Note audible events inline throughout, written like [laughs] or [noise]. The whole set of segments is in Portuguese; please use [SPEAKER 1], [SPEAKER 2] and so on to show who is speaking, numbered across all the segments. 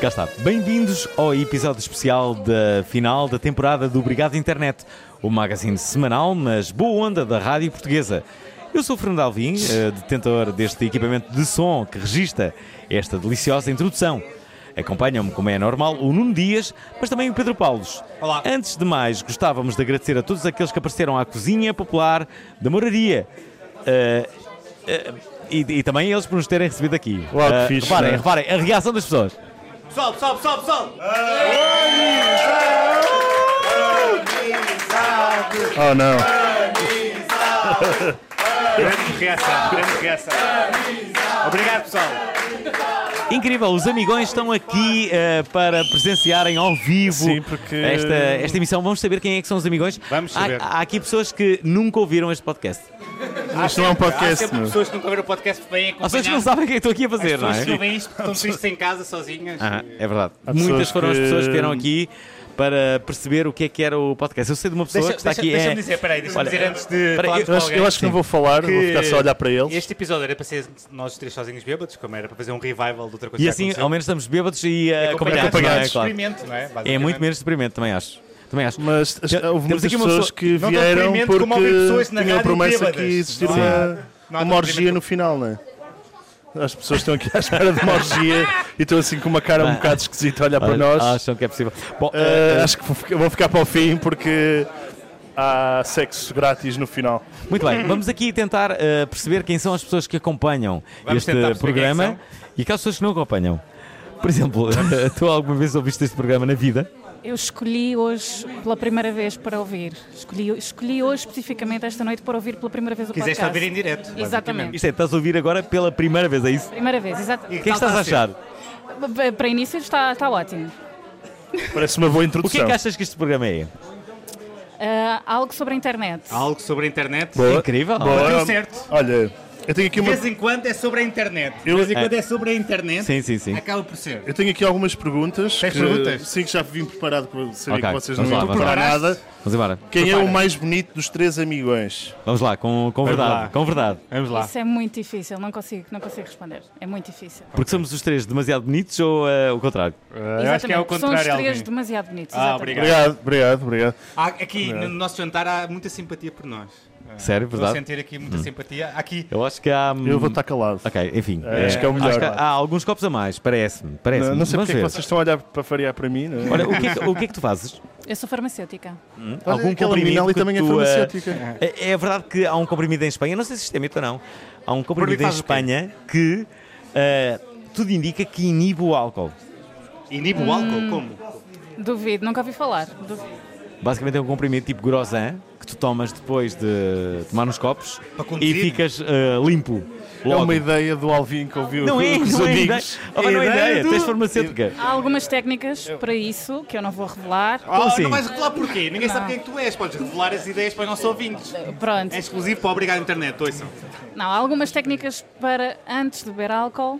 [SPEAKER 1] Cá está. Bem-vindos ao episódio especial da final da temporada do Obrigado Internet, o magazine semanal, mas boa onda da rádio portuguesa. Eu sou o Fernando Alvim, eh, detentor deste equipamento de som que registra esta deliciosa introdução. Acompanham-me, como é normal, o Nuno Dias, mas também o Pedro Paulos.
[SPEAKER 2] Olá.
[SPEAKER 1] Antes de mais, gostávamos de agradecer a todos aqueles que apareceram à cozinha popular da moraria. Eh, eh, e, e também eles por nos terem recebido aqui.
[SPEAKER 3] Uau, que
[SPEAKER 1] Eh,
[SPEAKER 3] fixe,
[SPEAKER 1] reparem,
[SPEAKER 3] né?
[SPEAKER 1] reparem, a reação das pessoas.
[SPEAKER 2] Pessoal, pessoal, pessoal, pessoal!
[SPEAKER 3] Oh não.
[SPEAKER 2] Grande reação, grande reação. Obrigado, pessoal.
[SPEAKER 1] Incrível, os amigões estão aqui eh, para presenciarem ao vivo
[SPEAKER 3] Sim, porque-
[SPEAKER 1] esta, esta emissão. Vamos saber quem é que são os amigões.
[SPEAKER 2] Vamos
[SPEAKER 1] Há-
[SPEAKER 2] saber.
[SPEAKER 1] Há, aqui pessoas que nunca ouviram este podcast.
[SPEAKER 3] Isto não é um
[SPEAKER 2] Há
[SPEAKER 3] podcast,
[SPEAKER 2] sempre
[SPEAKER 3] meu.
[SPEAKER 2] pessoas que nunca viram o podcast que vêm
[SPEAKER 1] Há pessoas que
[SPEAKER 2] acompanhar.
[SPEAKER 1] não sabem o que é que estou aqui a fazer, não
[SPEAKER 2] As pessoas que
[SPEAKER 1] é?
[SPEAKER 2] ouvem isto estão tristes em casa, sozinhas.
[SPEAKER 1] Ah, é verdade.
[SPEAKER 3] Há pessoas
[SPEAKER 1] Muitas foram as
[SPEAKER 3] que-
[SPEAKER 1] pessoas que vieram aqui para perceber o que é que era o podcast. Eu sei de uma pessoa
[SPEAKER 2] Deixa-
[SPEAKER 1] que está
[SPEAKER 2] deixa-
[SPEAKER 1] aqui.
[SPEAKER 2] Deixa-me
[SPEAKER 1] é...
[SPEAKER 2] dizer, peraí, deixa-me
[SPEAKER 1] Olha,
[SPEAKER 2] dizer antes de
[SPEAKER 1] peraí,
[SPEAKER 2] falarmos
[SPEAKER 3] Eu
[SPEAKER 2] com
[SPEAKER 3] acho,
[SPEAKER 2] alguém.
[SPEAKER 3] eu acho que não vou falar, vou ficar só a olhar para eles.
[SPEAKER 2] Este episódio era para ser nós três sozinhos bêbados, como era para fazer um revival de outra coisa
[SPEAKER 1] E
[SPEAKER 2] que
[SPEAKER 1] assim,
[SPEAKER 2] aconteceu.
[SPEAKER 1] ao menos estamos bêbados e eh, acompanhados. não é?
[SPEAKER 3] acompanhados.
[SPEAKER 1] Claro.
[SPEAKER 2] experimento, não é?
[SPEAKER 1] É
[SPEAKER 2] Basicamente.
[SPEAKER 1] muito menos deprimente, também acho. Também acho.
[SPEAKER 3] Mas as-
[SPEAKER 1] Temos
[SPEAKER 3] houve muitas
[SPEAKER 1] aqui uma
[SPEAKER 3] pessoas
[SPEAKER 1] pessoa-
[SPEAKER 3] que
[SPEAKER 2] Não tão
[SPEAKER 3] vieram
[SPEAKER 2] deprimente como
[SPEAKER 3] porque
[SPEAKER 2] ouvir pessoas na
[SPEAKER 3] tinham a
[SPEAKER 2] rádio
[SPEAKER 3] promessa
[SPEAKER 2] bêbadas.
[SPEAKER 3] que ia existir
[SPEAKER 2] Não há-
[SPEAKER 3] uma,
[SPEAKER 2] não há
[SPEAKER 3] uma orgia
[SPEAKER 2] deprimente.
[SPEAKER 3] no final, não é? As pessoas estão aqui à espera de uma orgia e estão assim com uma cara um bocado esquisita a olhar para
[SPEAKER 1] Ah. Olha,
[SPEAKER 3] nós.
[SPEAKER 1] Acham que é possível. Bom, eh,
[SPEAKER 3] Ah, acho que vou ficar, vou ficar para o fim porque há sexo grátis no final.
[SPEAKER 1] Muito bem, vamos aqui tentar eh, perceber quem são as pessoas que acompanham
[SPEAKER 2] Vamos tentar
[SPEAKER 1] este
[SPEAKER 2] perceber
[SPEAKER 1] programa
[SPEAKER 2] quem
[SPEAKER 1] e aquelas pessoas que não acompanham. Por exemplo, [laughs] eh, tu alguma vez ouviste este programa na vida?
[SPEAKER 4] Eu escolhi hoje pela primeira vez para ouvir. Escolhi, escolhi hoje especificamente esta noite para ouvir pela primeira vez o
[SPEAKER 2] Quiseste
[SPEAKER 4] podcast.
[SPEAKER 2] ouvir em direto.
[SPEAKER 4] Exatamente.
[SPEAKER 1] Isto é, estás a ouvir agora pela primeira vez, é isso?
[SPEAKER 4] Primeira vez, exato.
[SPEAKER 1] O que é que estás a achar?
[SPEAKER 4] B- Para início está, está ótimo.
[SPEAKER 3] Parece uma boa
[SPEAKER 1] O que é
[SPEAKER 3] introdução.
[SPEAKER 1] que achas que este programa é?
[SPEAKER 4] Ah, algo sobre a internet.
[SPEAKER 2] Algo sobre a internet.
[SPEAKER 3] Boa.
[SPEAKER 1] Incrível.
[SPEAKER 3] Boa.
[SPEAKER 2] Deu certo.
[SPEAKER 3] Olha, eu tenho aqui
[SPEAKER 2] De
[SPEAKER 3] uma
[SPEAKER 2] vez em quando é sobre a internet. De
[SPEAKER 3] Eu-
[SPEAKER 2] vez em quando é sobre a internet.
[SPEAKER 1] Sim, sim, sim.
[SPEAKER 2] Acaba por ser.
[SPEAKER 3] Eu tenho aqui algumas perguntas.
[SPEAKER 2] Tens
[SPEAKER 3] que,
[SPEAKER 2] perguntas?
[SPEAKER 3] Sim, que já vim preparado para saber
[SPEAKER 1] Ok,
[SPEAKER 3] que vocês não
[SPEAKER 1] vamos lá,
[SPEAKER 3] iam
[SPEAKER 1] vamos lá.
[SPEAKER 3] preparar nada.
[SPEAKER 1] Vamos embora.
[SPEAKER 3] Quem é
[SPEAKER 2] Prepara.
[SPEAKER 3] o mais bonito dos três amigões?
[SPEAKER 1] Vamos lá, com, com verdade.
[SPEAKER 2] lá.
[SPEAKER 1] Com verdade.
[SPEAKER 2] Vamos lá.
[SPEAKER 4] Isso é muito difícil, não consigo, não consigo responder. É muito difícil.
[SPEAKER 1] Porque somos os três demasiado bonitos ou eh, o contrário?
[SPEAKER 2] Eu acho que é o
[SPEAKER 4] São os
[SPEAKER 2] contrário,
[SPEAKER 4] três
[SPEAKER 2] Alvin.
[SPEAKER 4] demasiado bonitos.
[SPEAKER 2] Ah,
[SPEAKER 4] exatamente.
[SPEAKER 2] obrigado.
[SPEAKER 3] Obrigado, obrigado, obrigado.
[SPEAKER 2] Há- Ah, Aqui no nosso jantar há muita simpatia por nós. Ah,
[SPEAKER 1] Sério,
[SPEAKER 2] Estou a
[SPEAKER 1] verdade?
[SPEAKER 2] sentir aqui
[SPEAKER 3] Hum.
[SPEAKER 2] muita simpatia. Há Aqui,
[SPEAKER 1] Eu acho que há. hum,
[SPEAKER 3] Eu vou estar calado.
[SPEAKER 1] Ok, enfim.
[SPEAKER 3] É, acho que é o melhor.
[SPEAKER 1] há, há alguns copos a mais, parece-me. Parece
[SPEAKER 3] Não, não sei
[SPEAKER 1] Vamos
[SPEAKER 3] porque é que
[SPEAKER 1] ver.
[SPEAKER 3] vocês estão a olhar para farear para mim. Não é? Hum?
[SPEAKER 1] Olha, o que, é que, o que é que tu fazes?
[SPEAKER 4] Eu sou farmacêutica.
[SPEAKER 3] Olha,
[SPEAKER 1] algum
[SPEAKER 3] aquela
[SPEAKER 1] comprimido
[SPEAKER 3] menina ali
[SPEAKER 1] que
[SPEAKER 3] também é
[SPEAKER 1] tu, eh,
[SPEAKER 3] farmacêutica.
[SPEAKER 1] É, é verdade que há um comprimido em Espanha, não sei se isto é mito ou não, há um comprimido em
[SPEAKER 2] faz o quê?
[SPEAKER 1] Espanha que eh, tudo indica que inibe o álcool. Tipo
[SPEAKER 2] inibe o álcool, como?
[SPEAKER 4] Hum, Duvido, nunca ouvi falar. Duvido.
[SPEAKER 1] Basicamente é um comprimido tipo grosan que tu tomas depois de tomar uns copos
[SPEAKER 2] Para
[SPEAKER 1] e
[SPEAKER 2] conduzir.
[SPEAKER 1] ficas eh, limpo.
[SPEAKER 3] É
[SPEAKER 1] logo.
[SPEAKER 3] uma ideia do Alvin que ouviu
[SPEAKER 1] Não é,
[SPEAKER 3] com os
[SPEAKER 1] não é ideia.
[SPEAKER 3] amigos.
[SPEAKER 1] Oh, mas não é
[SPEAKER 2] É ideia
[SPEAKER 1] ideia,
[SPEAKER 2] do-
[SPEAKER 1] tens farmacêutica.
[SPEAKER 4] Há algumas técnicas para isso que eu não vou revelar.
[SPEAKER 1] Como assim?
[SPEAKER 2] Ah, Não vais revelar porquê? Ninguém sabe quem é que tu és. Podes revelar as ideias para os nossos ouvintes.
[SPEAKER 4] Pronto.
[SPEAKER 2] É exclusivo para obrigar a internet, ouçam.
[SPEAKER 4] Não, há algumas técnicas para, antes de beber álcool,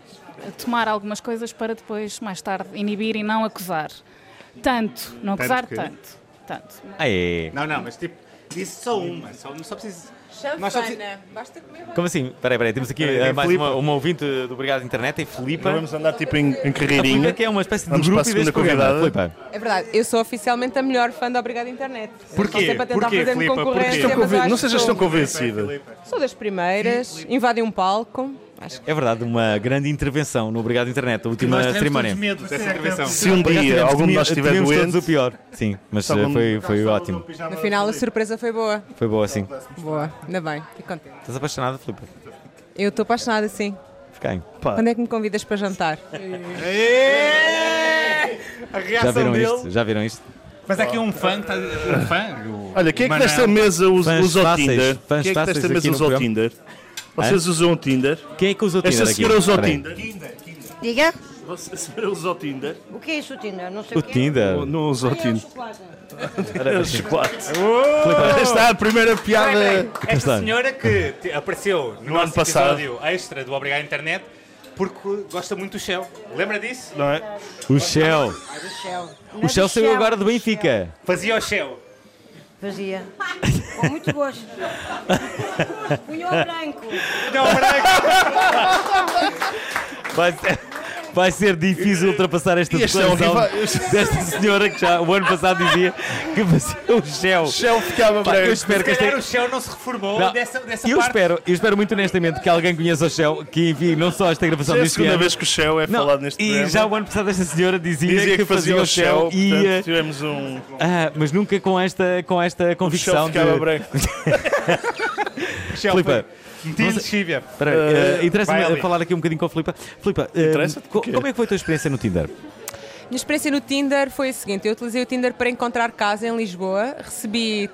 [SPEAKER 4] tomar algumas coisas para depois, mais tarde, inibir e não acusar. Tanto, não acusar
[SPEAKER 2] que?
[SPEAKER 4] tanto. Tanto.
[SPEAKER 1] Ah, é.
[SPEAKER 2] Não, não, mas tipo, disse só uma. Só, não só preciso. Nós só preciso-
[SPEAKER 5] Chanfana. Basta comer mais.
[SPEAKER 1] Como assim? Peraí, peraí, temos aqui
[SPEAKER 3] Espera aí,
[SPEAKER 1] eh, mais
[SPEAKER 3] Filipa.
[SPEAKER 1] uma, uma ouvinte do Obrigado Internet, é Filipa.
[SPEAKER 3] é Não Vamos andar tipo em, em
[SPEAKER 1] A Filipa
[SPEAKER 3] carreirinha.
[SPEAKER 1] que é uma espécie de
[SPEAKER 3] Vamos
[SPEAKER 1] grupo
[SPEAKER 3] para a
[SPEAKER 1] e deste
[SPEAKER 3] segunda
[SPEAKER 1] programa.
[SPEAKER 3] convidada.
[SPEAKER 1] Filipa.
[SPEAKER 5] É verdade, eu sou oficialmente a melhor fã da Obrigada Internet.
[SPEAKER 2] Porquê?
[SPEAKER 5] Estão sempre a tentar
[SPEAKER 2] Porquê,
[SPEAKER 5] fazer-me
[SPEAKER 2] Filipa? Porquê? Então,
[SPEAKER 5] concorrência,
[SPEAKER 3] Estão
[SPEAKER 5] mas eu
[SPEAKER 3] conven-
[SPEAKER 5] acho
[SPEAKER 3] Não sejas
[SPEAKER 5] que
[SPEAKER 3] tão
[SPEAKER 5] sou,
[SPEAKER 3] convencida.
[SPEAKER 5] sou das primeiras, invadem um palco. Acho que
[SPEAKER 1] É verdade, uma grande intervenção no Obrigado Internet, a última cerimónia.
[SPEAKER 2] medo dessa intervenção.
[SPEAKER 3] Se um
[SPEAKER 1] Por acaso
[SPEAKER 3] dia
[SPEAKER 1] tivemos
[SPEAKER 3] algum de nós
[SPEAKER 1] temi-
[SPEAKER 3] estiver
[SPEAKER 1] tememos todos
[SPEAKER 3] doente,
[SPEAKER 1] o pior. Sim, mas
[SPEAKER 3] Estavam-
[SPEAKER 1] eh, foi, foi
[SPEAKER 3] um
[SPEAKER 1] ótimo.
[SPEAKER 5] no final a surpresa foi boa.
[SPEAKER 1] Foi boa assim.
[SPEAKER 5] Boa, ainda bem, fico contente.
[SPEAKER 1] Estás apaixonada, Filipe?
[SPEAKER 5] Eu estou apaixonada, sim.
[SPEAKER 1] Fiquei.
[SPEAKER 3] pá,
[SPEAKER 5] Quando é que me convidas para jantar?
[SPEAKER 2] Êêê! A
[SPEAKER 1] Já
[SPEAKER 2] reação
[SPEAKER 1] viram
[SPEAKER 2] dele.
[SPEAKER 6] É.
[SPEAKER 1] isto? Já viram isto?
[SPEAKER 2] é Mas há aqui tá- um fã, que está- um fã, o
[SPEAKER 3] Olha, quem é que
[SPEAKER 2] Manel.
[SPEAKER 3] desta mesa usa,
[SPEAKER 1] Fãs
[SPEAKER 3] usa o
[SPEAKER 1] fáceis,
[SPEAKER 3] Tinder?
[SPEAKER 1] fãs
[SPEAKER 3] Quem é que
[SPEAKER 1] fáceis
[SPEAKER 3] desta mesa
[SPEAKER 1] aqui no
[SPEAKER 3] usa o
[SPEAKER 1] programa.
[SPEAKER 3] Tinder? Vocês usam o Tinder?
[SPEAKER 1] Quem é que usa o Tinder
[SPEAKER 3] Esta
[SPEAKER 1] aqui?
[SPEAKER 3] senhora usa o
[SPEAKER 1] Espera aí.
[SPEAKER 3] Tinder?
[SPEAKER 7] Diga,
[SPEAKER 3] Você a senhora usa o
[SPEAKER 1] [laughs]
[SPEAKER 3] Tinder?
[SPEAKER 7] o que é isso, Tinder? Não sei
[SPEAKER 1] O
[SPEAKER 7] que é.
[SPEAKER 1] Tinder.
[SPEAKER 3] Não usa o
[SPEAKER 7] Ah, é um
[SPEAKER 3] Tinder.
[SPEAKER 7] chocolate.
[SPEAKER 3] É o
[SPEAKER 2] [laughs]
[SPEAKER 3] chocolate. Está a primeira piada.
[SPEAKER 1] Está.
[SPEAKER 2] Esta senhora que te- apareceu no,
[SPEAKER 3] ano
[SPEAKER 2] nosso
[SPEAKER 3] passado.
[SPEAKER 2] episódio extra do Obrigado Internet porque gosta muito do Shell. Lembra disso?
[SPEAKER 3] Não é?
[SPEAKER 1] O Shell.
[SPEAKER 7] Ah, do Shell. Não é
[SPEAKER 1] O
[SPEAKER 7] do
[SPEAKER 1] Shell saiu agora do
[SPEAKER 7] do
[SPEAKER 1] Benfica.
[SPEAKER 2] Fazia o Shell.
[SPEAKER 7] Shell. Fazia. Com muito
[SPEAKER 6] [laughs]
[SPEAKER 7] gosto. Punhou branco.
[SPEAKER 2] Não, branco.
[SPEAKER 1] Vai ser, vai ser difícil ultrapassar esta
[SPEAKER 3] Este é um
[SPEAKER 1] declaração
[SPEAKER 3] rival- este-
[SPEAKER 1] desta senhora que já o ano passado dizia que fazia o Shell.
[SPEAKER 3] Shell ficava
[SPEAKER 1] Pá, eu
[SPEAKER 3] branco.
[SPEAKER 1] espero que
[SPEAKER 2] Se
[SPEAKER 1] esta
[SPEAKER 2] calhar o Shell não se reformou
[SPEAKER 1] Não,
[SPEAKER 2] dessa, dessa
[SPEAKER 1] eu
[SPEAKER 2] parte.
[SPEAKER 1] [laughs] espero, eu espero muito honestamente que alguém conheça o Shell, que enfim, não só esta gravação
[SPEAKER 3] Já é a
[SPEAKER 1] deste
[SPEAKER 3] segunda
[SPEAKER 1] ano.
[SPEAKER 3] vez que o Shell é
[SPEAKER 1] Não,
[SPEAKER 3] falado neste
[SPEAKER 1] e
[SPEAKER 3] programa.
[SPEAKER 1] já o ano passado esta senhora dizia,
[SPEAKER 3] Dizia que fazia o Shell,
[SPEAKER 1] e
[SPEAKER 3] portanto
[SPEAKER 1] eh,
[SPEAKER 3] tivemos um...
[SPEAKER 1] ah, mas nunca com esta com esta
[SPEAKER 3] O Shell
[SPEAKER 1] convicção de
[SPEAKER 3] ficava
[SPEAKER 1] [laughs]
[SPEAKER 3] branco.
[SPEAKER 1] Filipa,
[SPEAKER 2] Metia lexívia.
[SPEAKER 1] espera aí, eh, interessa-me
[SPEAKER 2] vai ali.
[SPEAKER 1] falar aqui um bocadinho com a Filipa. Filipa, eh,
[SPEAKER 3] Interessa-te
[SPEAKER 1] co-
[SPEAKER 3] porquê?
[SPEAKER 1] como é que foi a tua experiência no Tinder?
[SPEAKER 5] Minha experiência no Tinder foi a seguinte: eu utilizei o Tinder para encontrar casa em Lisboa, recebi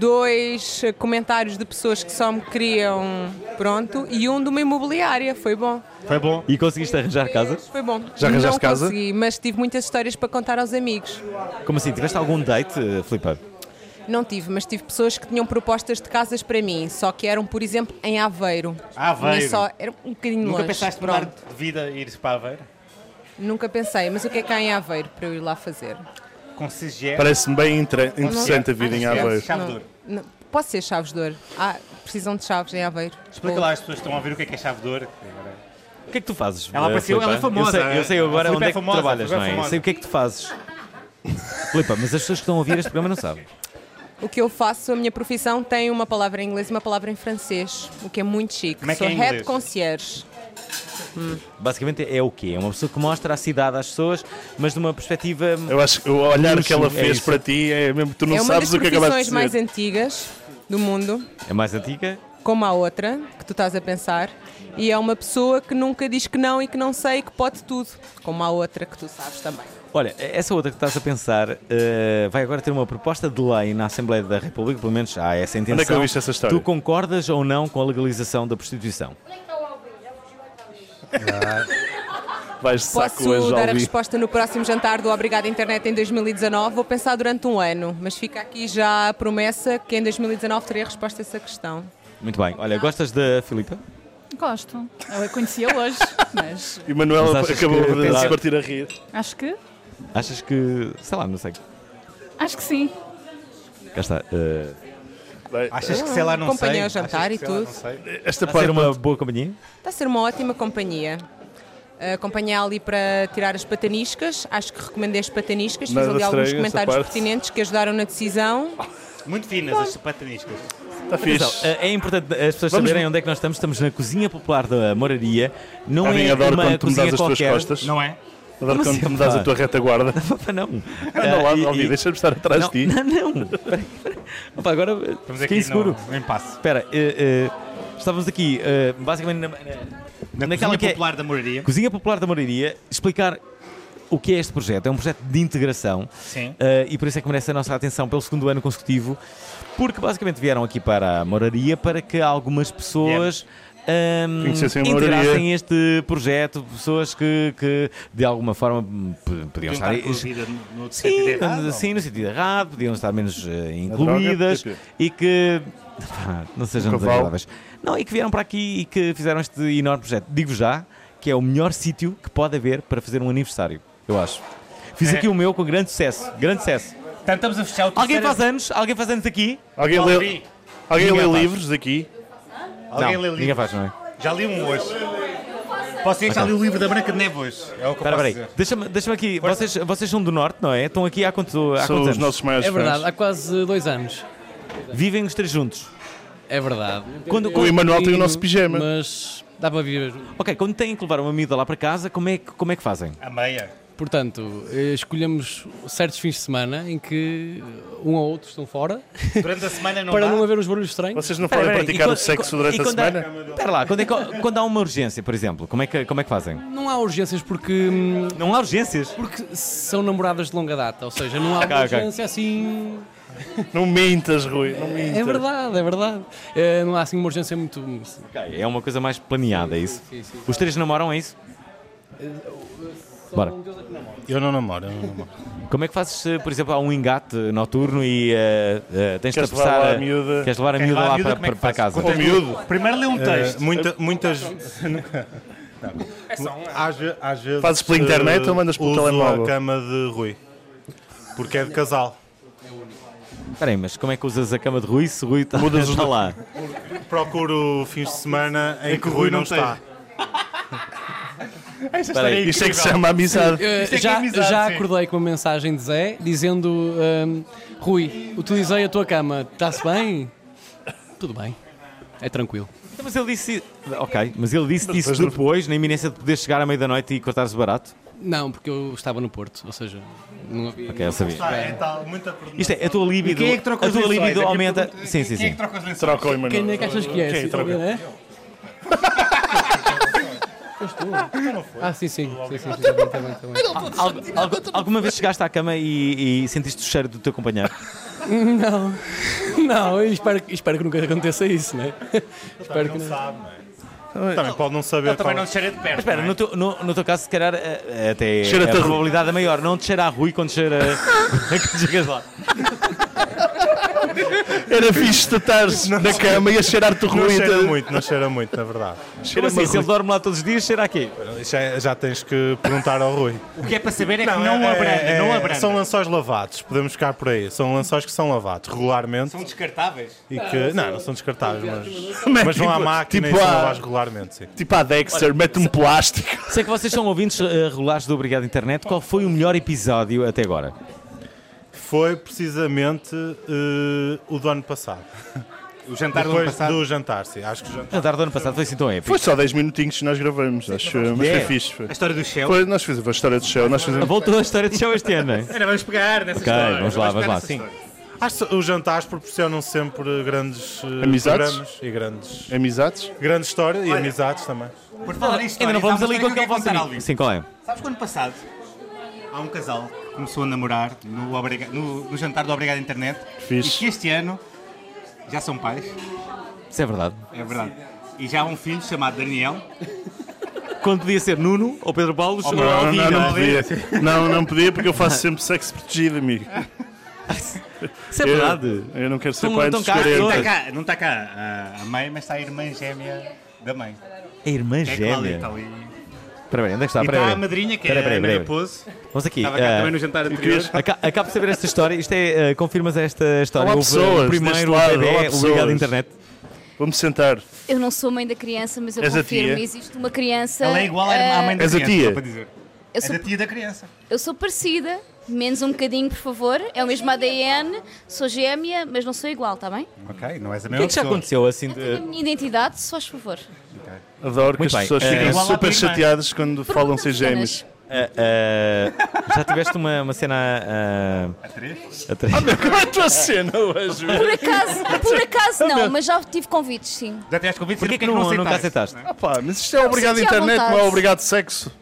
[SPEAKER 5] dois eh, comentários de pessoas que só me queriam pronto e um de uma imobiliária. Foi bom.
[SPEAKER 3] Foi bom.
[SPEAKER 1] E conseguiste arranjar casa?
[SPEAKER 5] Foi bom.
[SPEAKER 3] Já arranjaste
[SPEAKER 5] Não
[SPEAKER 3] casa?
[SPEAKER 5] Consegui, mas tive muitas histórias para contar aos amigos.
[SPEAKER 1] Como assim? Tiveste algum date, eh, Filipa?
[SPEAKER 5] Não tive, mas tive pessoas que tinham propostas de casas para mim, só que eram, por exemplo, em Aveiro.
[SPEAKER 2] Aveiro.
[SPEAKER 5] Tinha Só, era um bocadinho
[SPEAKER 2] Nunca
[SPEAKER 5] longe.
[SPEAKER 2] pensaste em mudar
[SPEAKER 5] pronto.
[SPEAKER 2] de vida e ir para Aveiro?
[SPEAKER 5] Nunca pensei, mas o que é que há em Aveiro para eu ir lá fazer?
[SPEAKER 2] Com CGE.
[SPEAKER 3] Parece-me bem inter- interessante a vida em
[SPEAKER 2] Acho que é.
[SPEAKER 3] Aveiro.
[SPEAKER 2] Chave de
[SPEAKER 5] Não,
[SPEAKER 2] ouro.
[SPEAKER 5] não. Pode ser chaves de ouro. Ah, precisam de chaves em Aveiro.
[SPEAKER 2] Explica lá às pessoas que estão a ouvir o que é que é chave de ouro.
[SPEAKER 1] O que é que tu fazes?
[SPEAKER 2] Ela
[SPEAKER 1] eh,
[SPEAKER 2] apareceu,
[SPEAKER 1] Filipa?
[SPEAKER 2] ela é famosa,
[SPEAKER 1] Eu sei, eu sei
[SPEAKER 2] eh?
[SPEAKER 1] agora
[SPEAKER 2] A
[SPEAKER 1] onde
[SPEAKER 2] Filipa é
[SPEAKER 1] é que tu
[SPEAKER 2] famosa, a
[SPEAKER 1] trabalhas,
[SPEAKER 2] Filipa é
[SPEAKER 1] não é? Eu
[SPEAKER 2] famosa.
[SPEAKER 1] sei o que é que tu fazes. Filipa, mas as pessoas que estão a ouvir este programa não sabem.
[SPEAKER 5] O que eu faço, a minha profissão tem uma palavra em inglês e uma palavra em francês, o que é muito chique.
[SPEAKER 2] Como é que
[SPEAKER 5] Sou
[SPEAKER 2] é em
[SPEAKER 5] head
[SPEAKER 2] inglês?
[SPEAKER 5] concierge.
[SPEAKER 1] Basicamente é o quê? É uma pessoa que mostra a cidade às pessoas, mas de uma perspectiva.
[SPEAKER 3] Eu acho que o olhar que ela
[SPEAKER 1] Luxo, é
[SPEAKER 3] fez
[SPEAKER 1] isso.
[SPEAKER 3] para ti é mesmo que tu não
[SPEAKER 5] é uma das
[SPEAKER 3] sabes o que acabaste de
[SPEAKER 5] profissões
[SPEAKER 3] dizer.
[SPEAKER 5] mais antigas do mundo,
[SPEAKER 1] É mais antiga?
[SPEAKER 5] como a outra, que tu estás a pensar, e é uma pessoa que nunca diz que não e que não sei e que pode tudo, como a outra que tu sabes também.
[SPEAKER 1] Olha, essa outra que estás a pensar eh, vai agora ter uma proposta de lei na Assembleia da República, pelo menos há essa intenção.
[SPEAKER 3] Onde é que eu viste essa história?
[SPEAKER 1] Tu concordas ou não com a legalização da prostituição?
[SPEAKER 3] Vais de saco
[SPEAKER 5] Posso
[SPEAKER 3] hoje,
[SPEAKER 5] dar a
[SPEAKER 3] Alvi.
[SPEAKER 5] resposta no próximo jantar do Obrigado Internet em 2019. Vou pensar durante um ano, mas fica aqui já a promessa que em 2019 terei a resposta a essa questão.
[SPEAKER 1] Muito bem. Olha, gostas da Filipa?
[SPEAKER 4] Gosto. Eu a conhecia
[SPEAKER 2] [laughs]
[SPEAKER 4] hoje, mas
[SPEAKER 3] E Manuela
[SPEAKER 1] Mas achas
[SPEAKER 3] acabou
[SPEAKER 1] que- é
[SPEAKER 3] de se
[SPEAKER 1] Claro.
[SPEAKER 3] partir a rir.
[SPEAKER 4] acho que.
[SPEAKER 1] Achas que. sei lá, não sei.
[SPEAKER 4] Acho que sim.
[SPEAKER 1] Cá está. eh,
[SPEAKER 3] Vai.
[SPEAKER 2] Achas que sei lá não sei?
[SPEAKER 5] Acompanhei ao Ah, jantar
[SPEAKER 2] Achas que
[SPEAKER 5] e
[SPEAKER 2] sei lá,
[SPEAKER 5] tudo.
[SPEAKER 2] não sei?
[SPEAKER 3] Esta
[SPEAKER 1] vai ser
[SPEAKER 3] parte
[SPEAKER 1] uma boa companhia?
[SPEAKER 5] Está a ser uma ótima companhia. Acompanhar ali para tirar as pataniscas, acho que recomendei as pataniscas, fiz
[SPEAKER 3] Nada
[SPEAKER 5] ali alguns
[SPEAKER 3] estranho essa
[SPEAKER 5] comentários
[SPEAKER 3] parte.
[SPEAKER 5] pertinentes que ajudaram na decisão.
[SPEAKER 2] Muito finas as sapataniscas.
[SPEAKER 3] está
[SPEAKER 1] Atenção,
[SPEAKER 3] Tá fixe.
[SPEAKER 1] eh, é importante as pessoas
[SPEAKER 3] Vamos-
[SPEAKER 1] saberem onde é que nós estamos. Estamos na cozinha popular da Moraria. Não
[SPEAKER 3] Alvin,
[SPEAKER 1] é
[SPEAKER 3] adoro
[SPEAKER 1] uma
[SPEAKER 3] quando tu me dás
[SPEAKER 1] cozinha
[SPEAKER 3] as tuas
[SPEAKER 1] qualquer.
[SPEAKER 3] costas.
[SPEAKER 2] Não é?
[SPEAKER 3] Adoro
[SPEAKER 1] Como
[SPEAKER 3] quando
[SPEAKER 1] assim,
[SPEAKER 3] tu me dás
[SPEAKER 1] pá?
[SPEAKER 3] a tua
[SPEAKER 1] [laughs]
[SPEAKER 3] retaguarda.
[SPEAKER 1] não.
[SPEAKER 3] Anda
[SPEAKER 1] Ah, e-
[SPEAKER 3] lá, Alvi,
[SPEAKER 1] e-
[SPEAKER 3] deixa-me estar atrás
[SPEAKER 1] não,
[SPEAKER 3] de ti. [laughs]
[SPEAKER 1] Não, não. Peraí, peraí. Opa, agora eh,
[SPEAKER 2] Estamos
[SPEAKER 1] fiquei
[SPEAKER 2] aqui
[SPEAKER 1] inseguro.
[SPEAKER 2] no, no impasse.
[SPEAKER 1] Espera, eh, eh, estávamos aqui eh, basicamente na, na-
[SPEAKER 2] Na
[SPEAKER 1] Naquela
[SPEAKER 2] Naquela
[SPEAKER 1] que é-
[SPEAKER 2] popular da moraria.
[SPEAKER 1] Cozinha Popular da Moraria explicar o que é este projeto. É um projeto de integração
[SPEAKER 2] Sim.
[SPEAKER 1] eh, e por isso é que merece a nossa atenção pelo segundo ano consecutivo, porque basicamente vieram aqui para a Moraria para que algumas pessoas. ehm,
[SPEAKER 3] Conhecessem a
[SPEAKER 1] integrassem
[SPEAKER 3] Moraria.
[SPEAKER 1] este projeto, pessoas que, que de alguma forma p- podiam estar
[SPEAKER 2] Tentar com a vida no, no sentido
[SPEAKER 1] Sim,
[SPEAKER 2] errado, ou-
[SPEAKER 1] sim, no sentido errado, podiam estar menos eh,
[SPEAKER 3] droga,
[SPEAKER 1] incluídas
[SPEAKER 3] porquê?
[SPEAKER 1] e que [laughs] pá, não sejam
[SPEAKER 3] Um cavalo.
[SPEAKER 1] desagradáveis. Não, e que vieram para aqui e que fizeram este enorme projeto. Digo já que é o melhor sítio que pode haver para fazer um aniversário, eu acho. Fiz
[SPEAKER 2] É.
[SPEAKER 1] aqui o meu com grande sucesso, grande sucesso.
[SPEAKER 2] Portanto, Tá, estamos a fechar o
[SPEAKER 1] Alguém
[SPEAKER 2] terceiro-
[SPEAKER 1] faz anos? Alguém faz anos aqui?
[SPEAKER 3] Alguém
[SPEAKER 2] Alvi.
[SPEAKER 3] lê, alguém
[SPEAKER 1] Ninguém
[SPEAKER 3] lê
[SPEAKER 1] faz.
[SPEAKER 3] livros aqui?
[SPEAKER 2] Alguém
[SPEAKER 1] não,
[SPEAKER 2] lê livros?
[SPEAKER 1] ninguém faz, não é?
[SPEAKER 2] Já li um hoje. Posso dizer que já li o livro da Branca de Neve hoje. É o que eu
[SPEAKER 1] Espera,
[SPEAKER 2] posso
[SPEAKER 1] peraí,
[SPEAKER 2] dizer.
[SPEAKER 1] deixa-me deixa aqui. Vocês, vocês são do Norte, não é? Estão aqui há, quanto, há
[SPEAKER 3] São
[SPEAKER 1] quantos
[SPEAKER 3] os
[SPEAKER 1] anos?
[SPEAKER 3] nossos maiores
[SPEAKER 8] É verdade,
[SPEAKER 3] fãs.
[SPEAKER 8] há quase dois anos.
[SPEAKER 1] Vivem os três juntos.
[SPEAKER 8] É verdade.
[SPEAKER 1] Quando-
[SPEAKER 8] Eu
[SPEAKER 1] o
[SPEAKER 3] Emanuel tem o
[SPEAKER 8] digo,
[SPEAKER 3] nosso pijama.
[SPEAKER 8] Mas dá para viver. junto.
[SPEAKER 1] Ok, quando têm que levar uma miúda lá para casa, como é que, como é que fazem?
[SPEAKER 2] A
[SPEAKER 3] Ah,
[SPEAKER 2] meia.
[SPEAKER 8] Portanto, eh, escolhemos certos fins de semana em que um ou outro estão fora
[SPEAKER 2] Durante a semana não
[SPEAKER 8] para
[SPEAKER 2] dá.
[SPEAKER 8] não haver os barulhos estranhos.
[SPEAKER 3] Vocês não
[SPEAKER 1] Peraí,
[SPEAKER 3] podem
[SPEAKER 1] peraí,
[SPEAKER 3] praticar
[SPEAKER 1] e
[SPEAKER 3] o
[SPEAKER 1] quando-
[SPEAKER 3] sexo
[SPEAKER 1] e
[SPEAKER 3] durante a
[SPEAKER 1] quando há-
[SPEAKER 3] semana?
[SPEAKER 1] Espera lá, quando, é que- quando há uma urgência, por exemplo, como é que, como é que fazem?
[SPEAKER 8] Não há urgências porque, hum,
[SPEAKER 1] Não há urgências?
[SPEAKER 8] porque são namoradas de longa data, ou seja, não há
[SPEAKER 1] Ok,
[SPEAKER 8] uma
[SPEAKER 1] ok.
[SPEAKER 8] urgência assim.
[SPEAKER 3] Não mintas, Rui, não mintas.
[SPEAKER 8] É verdade, é verdade. Eh, não há assim uma urgência muito.
[SPEAKER 1] Ok, é uma coisa mais planeada, é isso? Os três namoram, é isso?
[SPEAKER 8] Eh,
[SPEAKER 1] Bora.
[SPEAKER 8] um é
[SPEAKER 3] Eu não namoro, eu não namoro.
[SPEAKER 1] Como é que fazes, eh, por exemplo, há um engate noturno e eh, eh, tens de
[SPEAKER 3] Queres
[SPEAKER 1] apressar...
[SPEAKER 3] levar lá a
[SPEAKER 1] eh,
[SPEAKER 3] miúda?
[SPEAKER 1] Queres levar a
[SPEAKER 2] Quem
[SPEAKER 1] miúda
[SPEAKER 2] vai à
[SPEAKER 1] lá
[SPEAKER 2] miúda,
[SPEAKER 1] para,
[SPEAKER 2] como é que
[SPEAKER 1] para- para
[SPEAKER 2] faz?
[SPEAKER 1] casa?
[SPEAKER 2] Conta-
[SPEAKER 3] Ô, miúdo.
[SPEAKER 2] Primeiro lê um texto.
[SPEAKER 9] Eh, muita- muitas
[SPEAKER 2] [laughs]
[SPEAKER 9] É às, ve- às vezes
[SPEAKER 3] Fazes pela internet
[SPEAKER 9] eh,
[SPEAKER 3] ou mandas pelo
[SPEAKER 9] uso
[SPEAKER 3] telemóvel?
[SPEAKER 9] a cama de Rui. Porque é de casal.
[SPEAKER 1] Espera aí, mas como é que usas a cama de Rui se Rui está
[SPEAKER 3] Mudas os
[SPEAKER 1] está
[SPEAKER 3] dois.
[SPEAKER 1] lá? É
[SPEAKER 9] Procuro fins de semana em que, Rui não está.
[SPEAKER 1] Espera aí.
[SPEAKER 3] Isto é que se chama amizade.
[SPEAKER 8] Eh,
[SPEAKER 2] Isto é que é
[SPEAKER 8] já,
[SPEAKER 2] amizade,
[SPEAKER 8] já
[SPEAKER 2] sim.
[SPEAKER 8] acordei com uma mensagem de Zé dizendo: ehm, Rui, utilizei a tua cama, está-se bem? Tudo bem, é tranquilo.
[SPEAKER 1] Então, Mas ele disse... Ok, mas ele disse isso
[SPEAKER 3] depois não-
[SPEAKER 1] depois, na iminência de poder chegar à meia-da-noite e cortares o barato?
[SPEAKER 8] Não, porque eu estava no Porto, ou seja, não havia.
[SPEAKER 1] Ok, eu sabia.
[SPEAKER 9] Ah, é tal, muita coordenação.
[SPEAKER 1] Isto é, a tua libido,
[SPEAKER 2] Quem é que troca
[SPEAKER 1] a
[SPEAKER 2] os
[SPEAKER 1] tua
[SPEAKER 2] lençóis?
[SPEAKER 1] libido
[SPEAKER 2] É que eu
[SPEAKER 1] aumenta...
[SPEAKER 2] pergunto-
[SPEAKER 1] Sim, sim,
[SPEAKER 2] Quem é que
[SPEAKER 1] sim.
[SPEAKER 2] troca os lençóis?
[SPEAKER 3] Trocou, Emanuel.
[SPEAKER 8] Quem é que achas que é?
[SPEAKER 3] Quem
[SPEAKER 8] Sim,
[SPEAKER 3] troca?
[SPEAKER 8] é? Foste tu? Ah, sim, sim. sim, sim, sim, sim, tá bem, tá bem.
[SPEAKER 1] Al- al- alguma vez chegaste à cama e, e sentiste o cheiro do teu companheiro?
[SPEAKER 8] [laughs] Não, não, eu espero, que- espero que nunca aconteça isso, né? Espero que não.
[SPEAKER 9] Sabe, não é? Também pode não saber.
[SPEAKER 2] Ele também
[SPEAKER 9] qual-
[SPEAKER 2] não te cheira de perto.
[SPEAKER 1] Espera,
[SPEAKER 2] não é?
[SPEAKER 1] no teu, no, no teu caso, se calhar, eh, até
[SPEAKER 3] Cheira-te
[SPEAKER 1] a
[SPEAKER 3] a Rui.
[SPEAKER 1] probabilidade é maior. Não te cheira a Rui quando cheira. [laughs] quando chegas lá.
[SPEAKER 3] Era fixe tu estares na cama e a cheirar-te o
[SPEAKER 9] não
[SPEAKER 3] Rui.
[SPEAKER 9] cheira
[SPEAKER 3] então-
[SPEAKER 9] muito, não cheira muito, na verdade.
[SPEAKER 1] Como
[SPEAKER 3] Cheira-me
[SPEAKER 1] assim?
[SPEAKER 3] a
[SPEAKER 1] Se ele
[SPEAKER 3] Rui.
[SPEAKER 1] dorme lá todos os dias, cheira aqui.
[SPEAKER 9] Já, já tens que perguntar ao Rui.
[SPEAKER 2] O que é para saber é que não
[SPEAKER 9] é-
[SPEAKER 2] abranda,
[SPEAKER 9] é-
[SPEAKER 2] não
[SPEAKER 9] é-
[SPEAKER 2] abranda.
[SPEAKER 9] São
[SPEAKER 2] São,
[SPEAKER 9] lençóis lavados, podemos ficar por aí. São lençóis que são lavados regularmente.
[SPEAKER 2] descartáveis.
[SPEAKER 9] E que, não, não são descartáveis, mas, mas vão à
[SPEAKER 3] Tipo-
[SPEAKER 9] máquina
[SPEAKER 3] tipo
[SPEAKER 9] e são
[SPEAKER 3] a-
[SPEAKER 9] lavados regularmente, sim.
[SPEAKER 3] Tipo a Dexter, mete um plástico.
[SPEAKER 1] Sei que vocês são ouvintes eh, regulares do Obrigado Internet. Qual foi o melhor episódio até agora?
[SPEAKER 9] Foi precisamente eh, o do ano passado.
[SPEAKER 2] O jantar do ano
[SPEAKER 9] Depois
[SPEAKER 2] passado.
[SPEAKER 9] do jantar, sim. Acho que o
[SPEAKER 1] O
[SPEAKER 9] jantar.
[SPEAKER 1] jantar do ano passado foi assim tão épico.
[SPEAKER 3] Foi só 10 minutinhos que nós gravamos, acho. eu, Mas foi
[SPEAKER 1] É.
[SPEAKER 3] fixe. Foi.
[SPEAKER 2] A história do Shell.
[SPEAKER 3] Foi- nós fizemos a história do show. Nós fizemos...
[SPEAKER 1] Voltou a história de show este ano, não é?
[SPEAKER 2] Ana, vamos pegar nessa
[SPEAKER 1] Ok,
[SPEAKER 2] história.
[SPEAKER 1] vamos lá, vamos
[SPEAKER 2] pegar
[SPEAKER 1] lá.
[SPEAKER 2] nessa
[SPEAKER 1] Sim.
[SPEAKER 2] história.
[SPEAKER 9] Acho que os jantares proporcionam sempre grandes eh,
[SPEAKER 3] Amizades?
[SPEAKER 9] programas e grandes,
[SPEAKER 3] Amizades?
[SPEAKER 9] grande história e amizades também.
[SPEAKER 2] Por falar nisto,
[SPEAKER 1] Ah, Ainda não
[SPEAKER 2] olha,
[SPEAKER 1] vamos
[SPEAKER 2] há uma
[SPEAKER 1] ali com
[SPEAKER 2] história que eu
[SPEAKER 1] aquele
[SPEAKER 2] quero
[SPEAKER 1] vosso
[SPEAKER 2] contar,
[SPEAKER 1] amigo.
[SPEAKER 2] Alvin.
[SPEAKER 1] Sim, qual é?
[SPEAKER 2] Sabes que ano passado há um casal que começou a namorar no, obriga- no- no jantar do Obrigado Internet
[SPEAKER 3] Fixe.
[SPEAKER 2] e que este ano já são pais,
[SPEAKER 1] Isso é verdade.
[SPEAKER 2] é verdade. E já há um filho chamado Daniel.
[SPEAKER 1] Quando podia ser Nuno ou Pedro Paulo,
[SPEAKER 2] Ou
[SPEAKER 1] chegou
[SPEAKER 2] Nuno.
[SPEAKER 3] Não,
[SPEAKER 1] ao
[SPEAKER 3] não,
[SPEAKER 1] Alvin.
[SPEAKER 3] não podia. Não, não podia porque eu faço sempre sexo protegido, amigo.
[SPEAKER 1] Isso é
[SPEAKER 3] Eu,
[SPEAKER 1] verdade.
[SPEAKER 3] eu não quero ser
[SPEAKER 1] Então,
[SPEAKER 3] pai
[SPEAKER 1] então
[SPEAKER 3] antes dos
[SPEAKER 1] cá, então
[SPEAKER 2] Não
[SPEAKER 3] 40.
[SPEAKER 2] está cá, não está cá Ah, a- a mãe, mas está a irmã gêmea da mãe.
[SPEAKER 1] A irmã
[SPEAKER 2] Que é a Cláudia,
[SPEAKER 1] gêmea.
[SPEAKER 2] está ali.
[SPEAKER 1] Espera aí, onde é que está?
[SPEAKER 2] E
[SPEAKER 1] Espera
[SPEAKER 2] está a
[SPEAKER 1] aí.
[SPEAKER 2] madrinha, que é
[SPEAKER 1] Espera aí,
[SPEAKER 2] a
[SPEAKER 1] espera aí,
[SPEAKER 2] Ana
[SPEAKER 1] espera aí.
[SPEAKER 2] Raposo.
[SPEAKER 1] Vamos aqui.
[SPEAKER 2] Estava cá
[SPEAKER 1] eh,
[SPEAKER 2] também no jantar anterior.
[SPEAKER 1] Aca- Acabo de saber esta história. Isto é, eh, confirmas esta história.
[SPEAKER 3] Olá,
[SPEAKER 1] Houve
[SPEAKER 3] pessoas, deste
[SPEAKER 1] o primeiro
[SPEAKER 3] lado,
[SPEAKER 1] bebê,
[SPEAKER 3] olá,
[SPEAKER 1] o
[SPEAKER 3] pessoas.
[SPEAKER 1] obrigado internet.
[SPEAKER 3] Vamos sentar.
[SPEAKER 10] Eu não sou mãe da criança, mas eu
[SPEAKER 3] És a
[SPEAKER 10] confirmo,
[SPEAKER 3] tia?
[SPEAKER 10] existe uma criança.
[SPEAKER 2] Ela é igual à irmã- à mãe da
[SPEAKER 3] És a
[SPEAKER 2] criança,
[SPEAKER 3] tia?
[SPEAKER 2] só para dizer.
[SPEAKER 10] eu,
[SPEAKER 2] É
[SPEAKER 10] sou,
[SPEAKER 2] da tia da criança.
[SPEAKER 10] eu sou parecida, menos um bocadinho, por favor. É o mesmo ADN, sou gêmea, mas não sou igual, está bem?
[SPEAKER 2] Ok, não és a mesma
[SPEAKER 1] O que é que já
[SPEAKER 2] pessoa.
[SPEAKER 1] aconteceu assim
[SPEAKER 10] Tenho a
[SPEAKER 1] de.
[SPEAKER 10] minha identidade, se faz favor.
[SPEAKER 3] Adoro que
[SPEAKER 1] Muito
[SPEAKER 3] as
[SPEAKER 1] bem.
[SPEAKER 3] pessoas
[SPEAKER 1] Eh,
[SPEAKER 3] fiquem
[SPEAKER 2] igual à
[SPEAKER 3] super
[SPEAKER 2] prima.
[SPEAKER 3] chateadas quando falam ser gêmeos.
[SPEAKER 10] Apenas.
[SPEAKER 1] Ah, ah, já tiveste uma, uma cena. ah,
[SPEAKER 2] A três?
[SPEAKER 1] a três?
[SPEAKER 3] Como é a tua cena hoje?
[SPEAKER 10] Por acaso, por acaso não, mas já tive convites, sim.
[SPEAKER 2] Já tiveste convite?
[SPEAKER 1] Porquê
[SPEAKER 2] Porquê
[SPEAKER 1] que não, nunca aceitaste?
[SPEAKER 3] Ah pá, mas isto é obrigado
[SPEAKER 10] Senti à
[SPEAKER 3] internet,
[SPEAKER 10] vontade.
[SPEAKER 3] não é obrigado sexo.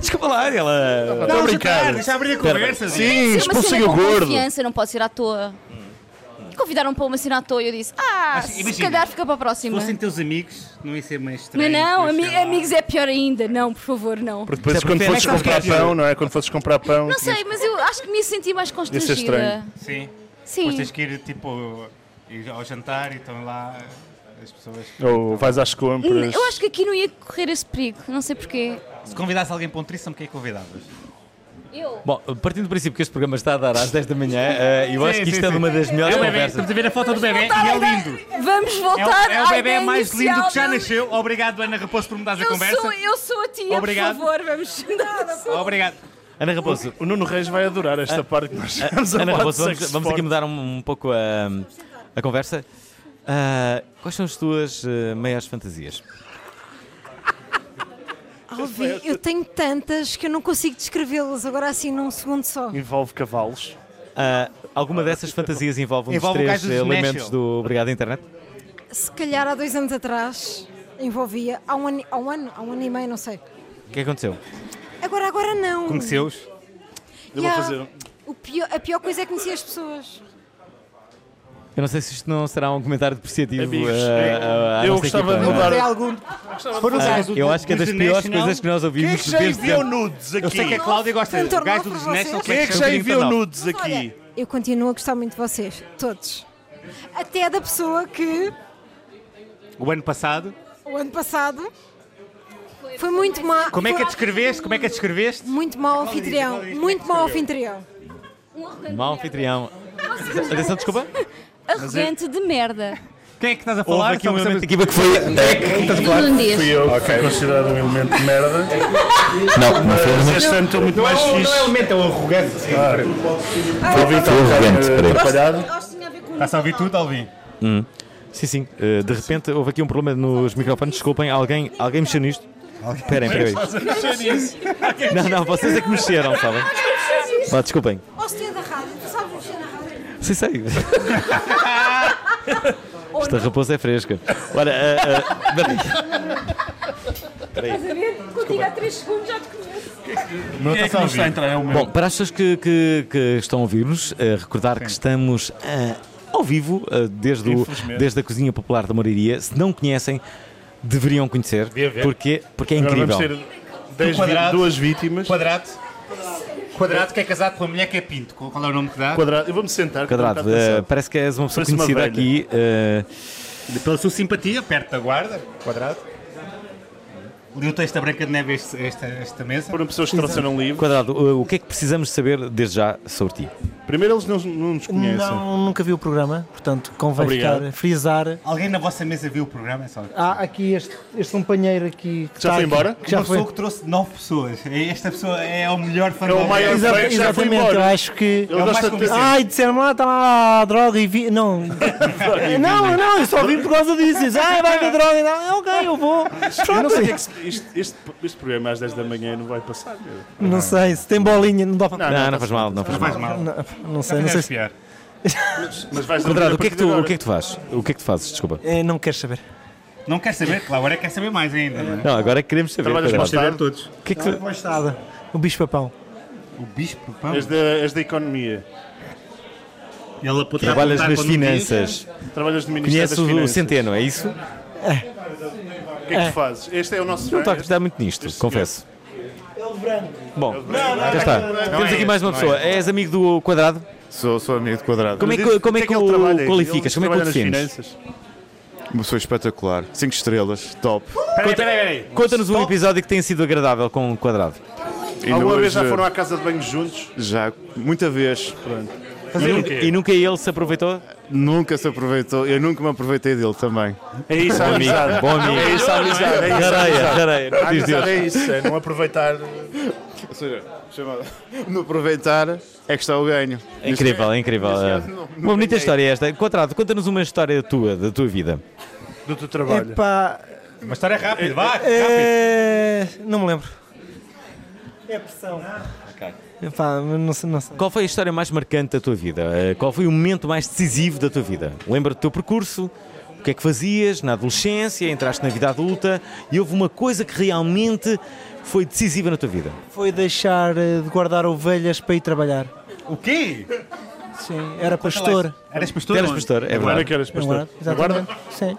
[SPEAKER 1] Desculpa lá, ela.
[SPEAKER 3] Estou a
[SPEAKER 2] Ah,
[SPEAKER 3] brincar.
[SPEAKER 2] deixa abrir a conversa. Sim.
[SPEAKER 3] Sim,
[SPEAKER 10] Isso é uma
[SPEAKER 3] expulsem
[SPEAKER 10] cena
[SPEAKER 3] o
[SPEAKER 10] com
[SPEAKER 3] gordo.
[SPEAKER 10] confiança, não pode ser à toa. Convidaram para uma cena à toa e eu disse: Ah,
[SPEAKER 2] Hum, Mas
[SPEAKER 10] se
[SPEAKER 2] imagina,
[SPEAKER 10] calhar fica para a próxima.
[SPEAKER 2] fossem teus amigos, não ia ser mais
[SPEAKER 10] Não,
[SPEAKER 2] estranho.
[SPEAKER 10] não,
[SPEAKER 2] depois
[SPEAKER 10] ami-
[SPEAKER 2] chegar lá.
[SPEAKER 10] amigos é pior ainda. Não, por favor, não.
[SPEAKER 3] Porque depois
[SPEAKER 1] Isso é
[SPEAKER 3] quando
[SPEAKER 1] perfeito.
[SPEAKER 3] fosses
[SPEAKER 1] Mas
[SPEAKER 3] comprar
[SPEAKER 1] sabes que é
[SPEAKER 3] pão, não é? Quando fosses comprar pão.
[SPEAKER 10] Não
[SPEAKER 3] tinhas-
[SPEAKER 10] sei, mas eu acho que me senti mais constrangida.
[SPEAKER 3] estranho.
[SPEAKER 2] Sim. Depois
[SPEAKER 10] Sim.
[SPEAKER 2] tens que ir, tipo, ir ao jantar e estão lá as pessoas.
[SPEAKER 3] Ou vais às compras.
[SPEAKER 10] Hum, Eu acho que aqui não ia correr esse perigo, não sei porquê.
[SPEAKER 2] Se convidasse alguém para um trissão, quem é que convidavas?
[SPEAKER 10] Eu?
[SPEAKER 1] Bom, partindo do princípio que este programa está a dar às 10 da manhã, ah, eu acho
[SPEAKER 2] Sim,
[SPEAKER 1] que isto
[SPEAKER 2] sim,
[SPEAKER 1] é de
[SPEAKER 2] sim.
[SPEAKER 1] uma das melhores conversas.
[SPEAKER 2] Estamos a ver a foto do bebê e é lindo.
[SPEAKER 10] Vamos
[SPEAKER 2] É o,
[SPEAKER 10] voltar
[SPEAKER 2] é o
[SPEAKER 10] à
[SPEAKER 2] bebê
[SPEAKER 10] ideia
[SPEAKER 2] mais
[SPEAKER 10] inicial
[SPEAKER 2] lindo que já
[SPEAKER 10] do-
[SPEAKER 2] nasceu. Obrigado, Ana Raposo, por mudares a
[SPEAKER 10] Eu
[SPEAKER 2] conversa.
[SPEAKER 10] sou, eu sou a tia,
[SPEAKER 2] Obrigado.
[SPEAKER 10] por favor, vamos.
[SPEAKER 2] Obrigado.
[SPEAKER 1] Ana Raposo,
[SPEAKER 3] O Nuno Reis vai adorar esta parte que nós estamos a
[SPEAKER 1] Ah,
[SPEAKER 3] falar
[SPEAKER 1] Ana
[SPEAKER 3] de
[SPEAKER 1] Raposo, vamos,
[SPEAKER 3] sexo
[SPEAKER 1] vamos aqui
[SPEAKER 3] forte.
[SPEAKER 1] mudar um, um pouco a, a conversa. Ah, quais são as tuas ah, maiores fantasias?
[SPEAKER 11] Alvi, eu tenho tantas que eu não consigo descrevê-las agora assim num segundo só.
[SPEAKER 3] Envolve cavalos.
[SPEAKER 1] Ah, alguma dessas fantasias envolve um dos
[SPEAKER 2] Envolve o
[SPEAKER 1] três
[SPEAKER 2] gajo dos
[SPEAKER 1] elementos
[SPEAKER 2] Nashville.
[SPEAKER 1] do Obrigado Internet?
[SPEAKER 11] Se calhar há dois anos atrás envolvia, há um ano, há um ano, há um ano e meio, não sei.
[SPEAKER 1] O que é que aconteceu?
[SPEAKER 11] Agora, agora não.
[SPEAKER 2] Conheceu-os?
[SPEAKER 3] Eu vou
[SPEAKER 11] Yeah.
[SPEAKER 3] fazer um-
[SPEAKER 11] o pior- a pior coisa é conhecer as pessoas.
[SPEAKER 1] Eu não sei se isto não será um comentário depreciativo.
[SPEAKER 3] Amigos,
[SPEAKER 1] eh,
[SPEAKER 3] eu-
[SPEAKER 1] à- à
[SPEAKER 3] eu
[SPEAKER 1] nossa
[SPEAKER 3] gostava
[SPEAKER 1] equipa,
[SPEAKER 3] de
[SPEAKER 1] não é?
[SPEAKER 3] mudar-
[SPEAKER 2] Tem algum- Se for um
[SPEAKER 1] Ah,
[SPEAKER 2] caso
[SPEAKER 1] eu
[SPEAKER 2] do-
[SPEAKER 1] acho que é
[SPEAKER 2] dos
[SPEAKER 1] das
[SPEAKER 2] The
[SPEAKER 1] piores
[SPEAKER 2] National,
[SPEAKER 1] coisas que nós
[SPEAKER 3] Quem é
[SPEAKER 1] ouvimos
[SPEAKER 3] que já
[SPEAKER 1] desde
[SPEAKER 3] enviou
[SPEAKER 1] sempre.
[SPEAKER 3] nudes aqui?
[SPEAKER 2] Eu sei que a Cláudia gosta.
[SPEAKER 11] Tanto
[SPEAKER 2] O gajo dos
[SPEAKER 11] orgulho
[SPEAKER 2] The
[SPEAKER 11] para
[SPEAKER 2] National
[SPEAKER 11] vocês.
[SPEAKER 3] Quem é que já
[SPEAKER 2] então
[SPEAKER 3] enviou nudes
[SPEAKER 11] Mas olha,
[SPEAKER 3] aqui?
[SPEAKER 11] eu continuo a gostar muito de vocês, todos. Até da pessoa que
[SPEAKER 2] O ano passado.
[SPEAKER 11] o ano passado foi muito má.
[SPEAKER 2] Como é que a
[SPEAKER 11] foi
[SPEAKER 2] descreveste? Como é que a descreveste?
[SPEAKER 11] Muito
[SPEAKER 1] é
[SPEAKER 11] mau anfitrião, muito mau anfitrião.
[SPEAKER 1] Mau anfitrião. Atenção, desculpa.
[SPEAKER 2] é-
[SPEAKER 10] Arrogante de merda.
[SPEAKER 2] Quem é que estás a
[SPEAKER 1] Houve
[SPEAKER 2] falar?
[SPEAKER 1] aqui um
[SPEAKER 2] Só percebemos-
[SPEAKER 1] elemento de equipa que foi.
[SPEAKER 10] Irlandês.
[SPEAKER 3] Fui eu que fui considerado um elemento de merda.
[SPEAKER 1] Não, um não
[SPEAKER 3] Mas este ano estou muito
[SPEAKER 2] Não é
[SPEAKER 3] mais
[SPEAKER 2] um- não é um
[SPEAKER 3] fixe.
[SPEAKER 2] elemento, é um arrogante.
[SPEAKER 11] Ah,
[SPEAKER 3] Ouvi estar um bocado eh, atrapalhado.
[SPEAKER 2] Está-se a ouvir tudo, Alvin?
[SPEAKER 1] Sim, sim. eh, De repente houve aqui um problema nos microfones. Desculpem, alguém, alguém mexeu nisto. Esperem, peraí. Não, não, vocês é que mexeram, sabem? Vá, desculpem.
[SPEAKER 11] Ó senhor da rádio, tu sabes mexer na rádio?
[SPEAKER 1] Sim,
[SPEAKER 11] [laughs]
[SPEAKER 1] sei. Esta raposa é fresca. Ora, ah, ah, peraí.
[SPEAKER 11] Estás a ver? Contigo há 3 segundos já te conheço.
[SPEAKER 3] é Não está a ouvir. É o
[SPEAKER 1] Bom,
[SPEAKER 3] meu.
[SPEAKER 1] para as pessoas que, que- que estão a ouvir-nos, eh, recordar que estamos ah, ao vivo, ah, desde, o-
[SPEAKER 3] Infelizmente.
[SPEAKER 1] desde a Cozinha Popular da Moraria. Se não conhecem, deveriam conhecer,
[SPEAKER 3] Devia ver.
[SPEAKER 1] porque, porque é
[SPEAKER 3] Agora vamos
[SPEAKER 1] incrível.
[SPEAKER 3] ter dez vi-
[SPEAKER 2] Quadrado.
[SPEAKER 3] duas vítimas.
[SPEAKER 2] Quadrado. Quadrado que é casado com a mulher que é pinto. Qual qual é o nome que dá?
[SPEAKER 3] Quadrado. Eu vou-me sentar. que
[SPEAKER 1] Quadrado,
[SPEAKER 3] estou um bocado
[SPEAKER 1] eh,
[SPEAKER 3] cansado.
[SPEAKER 1] parece que és uma pessoa
[SPEAKER 3] Parece uma
[SPEAKER 1] conhecida
[SPEAKER 3] velha.
[SPEAKER 1] aqui. eh,
[SPEAKER 2] Pela sua simpatia, perto da guarda. Quadrado. Li o texto da Branca de Neve este- esta, esta mesa.
[SPEAKER 3] Foram pessoas que trouxeram um livro.
[SPEAKER 1] quadrado, eh, o que é que precisamos saber desde já sobre ti?
[SPEAKER 3] Primeiro, eles não, não nos conhecem.
[SPEAKER 12] Não, nunca vi o programa, portanto, convém
[SPEAKER 3] Obrigado.
[SPEAKER 12] ficar, frisar.
[SPEAKER 2] Alguém na vossa mesa viu o programa? É só.
[SPEAKER 12] Há aqui este, este companheiro
[SPEAKER 3] Ah,
[SPEAKER 12] aqui. Que
[SPEAKER 3] Já
[SPEAKER 12] está
[SPEAKER 3] foi
[SPEAKER 12] aqui,
[SPEAKER 3] embora?
[SPEAKER 12] Tá, que já
[SPEAKER 2] uma
[SPEAKER 12] foi.
[SPEAKER 2] pessoa que trouxe nove pessoas. É- Esta pessoa é o melhor fã
[SPEAKER 3] É o maior
[SPEAKER 12] Exa-
[SPEAKER 3] Foi, já foi
[SPEAKER 12] exatamente,
[SPEAKER 3] embora.
[SPEAKER 12] eu acho que.
[SPEAKER 3] Ele
[SPEAKER 2] o mais
[SPEAKER 3] gosta de
[SPEAKER 2] convincente.
[SPEAKER 12] Ai, disseram lá, está lá a droga e vi.
[SPEAKER 3] [laughs]
[SPEAKER 12] Não. não, não,
[SPEAKER 3] né?
[SPEAKER 12] eu só vim por causa disso. Diz, Ai, vai ver droga e não. é Ok, eu vou.
[SPEAKER 3] Eu não
[SPEAKER 12] Pronto.
[SPEAKER 3] sei o que é que se- isto- Este, este programa às 10 da manhã não vai passar. meu.
[SPEAKER 12] Não sei, se tem bolinha, não dá para.
[SPEAKER 1] Não, não, faz mal, não faz mal.
[SPEAKER 2] Faz mal.
[SPEAKER 12] Não, não sei, não sei se. [laughs]
[SPEAKER 2] Pior.
[SPEAKER 3] É Mas vais
[SPEAKER 1] Quadrado, o que, é que tu, o que é
[SPEAKER 3] é
[SPEAKER 1] que tu fazes? O que é que tu fazes? Desculpa.
[SPEAKER 12] Eh, Não queres saber.
[SPEAKER 2] Não quer saber? Claro, agora quer saber mais ainda. Não é?
[SPEAKER 1] Não, agora é que queremos saber.
[SPEAKER 3] Trabalhas
[SPEAKER 1] Quadrado.
[SPEAKER 3] mais tarde?
[SPEAKER 2] todos.
[SPEAKER 1] O que é que tu-
[SPEAKER 12] Gostada. O bicho-papão.
[SPEAKER 2] O bispo, pão.
[SPEAKER 3] És da, és da economia.
[SPEAKER 2] Ele aponta-
[SPEAKER 1] trabalhas
[SPEAKER 2] apontar
[SPEAKER 1] nas
[SPEAKER 2] quando diz.
[SPEAKER 1] finanças?
[SPEAKER 3] Trabalhas no Ministério
[SPEAKER 1] Conheces
[SPEAKER 3] das
[SPEAKER 1] o
[SPEAKER 3] Finanças.
[SPEAKER 1] Centeno, é isso?
[SPEAKER 3] O que é que tu fazes? Este é o nosso.
[SPEAKER 1] Não estou a
[SPEAKER 3] este-
[SPEAKER 1] acreditar muito nisto,
[SPEAKER 3] Este
[SPEAKER 1] confesso. Bom, já
[SPEAKER 3] não,
[SPEAKER 1] está.
[SPEAKER 3] não, não, não,
[SPEAKER 1] Temos
[SPEAKER 3] não
[SPEAKER 1] aqui
[SPEAKER 3] é
[SPEAKER 1] mais uma pessoa. És amigo do Quadrado?
[SPEAKER 9] Sou, sou amigo de quadrado.
[SPEAKER 1] Como é
[SPEAKER 3] Diz-
[SPEAKER 1] que, como é que,
[SPEAKER 3] ele trabalha?
[SPEAKER 1] o
[SPEAKER 3] Ele
[SPEAKER 1] qualificas? Como é que o
[SPEAKER 3] trabalha nas
[SPEAKER 1] defines?
[SPEAKER 3] finanças.
[SPEAKER 9] Uma pessoa espetacular. 5 estrelas, top.
[SPEAKER 2] Peraí, peraí, peraí.
[SPEAKER 1] Conta-nos um episódio que tenha sido agradável com o Quadrado.
[SPEAKER 9] Ainda
[SPEAKER 3] Alguma vez já
[SPEAKER 9] hoje,
[SPEAKER 3] foram à casa de banho juntos?
[SPEAKER 9] Já, muita vez.
[SPEAKER 1] E nunca, e nunca ele se aproveitou?
[SPEAKER 9] Nunca se aproveitou. Eu nunca me aproveitei dele também.
[SPEAKER 3] É isso, a amizade.
[SPEAKER 1] Bom amigo.
[SPEAKER 3] É isso, a amizade. É isso, a
[SPEAKER 1] Rareia,
[SPEAKER 3] amizade.
[SPEAKER 1] rareia.
[SPEAKER 3] A
[SPEAKER 1] Diz Deus.
[SPEAKER 3] amizade é isso, é não
[SPEAKER 1] [laughs]
[SPEAKER 3] aproveitar.
[SPEAKER 9] Ou seja, chama- no aproveitar é que está o ganho.
[SPEAKER 1] É Incrível, é incrível. Uma bonita história esta. Quadrado, conta-nos uma história tua, da tua vida.
[SPEAKER 3] Do teu trabalho.
[SPEAKER 12] Epá. É,
[SPEAKER 2] Uma história rápida, vá.
[SPEAKER 12] eh, Não me lembro. É pressão. Epá, mas não sei, não sei.
[SPEAKER 1] Qual foi a história mais marcante da tua vida? Eh, Qual foi o momento mais decisivo da tua vida? Lembra-te do teu percurso? O que é que fazias na adolescência? Entraste na vida adulta e houve uma coisa que realmente foi decisiva na tua vida?
[SPEAKER 12] Foi deixar eh, de guardar ovelhas para ir trabalhar.
[SPEAKER 2] O quê?
[SPEAKER 12] Sim, era pastor.
[SPEAKER 2] Eras
[SPEAKER 1] Tu
[SPEAKER 2] pastor?
[SPEAKER 1] eras
[SPEAKER 2] onde?
[SPEAKER 1] pastor, é
[SPEAKER 3] Agora
[SPEAKER 1] verdade.
[SPEAKER 3] que eras
[SPEAKER 12] Em
[SPEAKER 3] pastor.
[SPEAKER 12] Guarda, exatamente. Sim.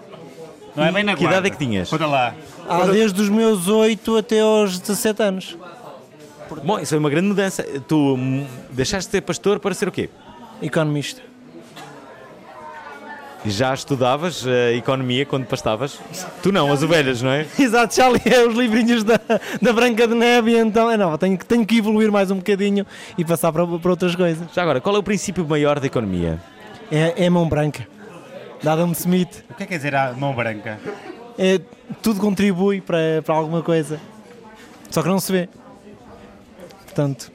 [SPEAKER 2] Não é bem na
[SPEAKER 1] Que idade
[SPEAKER 2] guarda.
[SPEAKER 1] é que tinhas?
[SPEAKER 2] Conta lá.
[SPEAKER 12] Há desde os meus 8 até aos 17 anos.
[SPEAKER 1] Bom, isso é uma grande mudança. Tu hum, deixaste de ser pastor para ser o quê?
[SPEAKER 12] Economista. [laughs]
[SPEAKER 1] Já estudavas eh, economia quando pastavas? Tu não, as ovelhas, não é?
[SPEAKER 12] Exato, já li os livrinhos da, da Branca de Neve, então é não, tenho, que- tenho que evoluir mais um bocadinho e passar para, para outras coisas.
[SPEAKER 1] Já agora, qual é o princípio maior da economia?
[SPEAKER 12] É, é mão branca, da Adam Smith.
[SPEAKER 2] O que é que quer dizer a mão branca?
[SPEAKER 12] É, tudo contribui para, para alguma coisa, só que não se vê. Portanto,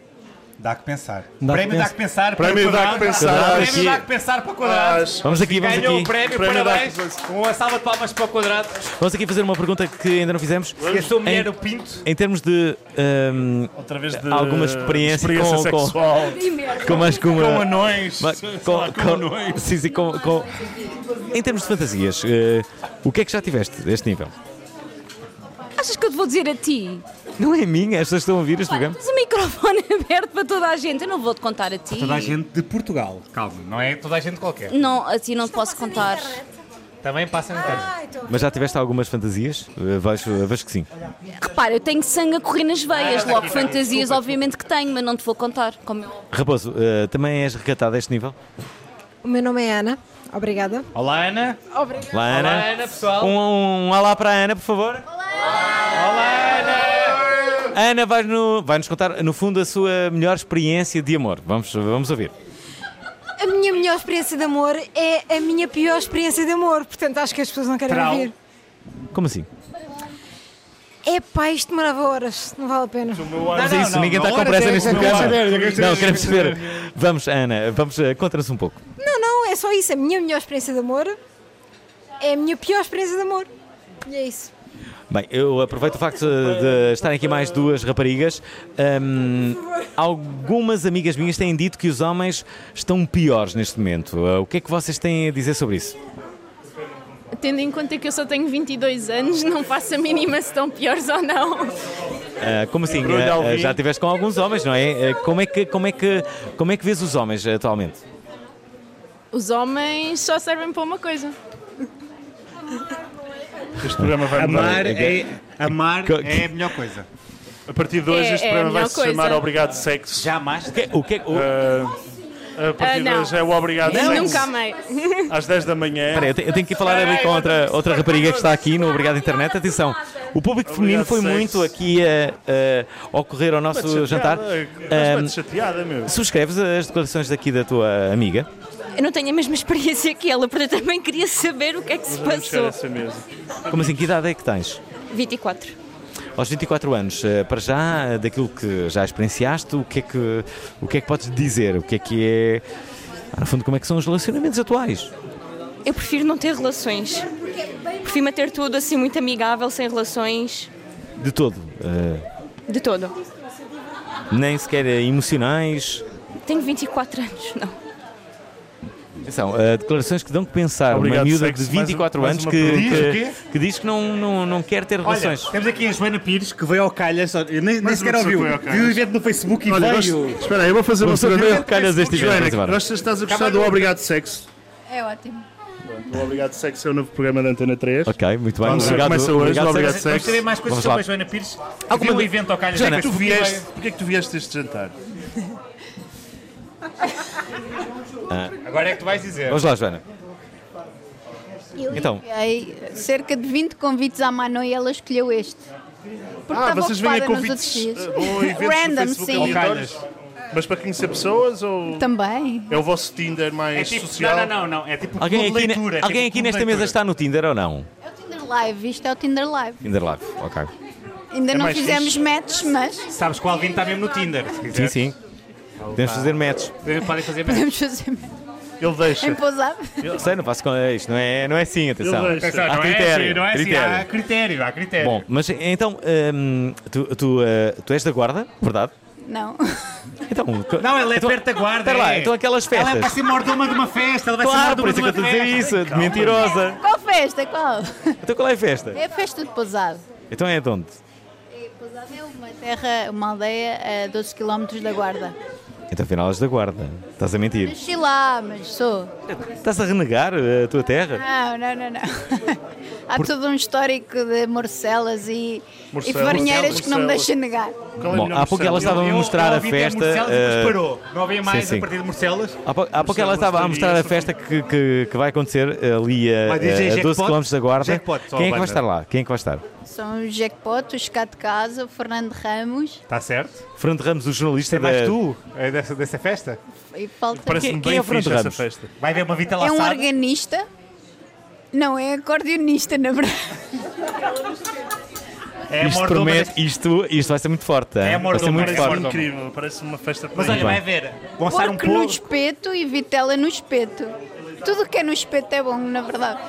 [SPEAKER 2] Dá que pensar.
[SPEAKER 12] Dá que
[SPEAKER 2] prémio dá
[SPEAKER 12] pensar.
[SPEAKER 2] que pensar. para
[SPEAKER 3] Prémio
[SPEAKER 2] o
[SPEAKER 3] dá que
[SPEAKER 2] quadrado.
[SPEAKER 3] pensar.
[SPEAKER 2] Prémio dá
[SPEAKER 3] Aqui.
[SPEAKER 2] que pensar para o quadrado.
[SPEAKER 1] Vamos aqui, vamos
[SPEAKER 2] Ganhou
[SPEAKER 1] aqui.
[SPEAKER 2] o prémio,
[SPEAKER 3] Prémio dá
[SPEAKER 2] parabéns.
[SPEAKER 3] que pensar.
[SPEAKER 2] Uma salva de palmas para o quadrado.
[SPEAKER 1] Vamos aqui fazer uma pergunta que ainda não fizemos.
[SPEAKER 2] Que a sua mulher
[SPEAKER 1] Em-
[SPEAKER 2] o pinto.
[SPEAKER 1] Em termos de hum,
[SPEAKER 3] Através de
[SPEAKER 1] Alguma experiência
[SPEAKER 3] experiência
[SPEAKER 1] com- com- [laughs]
[SPEAKER 3] sexual.
[SPEAKER 1] com mais que uma-
[SPEAKER 3] Com anões.
[SPEAKER 1] Ma-
[SPEAKER 3] sei
[SPEAKER 1] com-
[SPEAKER 3] lá, com
[SPEAKER 1] com-
[SPEAKER 3] anões.
[SPEAKER 1] sim, sim, com- com- Em termos de fantasias, eh, o que é que já tiveste deste nível?
[SPEAKER 10] Achas que eu te vou dizer a ti?
[SPEAKER 1] Não é minha, estas estão a ouvir este programa.
[SPEAKER 10] Tens o microfone [laughs] aberto para toda a gente, eu não vou te contar a ti.
[SPEAKER 2] Toda a gente de Portugal, calma, não é toda a gente qualquer.
[SPEAKER 10] Não, a ti não te posso contar.
[SPEAKER 2] Também passa no tempo.
[SPEAKER 1] Mas já tiveste algumas fantasias? Eh, Vejo, vejo que sim.
[SPEAKER 10] Repara, eu tenho sangue a correr nas veias,
[SPEAKER 1] Ah,
[SPEAKER 10] logo
[SPEAKER 1] está aqui,
[SPEAKER 10] fantasias obviamente que tenho, mas não te vou contar. Como é eu...
[SPEAKER 1] Raposo, eh, também és recatada a este nível?
[SPEAKER 11] O meu nome é Ana. Obrigada.
[SPEAKER 1] Olá, Ana.
[SPEAKER 11] Obrigada.
[SPEAKER 1] Olá, Ana.
[SPEAKER 11] Olá, Ana, pessoal.
[SPEAKER 1] Um, um, olá para a Ana, por favor. Olá. Olá, Ana. Ana vai, no, vai nos contar, no fundo, a sua melhor experiência de amor. Vamos, vamos ouvir.
[SPEAKER 11] A minha melhor experiência de amor é a minha pior experiência de amor. Portanto, acho que as pessoas não querem
[SPEAKER 1] Trau.
[SPEAKER 11] ouvir.
[SPEAKER 1] Como assim?
[SPEAKER 11] É pá, isto demorava horas. Não vale a pena.
[SPEAKER 1] Mas é isso, ninguém está com pressa neste programa. Não, queremos saber. Vamos, Ana, vamos, eh, conta-nos um pouco.
[SPEAKER 11] Não, não, é só isso. A minha melhor experiência de amor é a minha pior experiência de amor. E é isso.
[SPEAKER 1] Bem, eu aproveito o facto de estarem aqui mais duas raparigas. Hum, algumas amigas minhas têm dito que os homens estão piores neste momento. Uh, O que é que vocês têm a dizer sobre isso?
[SPEAKER 13] Tendo em conta que eu só tenho 22 anos, não faço a mínima se estão piores ou não.
[SPEAKER 1] Uh, como assim?
[SPEAKER 3] Bruno
[SPEAKER 1] Uh, uh,
[SPEAKER 3] Alvim.
[SPEAKER 1] já estiveste com alguns homens, não é? Uh, como, é que, como, é que, como é que vês os homens atualmente?
[SPEAKER 13] Os homens só servem para uma coisa.
[SPEAKER 3] Este programa vai mudar.
[SPEAKER 2] Amar é, amar
[SPEAKER 3] Co-
[SPEAKER 2] é a melhor coisa.
[SPEAKER 3] A partir de hoje,
[SPEAKER 13] É-
[SPEAKER 3] este
[SPEAKER 13] é a
[SPEAKER 3] programa
[SPEAKER 13] melhor
[SPEAKER 3] vai se
[SPEAKER 13] coisa.
[SPEAKER 3] chamar Obrigado Sexo.
[SPEAKER 2] Jamais. O
[SPEAKER 1] que, é- o que
[SPEAKER 3] A
[SPEAKER 13] Ah,
[SPEAKER 3] partir de
[SPEAKER 13] não.
[SPEAKER 3] hoje é o Obrigado
[SPEAKER 13] Eu
[SPEAKER 3] Sexo.
[SPEAKER 13] nunca
[SPEAKER 4] [laughs]
[SPEAKER 13] amei.
[SPEAKER 3] Às 10 da manhã.
[SPEAKER 1] Espera, aí, eu, te- eu tenho que falar ali com outra, outra rapariga que está aqui no Obrigado Internet. Atenção, o público feminino foi muito aqui a, a ocorrer ao nosso
[SPEAKER 3] Bate
[SPEAKER 1] jantar.
[SPEAKER 3] chateada, estás bate
[SPEAKER 1] Hum,
[SPEAKER 3] chateada, meu.
[SPEAKER 1] Subscreves as declarações daqui da tua amiga?
[SPEAKER 14] Eu não tenho a mesma [laughs] experiência que ela, portanto eu também queria saber o que é que se passou.
[SPEAKER 1] Como assim, que idade é que tens?
[SPEAKER 14] 24.
[SPEAKER 1] Aos 24 anos, eh, para já, eh, daquilo que já experienciaste, o que é que, o que, é que podes dizer? O que é que é. Ah, no fundo, como é que são os relacionamentos atuais?
[SPEAKER 14] Eu prefiro não ter relações. Prefiro manter tudo assim muito amigável, sem relações,
[SPEAKER 1] De todo. eh,
[SPEAKER 14] de todo.
[SPEAKER 1] nem sequer eh, emocionais.
[SPEAKER 14] Tenho 24 anos, não.
[SPEAKER 1] Atenção, eh, declarações que dão que pensar. uma
[SPEAKER 2] Obrigado,
[SPEAKER 1] miúda
[SPEAKER 2] sexo.
[SPEAKER 1] de 24
[SPEAKER 2] Mais um-
[SPEAKER 1] anos
[SPEAKER 2] mais
[SPEAKER 1] que,
[SPEAKER 2] uma pergunta. Diz o
[SPEAKER 1] que, que diz que não, não, não quer ter relações.
[SPEAKER 2] Olha, temos aqui a Joana Pires que veio ao Calhas, olha, eu nem, nem
[SPEAKER 3] Mais
[SPEAKER 2] sequer
[SPEAKER 3] uma pessoa
[SPEAKER 2] ouviu.
[SPEAKER 3] que veio ao Calhas.
[SPEAKER 2] Viu o evento no Facebook e
[SPEAKER 3] Olha,
[SPEAKER 2] veio.
[SPEAKER 3] nós- espera aí, eu vou fazer uma
[SPEAKER 2] Vamos
[SPEAKER 3] pergunta.
[SPEAKER 2] ver
[SPEAKER 1] um
[SPEAKER 2] o Calhas este evento, vamos
[SPEAKER 3] Joana,
[SPEAKER 2] embora.
[SPEAKER 3] nós estás a gostar do Obrigado Sexo?
[SPEAKER 10] É ótimo.
[SPEAKER 3] O Obrigado Sexo é o novo programa da Antena 3.
[SPEAKER 1] Ok, muito bem.
[SPEAKER 3] Vamos,
[SPEAKER 1] Obrigado,
[SPEAKER 3] começa hoje,
[SPEAKER 1] obrigado,
[SPEAKER 3] obrigado, obrigado
[SPEAKER 1] Sexo.
[SPEAKER 3] Sexo.
[SPEAKER 1] Vamos saber mais coisas Vamos lá. sobre a
[SPEAKER 2] Joana Pires.
[SPEAKER 1] Alguma
[SPEAKER 2] Viu o
[SPEAKER 1] de-
[SPEAKER 2] um evento ao Calhas.
[SPEAKER 3] Porquê é
[SPEAKER 2] veio
[SPEAKER 3] que tu
[SPEAKER 2] Facebook e
[SPEAKER 3] vieste,
[SPEAKER 2] veio.
[SPEAKER 3] porquê é que tu vieste este jantar?
[SPEAKER 1] Ah,
[SPEAKER 2] Agora é que tu vais dizer.
[SPEAKER 1] Vamos lá, Joana.
[SPEAKER 3] [laughs]
[SPEAKER 15] Eu
[SPEAKER 1] Então.
[SPEAKER 15] enviei cerca de 20 convites à Manu e ela escolheu este. Porque
[SPEAKER 3] Ah,
[SPEAKER 15] estava
[SPEAKER 3] vocês vêm a
[SPEAKER 15] ocupada nos
[SPEAKER 3] convites,
[SPEAKER 15] outros dias.
[SPEAKER 3] eh,
[SPEAKER 15] [laughs]
[SPEAKER 3] ou eventos no
[SPEAKER 15] Random,
[SPEAKER 3] Facebook
[SPEAKER 15] sim.
[SPEAKER 3] aleatórios? Mas para conhecer pessoas ou...
[SPEAKER 15] Também.
[SPEAKER 3] É o vosso Tinder mais
[SPEAKER 2] É tipo-
[SPEAKER 3] social?
[SPEAKER 2] não, não, não, não, é tipo
[SPEAKER 1] Alguém aqui, ne- alguém aqui nesta mesa está no Tinder ou não?
[SPEAKER 15] Tinder Live, isto é o Tinder Live.
[SPEAKER 1] Tinder Live, ok.
[SPEAKER 15] Ainda
[SPEAKER 2] É
[SPEAKER 15] não
[SPEAKER 2] mais
[SPEAKER 15] fizemos
[SPEAKER 2] fixe.
[SPEAKER 15] matches, mas [laughs]
[SPEAKER 2] Sabes qual vinho está mesmo no Tinder, se
[SPEAKER 1] Sim,
[SPEAKER 2] quiser.
[SPEAKER 1] sim. Podemos fazer match.
[SPEAKER 2] Podem fazer mesmo.
[SPEAKER 15] podemos fazer matches.
[SPEAKER 1] Ele
[SPEAKER 15] Em pousada.
[SPEAKER 1] Eu sei, não faço com isto, não é, não é assim, atenção.
[SPEAKER 2] Atenção, não é assim, não é assim, Há critério, há critério.
[SPEAKER 1] Bom, mas então, hum, tu, tu, eh, tu és da guarda, verdade?
[SPEAKER 15] Não.
[SPEAKER 1] Então,
[SPEAKER 2] Não, ela é perto da guarda.
[SPEAKER 1] Espera lá,
[SPEAKER 2] é.
[SPEAKER 1] então aquelas festas.
[SPEAKER 2] Ela vai ser mordoma de uma festa. Ela vai
[SPEAKER 1] Claro,
[SPEAKER 2] ser
[SPEAKER 1] por
[SPEAKER 2] mordoma
[SPEAKER 1] isso
[SPEAKER 2] de
[SPEAKER 1] é que
[SPEAKER 2] uma
[SPEAKER 1] eu estou a dizer
[SPEAKER 2] festa.
[SPEAKER 1] isso, de mentirosa.
[SPEAKER 15] Qual festa? Qual?
[SPEAKER 1] Então qual é a festa?
[SPEAKER 15] É a festa de pousada.
[SPEAKER 1] Então é de onde?
[SPEAKER 15] É, pousada é uma terra, uma aldeia a 12 km da guarda.
[SPEAKER 1] Então afinal és da guarda. Estás a
[SPEAKER 3] Tipo.
[SPEAKER 1] mentir.
[SPEAKER 15] Nasci lá, mas sou.
[SPEAKER 3] É,
[SPEAKER 1] Estás a renegar eh, a tua terra?
[SPEAKER 15] Não, não, não, não. Há todo um histórico de morcelas e, e
[SPEAKER 1] Morcelas.
[SPEAKER 15] farinheiras que não me
[SPEAKER 1] Morcelas.
[SPEAKER 15] deixam negar.
[SPEAKER 1] Bom, há pouco ela estava a mostrar a festa. eh,
[SPEAKER 2] parou. Não havia mais
[SPEAKER 1] sim, sim.
[SPEAKER 2] a partir de Morcelas?
[SPEAKER 1] Há pouco, há pouco ela estava a mostrar a festa que, que, que vai acontecer ali a,
[SPEAKER 2] Vai dizer
[SPEAKER 1] a 12
[SPEAKER 2] jackpot?
[SPEAKER 1] km da guarda.
[SPEAKER 2] Jackpot, só
[SPEAKER 1] Quem é que
[SPEAKER 2] banda.
[SPEAKER 1] vai estar lá? Quem é que vai estar?
[SPEAKER 15] São o Jackpot, o Chá de Casa, o Fernando Ramos
[SPEAKER 2] Está Tá certo?
[SPEAKER 1] Fernando Ramos, o jornalista
[SPEAKER 2] É mais
[SPEAKER 1] da...
[SPEAKER 2] tu? É dessa, dessa festa?
[SPEAKER 15] e falta.
[SPEAKER 1] Quem- quem é o Fernando Ramos?
[SPEAKER 2] Vai ver uma vita
[SPEAKER 15] É um
[SPEAKER 2] laçada.
[SPEAKER 15] organista. Não, é acordeonista, na verdade.
[SPEAKER 2] É a
[SPEAKER 1] isto
[SPEAKER 2] mordoma
[SPEAKER 1] promete, isto, isto vai ser muito forte. hein?
[SPEAKER 2] É a
[SPEAKER 1] vai ser
[SPEAKER 2] mordoma,
[SPEAKER 1] muito
[SPEAKER 2] é a
[SPEAKER 1] forte.
[SPEAKER 2] mordoma.
[SPEAKER 3] Incrível, parece uma festa
[SPEAKER 2] Mas olha, vai ver. Vão assar um
[SPEAKER 15] Porco no
[SPEAKER 2] pouco.
[SPEAKER 15] espeto e vitela no espeto. Tudo o que é no espeto é bom, na verdade.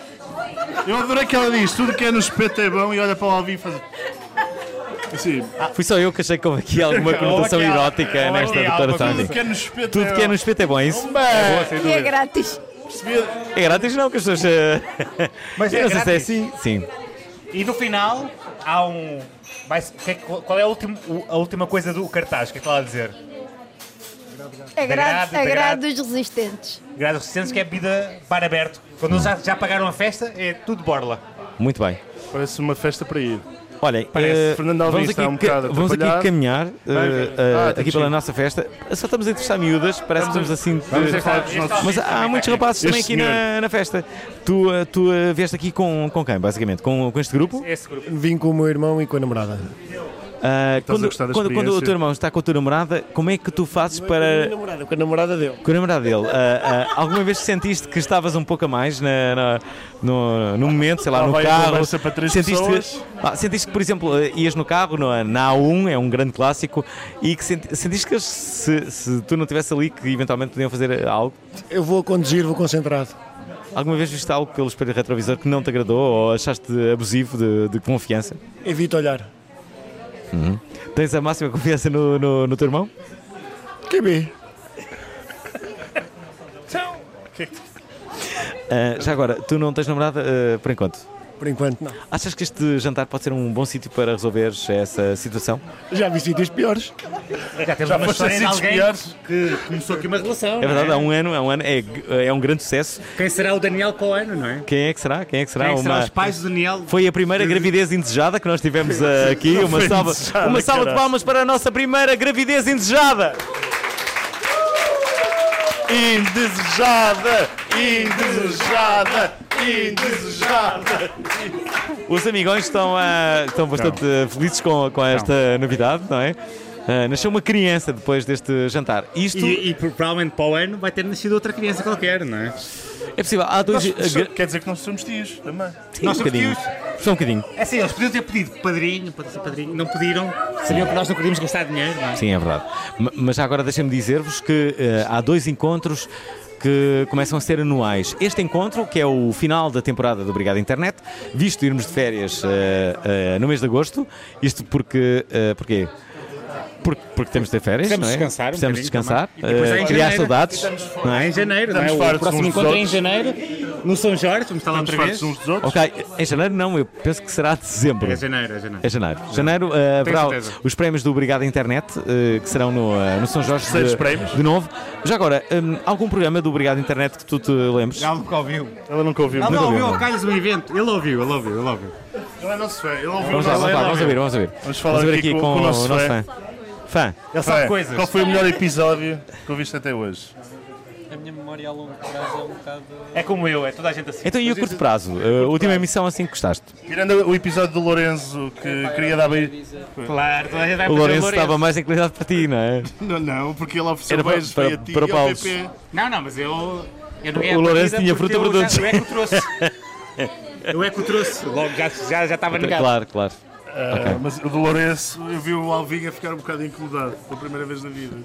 [SPEAKER 3] Eu adorei que ela diz, tudo que é no espeto é bom e olha para o Alvin e faz... Sim.
[SPEAKER 2] Ah.
[SPEAKER 1] Fui só eu que achei que houve
[SPEAKER 2] [laughs]
[SPEAKER 1] aqui alguma conotação
[SPEAKER 3] Ou aquela-
[SPEAKER 1] erótica
[SPEAKER 3] ou
[SPEAKER 1] nesta
[SPEAKER 3] aquela-
[SPEAKER 1] declaração.
[SPEAKER 3] Tudo que é no espeto
[SPEAKER 1] Tudo
[SPEAKER 3] é
[SPEAKER 1] que é no
[SPEAKER 3] bom.
[SPEAKER 1] espeto é bom, é isso?
[SPEAKER 3] Homem! É bom, sem
[SPEAKER 15] E é grátis.
[SPEAKER 1] É grátis não, que as pessoas... eh,
[SPEAKER 2] Mas
[SPEAKER 1] eu
[SPEAKER 2] é
[SPEAKER 1] não sei se é
[SPEAKER 2] grátis?
[SPEAKER 1] assim. Sim.
[SPEAKER 2] E no final, há um. vai- que é que- qual é a, última- o- a última coisa do cartaz? O que é que está lá a dizer?
[SPEAKER 15] Agrado, É
[SPEAKER 2] Degrado, degrado.
[SPEAKER 15] agrado dos resistentes.
[SPEAKER 2] Grados resistentes, que é bebida bar aberto. Quando eles já, já pagaram a festa, é tudo borla.
[SPEAKER 1] Muito bem.
[SPEAKER 3] Parece uma festa para ir.
[SPEAKER 1] Olha,
[SPEAKER 3] Parece
[SPEAKER 1] eh,
[SPEAKER 3] Fernando Alvim
[SPEAKER 1] vamos
[SPEAKER 3] está
[SPEAKER 1] aqui,
[SPEAKER 3] um bocado
[SPEAKER 1] ca- vamos aqui
[SPEAKER 3] atrapalhado.
[SPEAKER 1] caminhar eh,
[SPEAKER 3] Vai, vai.
[SPEAKER 1] eh,
[SPEAKER 3] Ah,
[SPEAKER 1] aqui
[SPEAKER 3] temos
[SPEAKER 1] pela
[SPEAKER 3] que-
[SPEAKER 1] nossa festa. Só estamos a interessar miúdas, parece que estamos assim. de-
[SPEAKER 3] Vamos a falar dos nossos-
[SPEAKER 1] Mas há muitos rapazes também
[SPEAKER 3] Este
[SPEAKER 1] aqui na,
[SPEAKER 3] senhor.
[SPEAKER 1] na festa. Tu, eh, tu eh, vieste aqui com, com quem, basicamente? Com, com este grupo?
[SPEAKER 16] Vim com o meu irmão e com a namorada.
[SPEAKER 1] Ah,
[SPEAKER 16] a
[SPEAKER 1] quando,
[SPEAKER 16] gostar da
[SPEAKER 1] quando, quando o
[SPEAKER 16] experiência?
[SPEAKER 1] teu irmão está com a tua namorada, como é que tu fazes
[SPEAKER 16] Com a minha
[SPEAKER 1] para.
[SPEAKER 16] namorada, é com a namorada dele.
[SPEAKER 1] Com a namorada dele, ah, ah, alguma vez sentiste que estavas um pouco a mais na, na- no, no momento, sei lá,
[SPEAKER 3] Lá
[SPEAKER 1] no
[SPEAKER 3] vai a
[SPEAKER 1] carro?
[SPEAKER 3] conversa para três
[SPEAKER 1] sentiste,
[SPEAKER 3] pessoas.
[SPEAKER 1] Ah, sentiste que, por exemplo, ah, ias no carro, no, na A1, é um grande clássico, e que senti- sentiste que eles, se, se tu não estivesse ali, que eventualmente podiam fazer eh, algo?
[SPEAKER 16] Eu vou a conduzir, vou concentrado.
[SPEAKER 1] Alguma vez viste algo pelo espelho retrovisor que não te agradou ou achaste abusivo de, de confiança?
[SPEAKER 16] Evito olhar.
[SPEAKER 1] Uhum. Tens a máxima confiança no, no, no teu irmão?
[SPEAKER 16] Que bem.
[SPEAKER 3] Então, é
[SPEAKER 1] Ah, já agora, tu não tens namorada ah, por enquanto?
[SPEAKER 16] Por enquanto, não.
[SPEAKER 1] Achas que este jantar pode ser um bom sítio para resolveres essa situação?
[SPEAKER 16] Já vi sítios piores.
[SPEAKER 2] Já assim temos uma
[SPEAKER 16] foste a
[SPEAKER 2] história de
[SPEAKER 16] sítios
[SPEAKER 2] alguém
[SPEAKER 16] piores.
[SPEAKER 2] que começou aqui uma relação.
[SPEAKER 1] É verdade,
[SPEAKER 2] não
[SPEAKER 1] há um ano, há um ano é, é um grande sucesso.
[SPEAKER 2] Quem será o Daniel com o ano, não é?
[SPEAKER 1] Quem é que será? Quem é que será?
[SPEAKER 2] Quem é que será
[SPEAKER 1] Uma-
[SPEAKER 2] os pais do Daniel?
[SPEAKER 1] Foi a primeira gravidez indesejada que nós tivemos eh, aqui.
[SPEAKER 2] Não [laughs]
[SPEAKER 1] Uma
[SPEAKER 2] foi
[SPEAKER 1] salva,
[SPEAKER 2] indesejada,
[SPEAKER 1] uma salva de
[SPEAKER 2] caralho.
[SPEAKER 1] palmas para a nossa primeira gravidez indesejada.
[SPEAKER 3] Indesejada, indesejada, indesejada.
[SPEAKER 1] Os amigões estão, eh, estão bastante eh, felizes com, com esta novidade, não é? Eh, nasceu uma criança depois deste jantar. Isto
[SPEAKER 2] E, e provavelmente para o ano vai ter nascido outra criança qualquer, não é?
[SPEAKER 1] é possível. Há dois.
[SPEAKER 2] Nós-
[SPEAKER 1] eh, gra-
[SPEAKER 3] Quer dizer que nós somos tios também.
[SPEAKER 1] Sim, um bocadinho. Só um bocadinho.
[SPEAKER 2] É assim, eles podiam ter pedido padrinho, para ser padrinho, não pediram, sabiam que nós não queríamos gastar dinheiro, não é?
[SPEAKER 1] Sim, é verdade. Ma- Mas já agora deixem-me dizer-vos que eh, há dois encontros que começam a ser anuais. Este encontro, que é o final da temporada do Obrigado Internet, visto irmos de férias eh, eh, no mês de agosto, isto porque. eh, porquê? Porque, porque temos de ter férias,
[SPEAKER 2] Precisamos
[SPEAKER 1] não é?
[SPEAKER 2] descansar um
[SPEAKER 1] Precisamos
[SPEAKER 2] bocadinho
[SPEAKER 1] descansar,
[SPEAKER 2] também. E depois
[SPEAKER 1] eh,
[SPEAKER 2] é em
[SPEAKER 1] criar
[SPEAKER 2] janeiro.
[SPEAKER 1] saudades.
[SPEAKER 2] Estamos fora.
[SPEAKER 1] não
[SPEAKER 2] Em janeiro, não é? O próximo encontro é em janeiro, no São Jorge, vamos estar lá outra vez.
[SPEAKER 1] Ok, em janeiro não, eu penso que será dezembro.
[SPEAKER 2] É janeiro, é janeiro.
[SPEAKER 1] É janeiro. Janeiro eh,
[SPEAKER 2] Tenho
[SPEAKER 1] haverá
[SPEAKER 2] certeza.
[SPEAKER 1] os prémios do Obrigado Internet, eh, que serão no, eh, no São Jorge
[SPEAKER 3] Seis
[SPEAKER 1] de,
[SPEAKER 3] prémios.
[SPEAKER 1] de novo. Já agora, hum, algum programa do Obrigado Internet que tu te lembres?
[SPEAKER 2] Ela nunca ouviu.
[SPEAKER 3] Ela nunca ouviu.
[SPEAKER 2] Ela
[SPEAKER 1] Nunca
[SPEAKER 2] não ouviu
[SPEAKER 1] ouviu.
[SPEAKER 2] o Calhas um evento. Ele ouviu, ele ouviu, ele ouviu.
[SPEAKER 3] Ele é nosso fã, ele ouviu
[SPEAKER 1] Vamos lá,
[SPEAKER 3] nosso-
[SPEAKER 1] vamos lá,
[SPEAKER 3] ele
[SPEAKER 1] vamos
[SPEAKER 3] ouviu.
[SPEAKER 1] ouvir, vamos ouvir.
[SPEAKER 3] Vamos falar aqui com, com o nosso, fã.
[SPEAKER 1] Fã.
[SPEAKER 3] Ele sabe coisas. Qual foi o melhor episódio que ouviste até hoje?
[SPEAKER 2] A minha memória a longo prazo é um bocado. É como eu, é toda a gente assim.
[SPEAKER 1] Então, e a curto prazo? Eh, última emissão assim que gostaste?
[SPEAKER 3] Tirando o episódio do Lourenço, que queria dar bem.
[SPEAKER 2] Claro, toda a gente vai
[SPEAKER 1] O Lourenço estava mais inclinado para ti, não é?
[SPEAKER 3] [laughs] Não, não, porque ele ofereceu
[SPEAKER 1] Era para-
[SPEAKER 3] beijos
[SPEAKER 1] para-
[SPEAKER 3] para, ti
[SPEAKER 1] para
[SPEAKER 3] e ao
[SPEAKER 1] Paulo.
[SPEAKER 3] PP.
[SPEAKER 2] Não, não, mas eu. eu não ganhei
[SPEAKER 1] O
[SPEAKER 2] a
[SPEAKER 1] Lourenço
[SPEAKER 2] partida
[SPEAKER 1] tinha
[SPEAKER 2] porque
[SPEAKER 1] fruta para
[SPEAKER 2] eu já-
[SPEAKER 1] todos.
[SPEAKER 2] Eu é que o trouxe.
[SPEAKER 1] [laughs]
[SPEAKER 2] Eu é que o trouxe. Logo já, já, já estava negado.
[SPEAKER 1] Claro, claro.
[SPEAKER 3] Ah,
[SPEAKER 1] Ok.
[SPEAKER 3] Mas o do Lourenço, eu vi o Alvinho a ficar um bocado incomodado pela primeira vez na vida.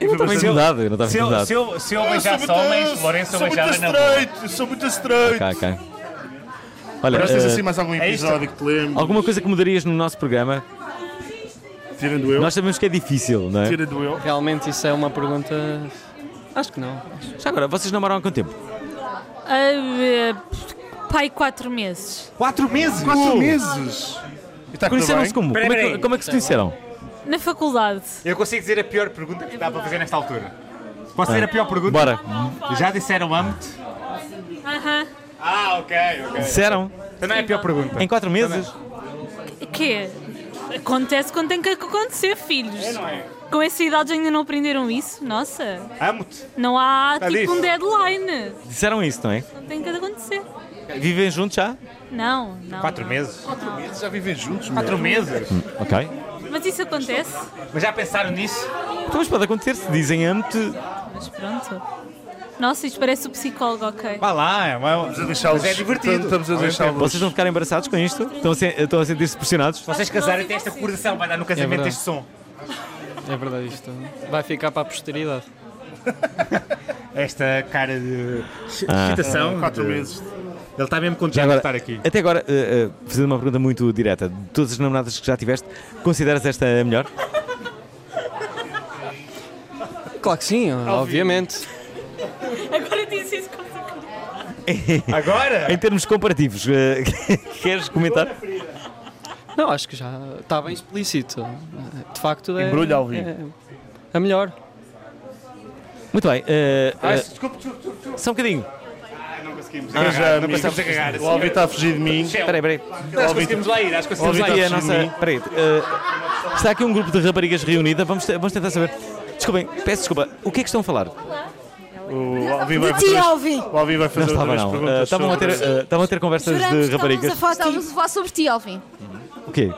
[SPEAKER 1] Eu não estava incomodado, eu não estava
[SPEAKER 2] Se eu-
[SPEAKER 1] incomodado.
[SPEAKER 2] se eu- se eu beijasse
[SPEAKER 3] sou muito-
[SPEAKER 2] homens, o Lourenço
[SPEAKER 3] sou
[SPEAKER 2] beijava
[SPEAKER 3] muito
[SPEAKER 2] na boa.
[SPEAKER 3] straight, sou muito straight.
[SPEAKER 1] Ok, ok. Olha,
[SPEAKER 3] Mas tens
[SPEAKER 1] eh,
[SPEAKER 3] assim mais algum episódio que te lembro?
[SPEAKER 1] Alguma coisa que mudarias no nosso programa?
[SPEAKER 3] Tirando eu.
[SPEAKER 1] Nós sabemos que é difícil, não é?
[SPEAKER 3] Tirando eu.
[SPEAKER 8] Realmente isso é uma pergunta. Acho que não.
[SPEAKER 1] Já agora, vocês namoraram há quanto tempo?
[SPEAKER 17] Ah, ah, pai, quatro meses.
[SPEAKER 2] Quatro meses?
[SPEAKER 3] Quatro Uh! meses?
[SPEAKER 2] está tudo
[SPEAKER 1] Conheceram-se
[SPEAKER 2] bem?
[SPEAKER 1] como?
[SPEAKER 2] Peraí,
[SPEAKER 1] Como é, que,
[SPEAKER 2] peraí.
[SPEAKER 1] como é que se conheceram?
[SPEAKER 17] Na faculdade.
[SPEAKER 2] Eu consigo dizer a pior pergunta que dá para fazer nesta altura. Posso dizer
[SPEAKER 1] Ah.
[SPEAKER 2] a pior pergunta?
[SPEAKER 1] Bora.
[SPEAKER 2] Já disseram amo-te?
[SPEAKER 17] Aham.
[SPEAKER 2] Ah, ok, ok.
[SPEAKER 1] Disseram?
[SPEAKER 2] Então não é a pior pergunta. é.
[SPEAKER 1] Em quatro meses?
[SPEAKER 17] Quê? Acontece quando tem que acontecer, filhos.
[SPEAKER 2] É,
[SPEAKER 17] Com essa idade ainda não aprenderam isso? Nossa.
[SPEAKER 2] Amo-te.
[SPEAKER 17] Não há
[SPEAKER 2] Tá
[SPEAKER 1] Está
[SPEAKER 17] tipo
[SPEAKER 1] disso.
[SPEAKER 17] um deadline.
[SPEAKER 1] Disseram isso, não é?
[SPEAKER 17] Não tem que acontecer.
[SPEAKER 1] Vivem juntos já?
[SPEAKER 17] Não, não.
[SPEAKER 2] Quatro meses?
[SPEAKER 17] Quatro meses já
[SPEAKER 3] vivem juntos?
[SPEAKER 2] Quatro meses?
[SPEAKER 1] Hum, ok.
[SPEAKER 17] Mas isso acontece?
[SPEAKER 2] Mas já pensaram nisso?
[SPEAKER 1] Então, mas pode acontecer, se dizem amo-te.
[SPEAKER 17] Mas pronto. Nossa, isto parece o psicólogo,
[SPEAKER 2] [laughs]
[SPEAKER 17] ok.
[SPEAKER 2] Vá lá, é,
[SPEAKER 3] a
[SPEAKER 2] uma-
[SPEAKER 3] deixá-los-
[SPEAKER 2] mas é divertido.
[SPEAKER 3] estamos a
[SPEAKER 2] Ao mesmo
[SPEAKER 3] deixá-los-
[SPEAKER 2] tempo.
[SPEAKER 1] Vocês vão ficar embaraçados com isto? Estão a, sen- estão a sentir-se pressionados? É
[SPEAKER 2] Se vocês casarem, tem esta recordação, vai dar no casamento
[SPEAKER 8] verdade.
[SPEAKER 2] este som.
[SPEAKER 8] É verdade isto. Vai ficar para a posteridade.
[SPEAKER 2] [laughs] Esta cara de
[SPEAKER 1] Ah.
[SPEAKER 2] excitação.
[SPEAKER 1] Ah, quatro
[SPEAKER 2] de-
[SPEAKER 1] meses.
[SPEAKER 2] Ele está mesmo contente de estar aqui.
[SPEAKER 1] Até agora, eh, eh, fazendo uma pergunta muito direta, de todas as namoradas que já tiveste, consideras esta a melhor?
[SPEAKER 8] Claro que sim, obviamente.
[SPEAKER 17] Agora disse isso como
[SPEAKER 1] [laughs] Agora? em termos comparativos, eh, queres comentar?
[SPEAKER 8] Não, acho que já está bem explícito. De facto é.
[SPEAKER 3] Embrulha ao vinho.
[SPEAKER 8] É, a melhor.
[SPEAKER 1] Muito bem. eh,
[SPEAKER 3] Ai,
[SPEAKER 1] eh,
[SPEAKER 3] desculpe, desculpe, desculpe.
[SPEAKER 1] Só um bocadinho.
[SPEAKER 2] não conseguimos.
[SPEAKER 3] Ah, já,
[SPEAKER 2] não
[SPEAKER 3] amigos.
[SPEAKER 2] conseguimos agarrar.
[SPEAKER 3] O Alvi está a fugir de mim. tá
[SPEAKER 1] Espera aí, espera aí.
[SPEAKER 2] assim. Nós conseguimos lá ir, acho que conseguimos lá
[SPEAKER 1] Aqui
[SPEAKER 2] ir.
[SPEAKER 1] a nossa- espera aí, eh, está aqui um grupo de raparigas reunida. Vamos, te- vamos tentar saber. Desculpem, peço desculpa. O que é que estão a falar?
[SPEAKER 3] O Alvi vai
[SPEAKER 11] De
[SPEAKER 3] fazer.
[SPEAKER 11] ti, Alvi.
[SPEAKER 3] O Alvi vai
[SPEAKER 1] Não
[SPEAKER 3] fazer
[SPEAKER 1] estava,
[SPEAKER 3] outras
[SPEAKER 1] não.
[SPEAKER 3] perguntas.
[SPEAKER 1] Eh, estavam, a ter,
[SPEAKER 3] sobre-
[SPEAKER 1] eh, estavam a ter conversas de raparigas.
[SPEAKER 10] Estávamos a falar sobre ti, Alvin.
[SPEAKER 1] O quê?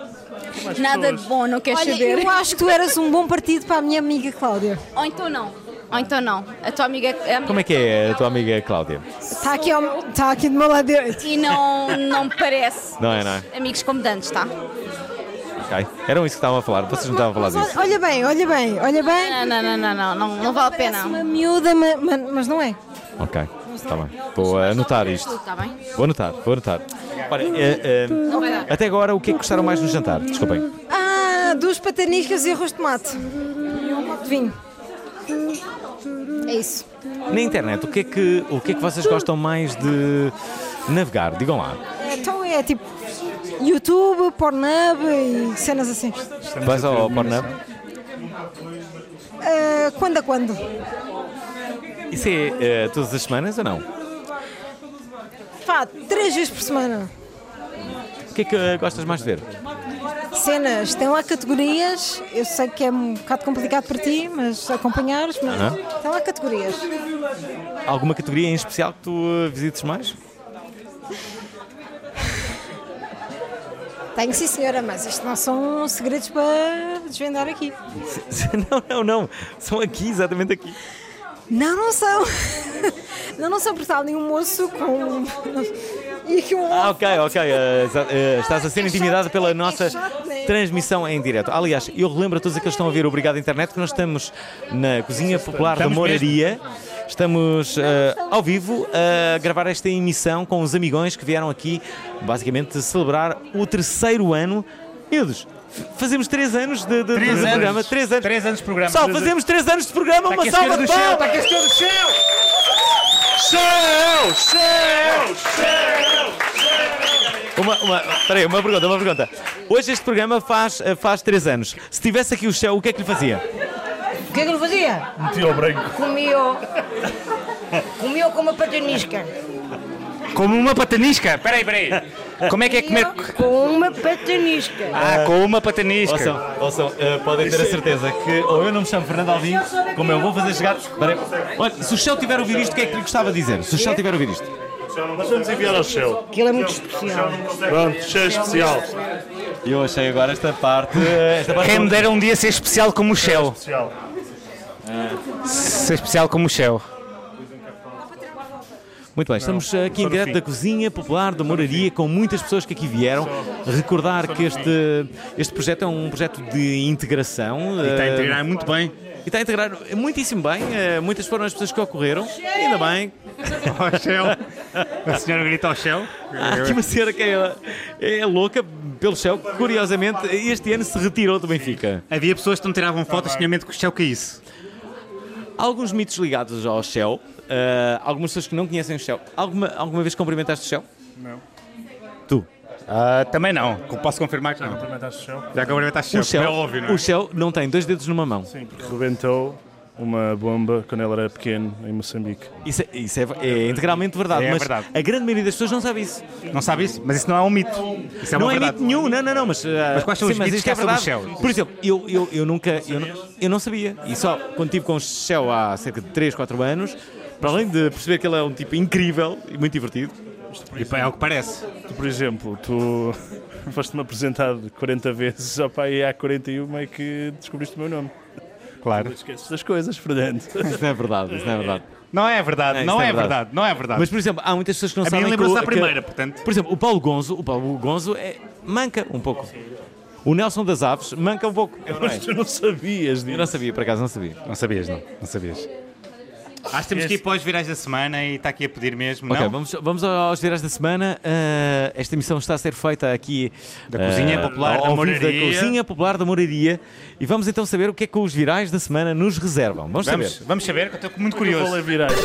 [SPEAKER 10] Nada de bom, não queres
[SPEAKER 11] Olha,
[SPEAKER 10] saber?
[SPEAKER 11] eu acho que tu eras um bom partido para a minha amiga Cláudia.
[SPEAKER 10] Ou então não. Ou então não. A tua amiga. A minha...
[SPEAKER 1] Como é que é a tua amiga Cláudia?
[SPEAKER 11] Está Tá aqui, ao- está aqui do meu lado direito.
[SPEAKER 10] E não, não me parece.
[SPEAKER 1] Não é, não é?
[SPEAKER 10] Amigos como dantes, tá?
[SPEAKER 1] Ok. Eram isso que estavam a falar. Vocês não estavam a falar
[SPEAKER 11] Mas
[SPEAKER 1] disso.
[SPEAKER 11] olha, olha bem, olha bem, olha bem.
[SPEAKER 10] Não, não, não, não, não, não, não vale a
[SPEAKER 11] Parece
[SPEAKER 10] pena.
[SPEAKER 11] uma miúda, ma- ma- mas, não é.
[SPEAKER 1] Ok. Está bem. Vou eh, anotar isto.
[SPEAKER 10] Está tá bem?
[SPEAKER 1] Vou anotar, vou anotar. Olha, eh, eh,
[SPEAKER 10] Não vai dar.
[SPEAKER 1] até agora, o que é que gostaram mais no jantar? Desculpem.
[SPEAKER 11] Ah, duas patanicas e arroz de tomate. E um copo de vinho. É isso.
[SPEAKER 1] Na internet, o que é que, o que, é que vocês gostam mais de navegar? Digam lá.
[SPEAKER 11] Então é tipo YouTube, Pornhub e cenas assim.
[SPEAKER 1] Vais ao Pornhub?
[SPEAKER 11] Ah, quando a quando?
[SPEAKER 1] Isso é eh, todas as semanas ou não?
[SPEAKER 11] Pá, três vezes por semana.
[SPEAKER 1] O que é que eh, gostas mais de ver?
[SPEAKER 11] Cenas, tem lá categorias. Eu sei que é um bocado complicado para ti, mas acompanhares, mas
[SPEAKER 1] Aham.
[SPEAKER 11] tem lá categorias.
[SPEAKER 1] Alguma categoria em especial que tu eh, visites mais? [laughs]
[SPEAKER 11] Tenho sim senhora, mas isto não são segredos para desvendar aqui.
[SPEAKER 1] não, não, não. São aqui, exatamente aqui.
[SPEAKER 11] Não, não são. [laughs] Não, não são porque está ali um [laughs] moço com. E aqui um
[SPEAKER 1] Ah, ok, ok. eh, exa- eh, estás a ser intimidada pela nossa
[SPEAKER 11] chato, né?
[SPEAKER 1] transmissão em direto. Aliás, eu relembro a todos aqueles que estão a ouvir Obrigado Internet que nós estamos na Cozinha Popular da
[SPEAKER 2] Estamos
[SPEAKER 1] Moraria. Estamos eh, ao vivo a gravar esta emissão com os amigões que vieram aqui, basicamente, celebrar o terceiro ano. Miúdos, f- fazemos três anos de, de-
[SPEAKER 2] Três
[SPEAKER 1] de
[SPEAKER 2] anos.
[SPEAKER 1] programa. Três anos.
[SPEAKER 2] Três anos de programa.
[SPEAKER 1] Pessoal, fazemos três anos de programa.
[SPEAKER 2] Está Tá
[SPEAKER 1] Uma
[SPEAKER 2] aqui a senhora
[SPEAKER 1] salva de
[SPEAKER 2] do céu,
[SPEAKER 1] palmas!
[SPEAKER 2] está aqui a senhora do céu! Céu, céu, céu!
[SPEAKER 1] Uma, uma, peraí, uma pergunta, uma pergunta. Hoje este programa faz, eh, faz três anos. Se tivesse aqui o céu, o que é que lhe fazia?
[SPEAKER 7] O que é que ele fazia?
[SPEAKER 1] Metia o branco.
[SPEAKER 7] Comia. Comia com uma patanisca.
[SPEAKER 2] Como uma patanisca. Peraí, peraí. Como é que é comer...
[SPEAKER 7] Com uma patanisca.
[SPEAKER 2] Ah, com uma patanisca.
[SPEAKER 1] Ouçam, ouçam, eh, podem ter a certeza que ou eu não me chamo Fernando Alvim, como eu vou fazer chegar. Peraí. Olha, se o céu tiver a ouvir isto, o que é que lhe gostava de dizer? Se o céu tiver a ouvir isto.
[SPEAKER 3] Nós vamos enviar ao céu.
[SPEAKER 7] Aquilo é muito especial.
[SPEAKER 3] Pronto,
[SPEAKER 1] é
[SPEAKER 3] céu especial.
[SPEAKER 1] Eu achei agora esta parte. eh, Esta parte
[SPEAKER 2] Quem me dera um dia ser especial como o céu.
[SPEAKER 3] Especial. É.
[SPEAKER 2] Ser especial como o céu.
[SPEAKER 1] Muito bem, estamos aqui em direto da Cozinha Popular da Moraria, com muitas pessoas que aqui vieram. Recordar que este, este projeto é um projeto de integração.
[SPEAKER 2] E está a
[SPEAKER 1] eh,
[SPEAKER 2] integrar muito bem.
[SPEAKER 1] E está a integrar muitíssimo bem. eh, Muitas foram as pessoas que ocorreram. Ainda bem.
[SPEAKER 2] Ao céu. A senhora grita ao céu.
[SPEAKER 1] Há aqui uma senhora Ah, que é, é louca pelo céu. Curiosamente, este ano se retirou do Benfica. Tá
[SPEAKER 2] Havia pessoas que não tiravam fotos, tinha medo que o céu caísse.
[SPEAKER 1] Alguns mitos ligados ao Shell, eh, algumas pessoas que não conhecem o Shell. Alguma, alguma vez cumprimentaste o Shell?
[SPEAKER 3] Não.
[SPEAKER 1] Tu?
[SPEAKER 2] também não. Ah, Posso confirmar que não.
[SPEAKER 3] Cumprimentaste o céu.
[SPEAKER 2] Já cumprimentaste o céu,
[SPEAKER 1] o Shell,
[SPEAKER 2] como é óbvio, não é?
[SPEAKER 1] o Shell não tem dois dedos numa mão.
[SPEAKER 3] Sim, porque rebentou uma bomba quando ele era pequeno em Moçambique.
[SPEAKER 1] Isso, é- isso é, é integralmente verdade,
[SPEAKER 2] É
[SPEAKER 1] mas
[SPEAKER 2] verdade.
[SPEAKER 1] a grande maioria das pessoas não sabe isso.
[SPEAKER 2] Não sabe isso? Mas isso não é um mito. Isso é uma
[SPEAKER 1] não
[SPEAKER 2] verdade.
[SPEAKER 1] é mito nenhum, não, não, não, mas, ah,
[SPEAKER 2] Mas quais são
[SPEAKER 1] sim,
[SPEAKER 2] os
[SPEAKER 1] mas
[SPEAKER 2] mitos
[SPEAKER 1] isto
[SPEAKER 2] que
[SPEAKER 1] é
[SPEAKER 2] há sobre o
[SPEAKER 1] verdade.
[SPEAKER 2] Shell?
[SPEAKER 1] Por exemplo, eu, eu, eu nunca, eu, não- eu não sabia, e só quando estive com o Shell há cerca de 3, 4 anos, para além de perceber que ele é um tipo incrível e muito divertido,
[SPEAKER 2] E é o que parece.
[SPEAKER 3] Tu, por exemplo, tu [laughs] foste-me apresentado 40 vezes, ó pá, e há 41 é que descobriste o meu nome.
[SPEAKER 2] Claro.
[SPEAKER 3] Não esqueces das coisas, Fernando.
[SPEAKER 1] isso não é verdade, isso não é verdade.
[SPEAKER 2] Não é verdade,
[SPEAKER 1] isso
[SPEAKER 2] não é verdade, não é verdade.
[SPEAKER 1] Mas, por exemplo, há muitas pessoas que não
[SPEAKER 2] A minha
[SPEAKER 1] sabem que
[SPEAKER 2] lembrança
[SPEAKER 1] o-
[SPEAKER 2] é a primeira, portanto.
[SPEAKER 1] Por exemplo, o Paulo Gonzo, o Paulo Gonzo é, manca um pouco. O Nelson das Aves manca um pouco. não é?
[SPEAKER 3] Mas tu não sabias disso.
[SPEAKER 1] Eu não sabia, por acaso não sabia.
[SPEAKER 2] Não sabias, não. Não sabias. Acho que temos que ir para os virais da semana e está aqui a pedir mesmo,
[SPEAKER 1] Ok,
[SPEAKER 2] não?
[SPEAKER 1] vamos, vamos aos virais da semana. Ah, esta emissão está a ser feita aqui
[SPEAKER 2] Da Cozinha
[SPEAKER 1] ah,
[SPEAKER 2] Popular da
[SPEAKER 1] ao vivo
[SPEAKER 2] Moraria.
[SPEAKER 1] Da Cozinha Popular da Moraria. E vamos então saber o que é que os virais da semana nos reservam. Vamos,
[SPEAKER 2] Vamos,
[SPEAKER 1] saber.
[SPEAKER 2] vamos saber, que eu estou muito
[SPEAKER 3] Eu vou ler
[SPEAKER 2] curioso.
[SPEAKER 3] virais.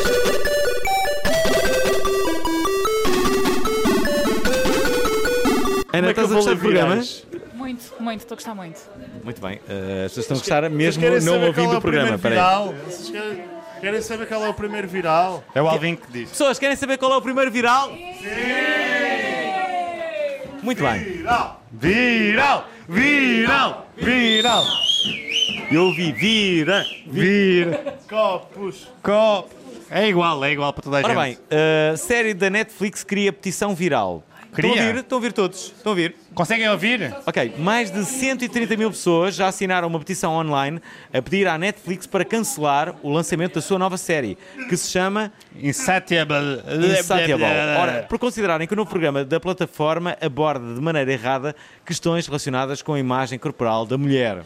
[SPEAKER 1] Ana,
[SPEAKER 3] Como é que eu
[SPEAKER 1] estás a
[SPEAKER 3] vou
[SPEAKER 1] gostar
[SPEAKER 3] ler
[SPEAKER 4] é
[SPEAKER 1] do programa?
[SPEAKER 3] virais?
[SPEAKER 4] Muito, muito, estou a gostar muito.
[SPEAKER 1] Muito bem. eh, as pessoas estão a
[SPEAKER 3] Vocês
[SPEAKER 1] gostar
[SPEAKER 3] querem-
[SPEAKER 1] mesmo
[SPEAKER 3] vocês querem
[SPEAKER 1] não
[SPEAKER 3] saber qual
[SPEAKER 1] ouvindo
[SPEAKER 3] é
[SPEAKER 1] o programa.
[SPEAKER 3] primeiro
[SPEAKER 1] peraí.
[SPEAKER 3] viral? Vocês querem- Querem saber qual é o primeiro viral?
[SPEAKER 2] É o Alvin que diz.
[SPEAKER 1] Pessoas, querem saber qual é o primeiro viral? Sim! Muito bem.
[SPEAKER 2] Viral! Viral! Viral! Viral!
[SPEAKER 1] Eu ouvi vira,
[SPEAKER 2] vira.
[SPEAKER 3] Copos.
[SPEAKER 2] Copo. É igual, é igual para toda a
[SPEAKER 1] Ora
[SPEAKER 2] gente.
[SPEAKER 1] bem, eh, série da Netflix cria petição viral.
[SPEAKER 2] Cria?
[SPEAKER 1] Estão a ouvir? Estão a ouvir todos? Estão a ouvir?
[SPEAKER 2] Conseguem ouvir?
[SPEAKER 1] Ok, mais de 130 mil pessoas já assinaram uma petição online a pedir à Netflix para cancelar o lançamento da sua nova série, que se chama
[SPEAKER 2] Insatiable.
[SPEAKER 1] Insatiable. Ora, por considerarem que o novo programa da plataforma aborda de maneira errada questões relacionadas com a imagem corporal da mulher.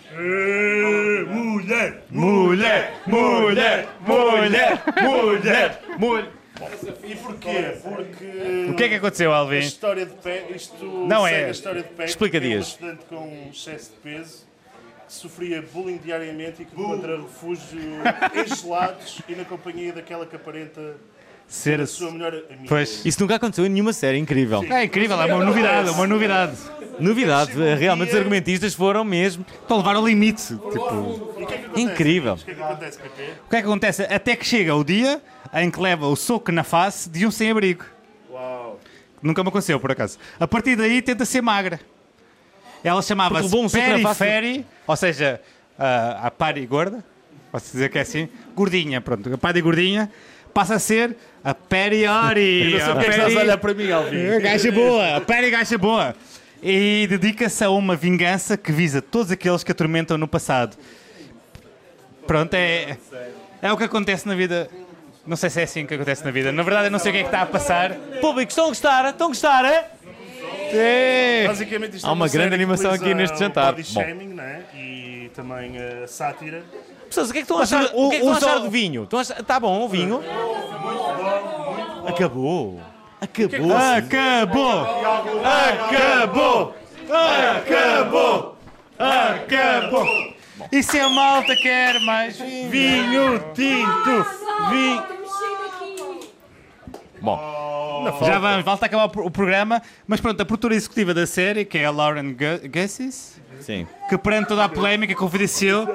[SPEAKER 2] Eh, Mulher, mulher, mulher, mulher, mulher, mulher.
[SPEAKER 3] E porquê? Porque.
[SPEAKER 2] O que é que aconteceu, Alvin?
[SPEAKER 3] A história de pé, isto
[SPEAKER 2] Não
[SPEAKER 3] segue
[SPEAKER 2] é.
[SPEAKER 3] a história de pé.
[SPEAKER 2] Explica,
[SPEAKER 3] que é um
[SPEAKER 2] Dias.
[SPEAKER 3] estudante com excesso de peso que sofria bullying diariamente e que encontra refúgio em gelados e na companhia daquela que aparenta
[SPEAKER 1] Ser
[SPEAKER 3] ser
[SPEAKER 1] a
[SPEAKER 3] a sua melhor amiga.
[SPEAKER 1] Pois. Isso nunca aconteceu em nenhuma série, incrível.
[SPEAKER 3] É incrível, é uma novidade, é uma
[SPEAKER 2] novidade.
[SPEAKER 1] Novidade, realmente os argumentistas foram mesmo.
[SPEAKER 2] Para levar ao limite. tipo,
[SPEAKER 3] E o que é que acontece?
[SPEAKER 2] Incrível.
[SPEAKER 3] O que é que acontece, PP?
[SPEAKER 2] O que é que acontece? Até que chega o dia em que leva o soco na face de um sem-abrigo.
[SPEAKER 3] Uau.
[SPEAKER 2] Nunca me aconteceu, por acaso. A partir daí tenta ser magra. Ela chamava-se
[SPEAKER 1] Porque levou um soco na face-
[SPEAKER 2] Periferi, ou seja, ah, a a pari gorda, posso dizer que é assim, gordinha, pronto, a pari gordinha, passa a ser a Periori.
[SPEAKER 3] Eu não sei porque é que estás a olhar para mim, Alvin.
[SPEAKER 2] Gaja É, boa, a Peri gaja boa. E dedica-se a uma vingança que visa todos aqueles que atormentam no passado. Pronto, é, é o que acontece na vida. Não sei se é assim que acontece na vida. Na verdade, eu não sei o que é que está a passar.
[SPEAKER 1] Público, estão a gostar? Estão a gostar, é?
[SPEAKER 3] Basicamente, isto
[SPEAKER 1] Há
[SPEAKER 3] é
[SPEAKER 1] uma grande
[SPEAKER 3] série que
[SPEAKER 1] animação
[SPEAKER 3] utiliza
[SPEAKER 1] aqui neste
[SPEAKER 3] o
[SPEAKER 1] jantar.
[SPEAKER 3] Body
[SPEAKER 1] Bom.
[SPEAKER 3] shaming, né? E também a sátira.
[SPEAKER 1] Pessoas, o que é que estão a achar, o que é que estão a achar do vinho? Estão a achar- Está bom o vinho? Acabou.
[SPEAKER 3] é
[SPEAKER 1] Acabou.
[SPEAKER 2] Acabou! Acabou! Acabou! Acabou! E se a malta quer mais vinho? tinto! Vinho!
[SPEAKER 1] Bom,
[SPEAKER 2] Já vamos, volta a acabar o pro- o programa. Mas pronto, a produtora executiva da série, que é a Lauren Gu- Gussis,
[SPEAKER 1] Sim.
[SPEAKER 2] que perante toda a polémica confidenciou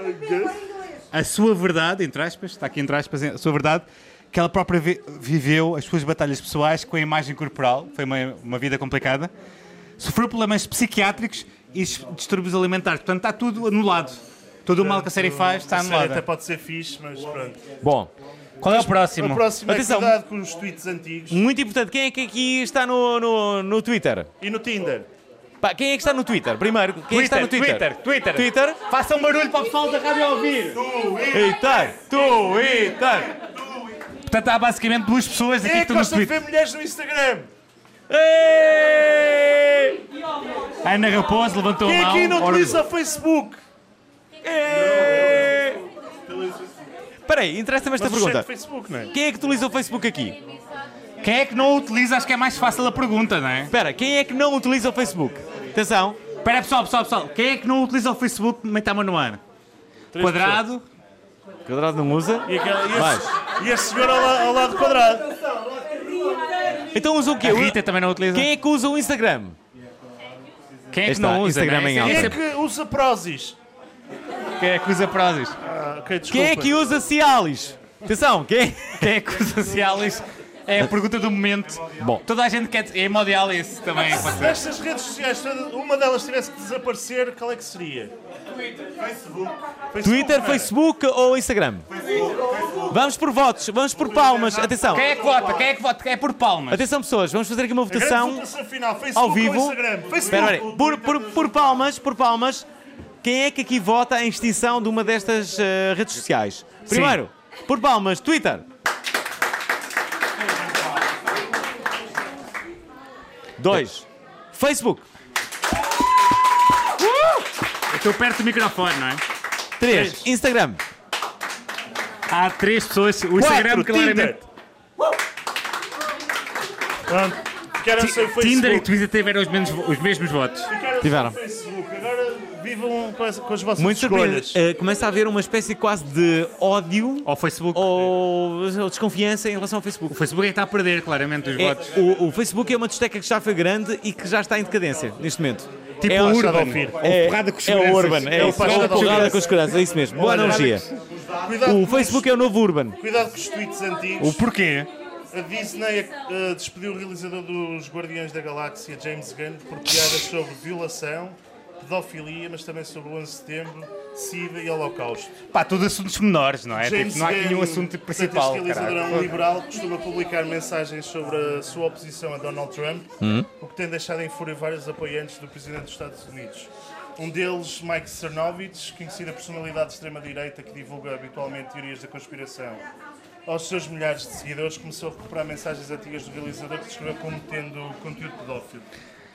[SPEAKER 2] a sua verdade, entre aspas, está aqui entre aspas, a sua verdade, que ela própria vi- viveu as suas batalhas pessoais com a imagem corporal, foi uma, uma vida complicada, sofreu problemas psiquiátricos e s- distúrbios alimentares. Portanto, está tudo anulado. Todo o mal que a série faz está
[SPEAKER 3] A série
[SPEAKER 2] anulado.
[SPEAKER 1] tá
[SPEAKER 3] até pode ser fixe, mas pronto.
[SPEAKER 1] Bom.
[SPEAKER 2] Qual é o próximo?
[SPEAKER 3] O próximo
[SPEAKER 1] Atenção.
[SPEAKER 3] é cuidado com os tweets antigos
[SPEAKER 1] Muito importante, quem é que aqui está no, no, no Twitter?
[SPEAKER 3] e no Tinder.
[SPEAKER 1] Pá, quem é que está no Twitter? Primeiro, quem é que está no Twitter?
[SPEAKER 2] Twitter,
[SPEAKER 1] Twitter?
[SPEAKER 2] Faça um barulho para o pessoal da rádio ouvir.
[SPEAKER 1] Twitter! Twitter!
[SPEAKER 2] Portanto, há basicamente duas pessoas aqui um
[SPEAKER 3] Quem é
[SPEAKER 2] que
[SPEAKER 3] que
[SPEAKER 2] estão no
[SPEAKER 3] gosta de
[SPEAKER 2] Twitter.
[SPEAKER 3] ver mulheres no Instagram?
[SPEAKER 2] A Ana Raposo levantou a
[SPEAKER 3] Quem
[SPEAKER 2] mão.
[SPEAKER 3] aqui não
[SPEAKER 2] Ora,
[SPEAKER 3] utiliza o Facebook?
[SPEAKER 1] Espera aí, interessa-me esta
[SPEAKER 3] Mas o
[SPEAKER 1] pergunta.
[SPEAKER 3] chefe Facebook, não é?
[SPEAKER 1] Quem é que utiliza o Facebook aqui?
[SPEAKER 2] Quem é que não utiliza? Acho que é mais fácil a pergunta, não é?
[SPEAKER 1] Espera, quem é que não utiliza o Facebook? Atenção.
[SPEAKER 2] Espera, pessoal, pessoal, pessoal. Quem é que não utiliza o Facebook? Meta-me no ar.
[SPEAKER 3] Três
[SPEAKER 2] Quadrado.
[SPEAKER 1] Quadrado não usa.
[SPEAKER 3] E, aquela, e,
[SPEAKER 1] Mais.
[SPEAKER 3] esse, e esse senhor ao, la- ao lado quadrado?
[SPEAKER 1] Então usa o quê?
[SPEAKER 2] A Rita também não utiliza.
[SPEAKER 1] Quem é que usa o Instagram?
[SPEAKER 2] Quem é que
[SPEAKER 1] Está,
[SPEAKER 2] não usa?
[SPEAKER 1] Instagram
[SPEAKER 2] não é?
[SPEAKER 1] em
[SPEAKER 3] Quem
[SPEAKER 1] alta.
[SPEAKER 3] é que usa Prozis?
[SPEAKER 2] Quem é que usa Prozis?
[SPEAKER 3] Ah, ok, desculpa.
[SPEAKER 1] Quem é que usa Cialis? Atenção, quem?
[SPEAKER 2] [laughs] Quem é que usa Cialis? É a pergunta do momento.
[SPEAKER 1] Bom.
[SPEAKER 2] Toda a gente quer... É Modialis também. pode
[SPEAKER 3] Se
[SPEAKER 2] ser.
[SPEAKER 3] destas redes sociais, toda- uma delas tivesse que desaparecer, qual é que seria? Twitter, Facebook.
[SPEAKER 1] Twitter,
[SPEAKER 3] não é?
[SPEAKER 1] Facebook ou Instagram? Vamos por votos, vamos por palmas. Atenção.
[SPEAKER 2] Quem é que vota? Quem é que vota? Quem é por palmas?
[SPEAKER 1] Atenção, pessoas, vamos fazer aqui uma
[SPEAKER 3] A grande
[SPEAKER 1] votação
[SPEAKER 3] votação final, Facebook
[SPEAKER 1] ao
[SPEAKER 3] ou
[SPEAKER 1] vivo.
[SPEAKER 3] Instagram? Facebook.
[SPEAKER 1] Espera, espera aí. Por, por- por palmas, por palmas, quem é que aqui vota em extinção de uma destas eh, redes sociais? Primeiro, por palmas, Twitter. Dois, Facebook.
[SPEAKER 2] Uh! Eu Estou perto do microfone, não é?
[SPEAKER 1] Três, Instagram.
[SPEAKER 2] Há três pessoas. O Instagram
[SPEAKER 1] Quatro, Tinder.
[SPEAKER 2] claramente.
[SPEAKER 3] Pronto. Ficaram sem Facebook.
[SPEAKER 2] Tinder e Twitter tiveram os mesmos, os mesmos votos.
[SPEAKER 3] Ficaram sem Facebook. Agora vivam com, as, com as vossas
[SPEAKER 1] Muito
[SPEAKER 3] escolhas.
[SPEAKER 1] surpreendente. Eh, começa a haver uma espécie quase de ódio
[SPEAKER 2] ao Facebook
[SPEAKER 1] ou, ou desconfiança em relação ao Facebook. O
[SPEAKER 2] Facebook é que está a perder claramente os
[SPEAKER 1] É,
[SPEAKER 2] votos.
[SPEAKER 1] O, o Facebook é uma discoteca que já foi grande e que já está em decadência neste momento.
[SPEAKER 2] Tipo
[SPEAKER 1] é
[SPEAKER 2] o
[SPEAKER 1] um-
[SPEAKER 2] Urban.
[SPEAKER 1] É,
[SPEAKER 2] Ou porrada com os
[SPEAKER 1] é o
[SPEAKER 2] seguranças.
[SPEAKER 1] Urban. É,
[SPEAKER 2] É o
[SPEAKER 1] isso,
[SPEAKER 2] porrada com os
[SPEAKER 1] ou porrada
[SPEAKER 2] seguranças.
[SPEAKER 1] com os seguranças. É isso mesmo. Boa
[SPEAKER 3] Olha,
[SPEAKER 1] analogia.
[SPEAKER 3] Cuidado
[SPEAKER 1] O
[SPEAKER 3] com
[SPEAKER 1] Facebook é o novo Urban.
[SPEAKER 3] Cuidado com os tweets antigos.
[SPEAKER 1] O porquê?
[SPEAKER 3] A Disney eh, despediu o realizador dos Guardiões da Galáxia, James Gunn, por piadas sobre violação, pedofilia, mas também sobre o 11 de setembro, SIDA e Holocausto.
[SPEAKER 2] Pá, tudo assuntos menores,
[SPEAKER 3] Ah,
[SPEAKER 2] não é? Tipo, não há aqui nenhum assunto
[SPEAKER 3] portanto,
[SPEAKER 2] principal.
[SPEAKER 3] Este realizador é um
[SPEAKER 2] caralho.
[SPEAKER 3] liberal que costuma publicar mensagens sobre a sua oposição a Donald Trump,
[SPEAKER 2] Uhum.
[SPEAKER 3] o que tem deixado em fúria vários apoiantes do presidente dos Estados Unidos. Um deles, Mike Cernovich, conhecida personalidade de extrema-direita que divulga habitualmente teorias da conspiração. Aos seus milhares de seguidores, começou a recuperar mensagens antigas do realizador que descreveu como tendo conteúdo pedófilo.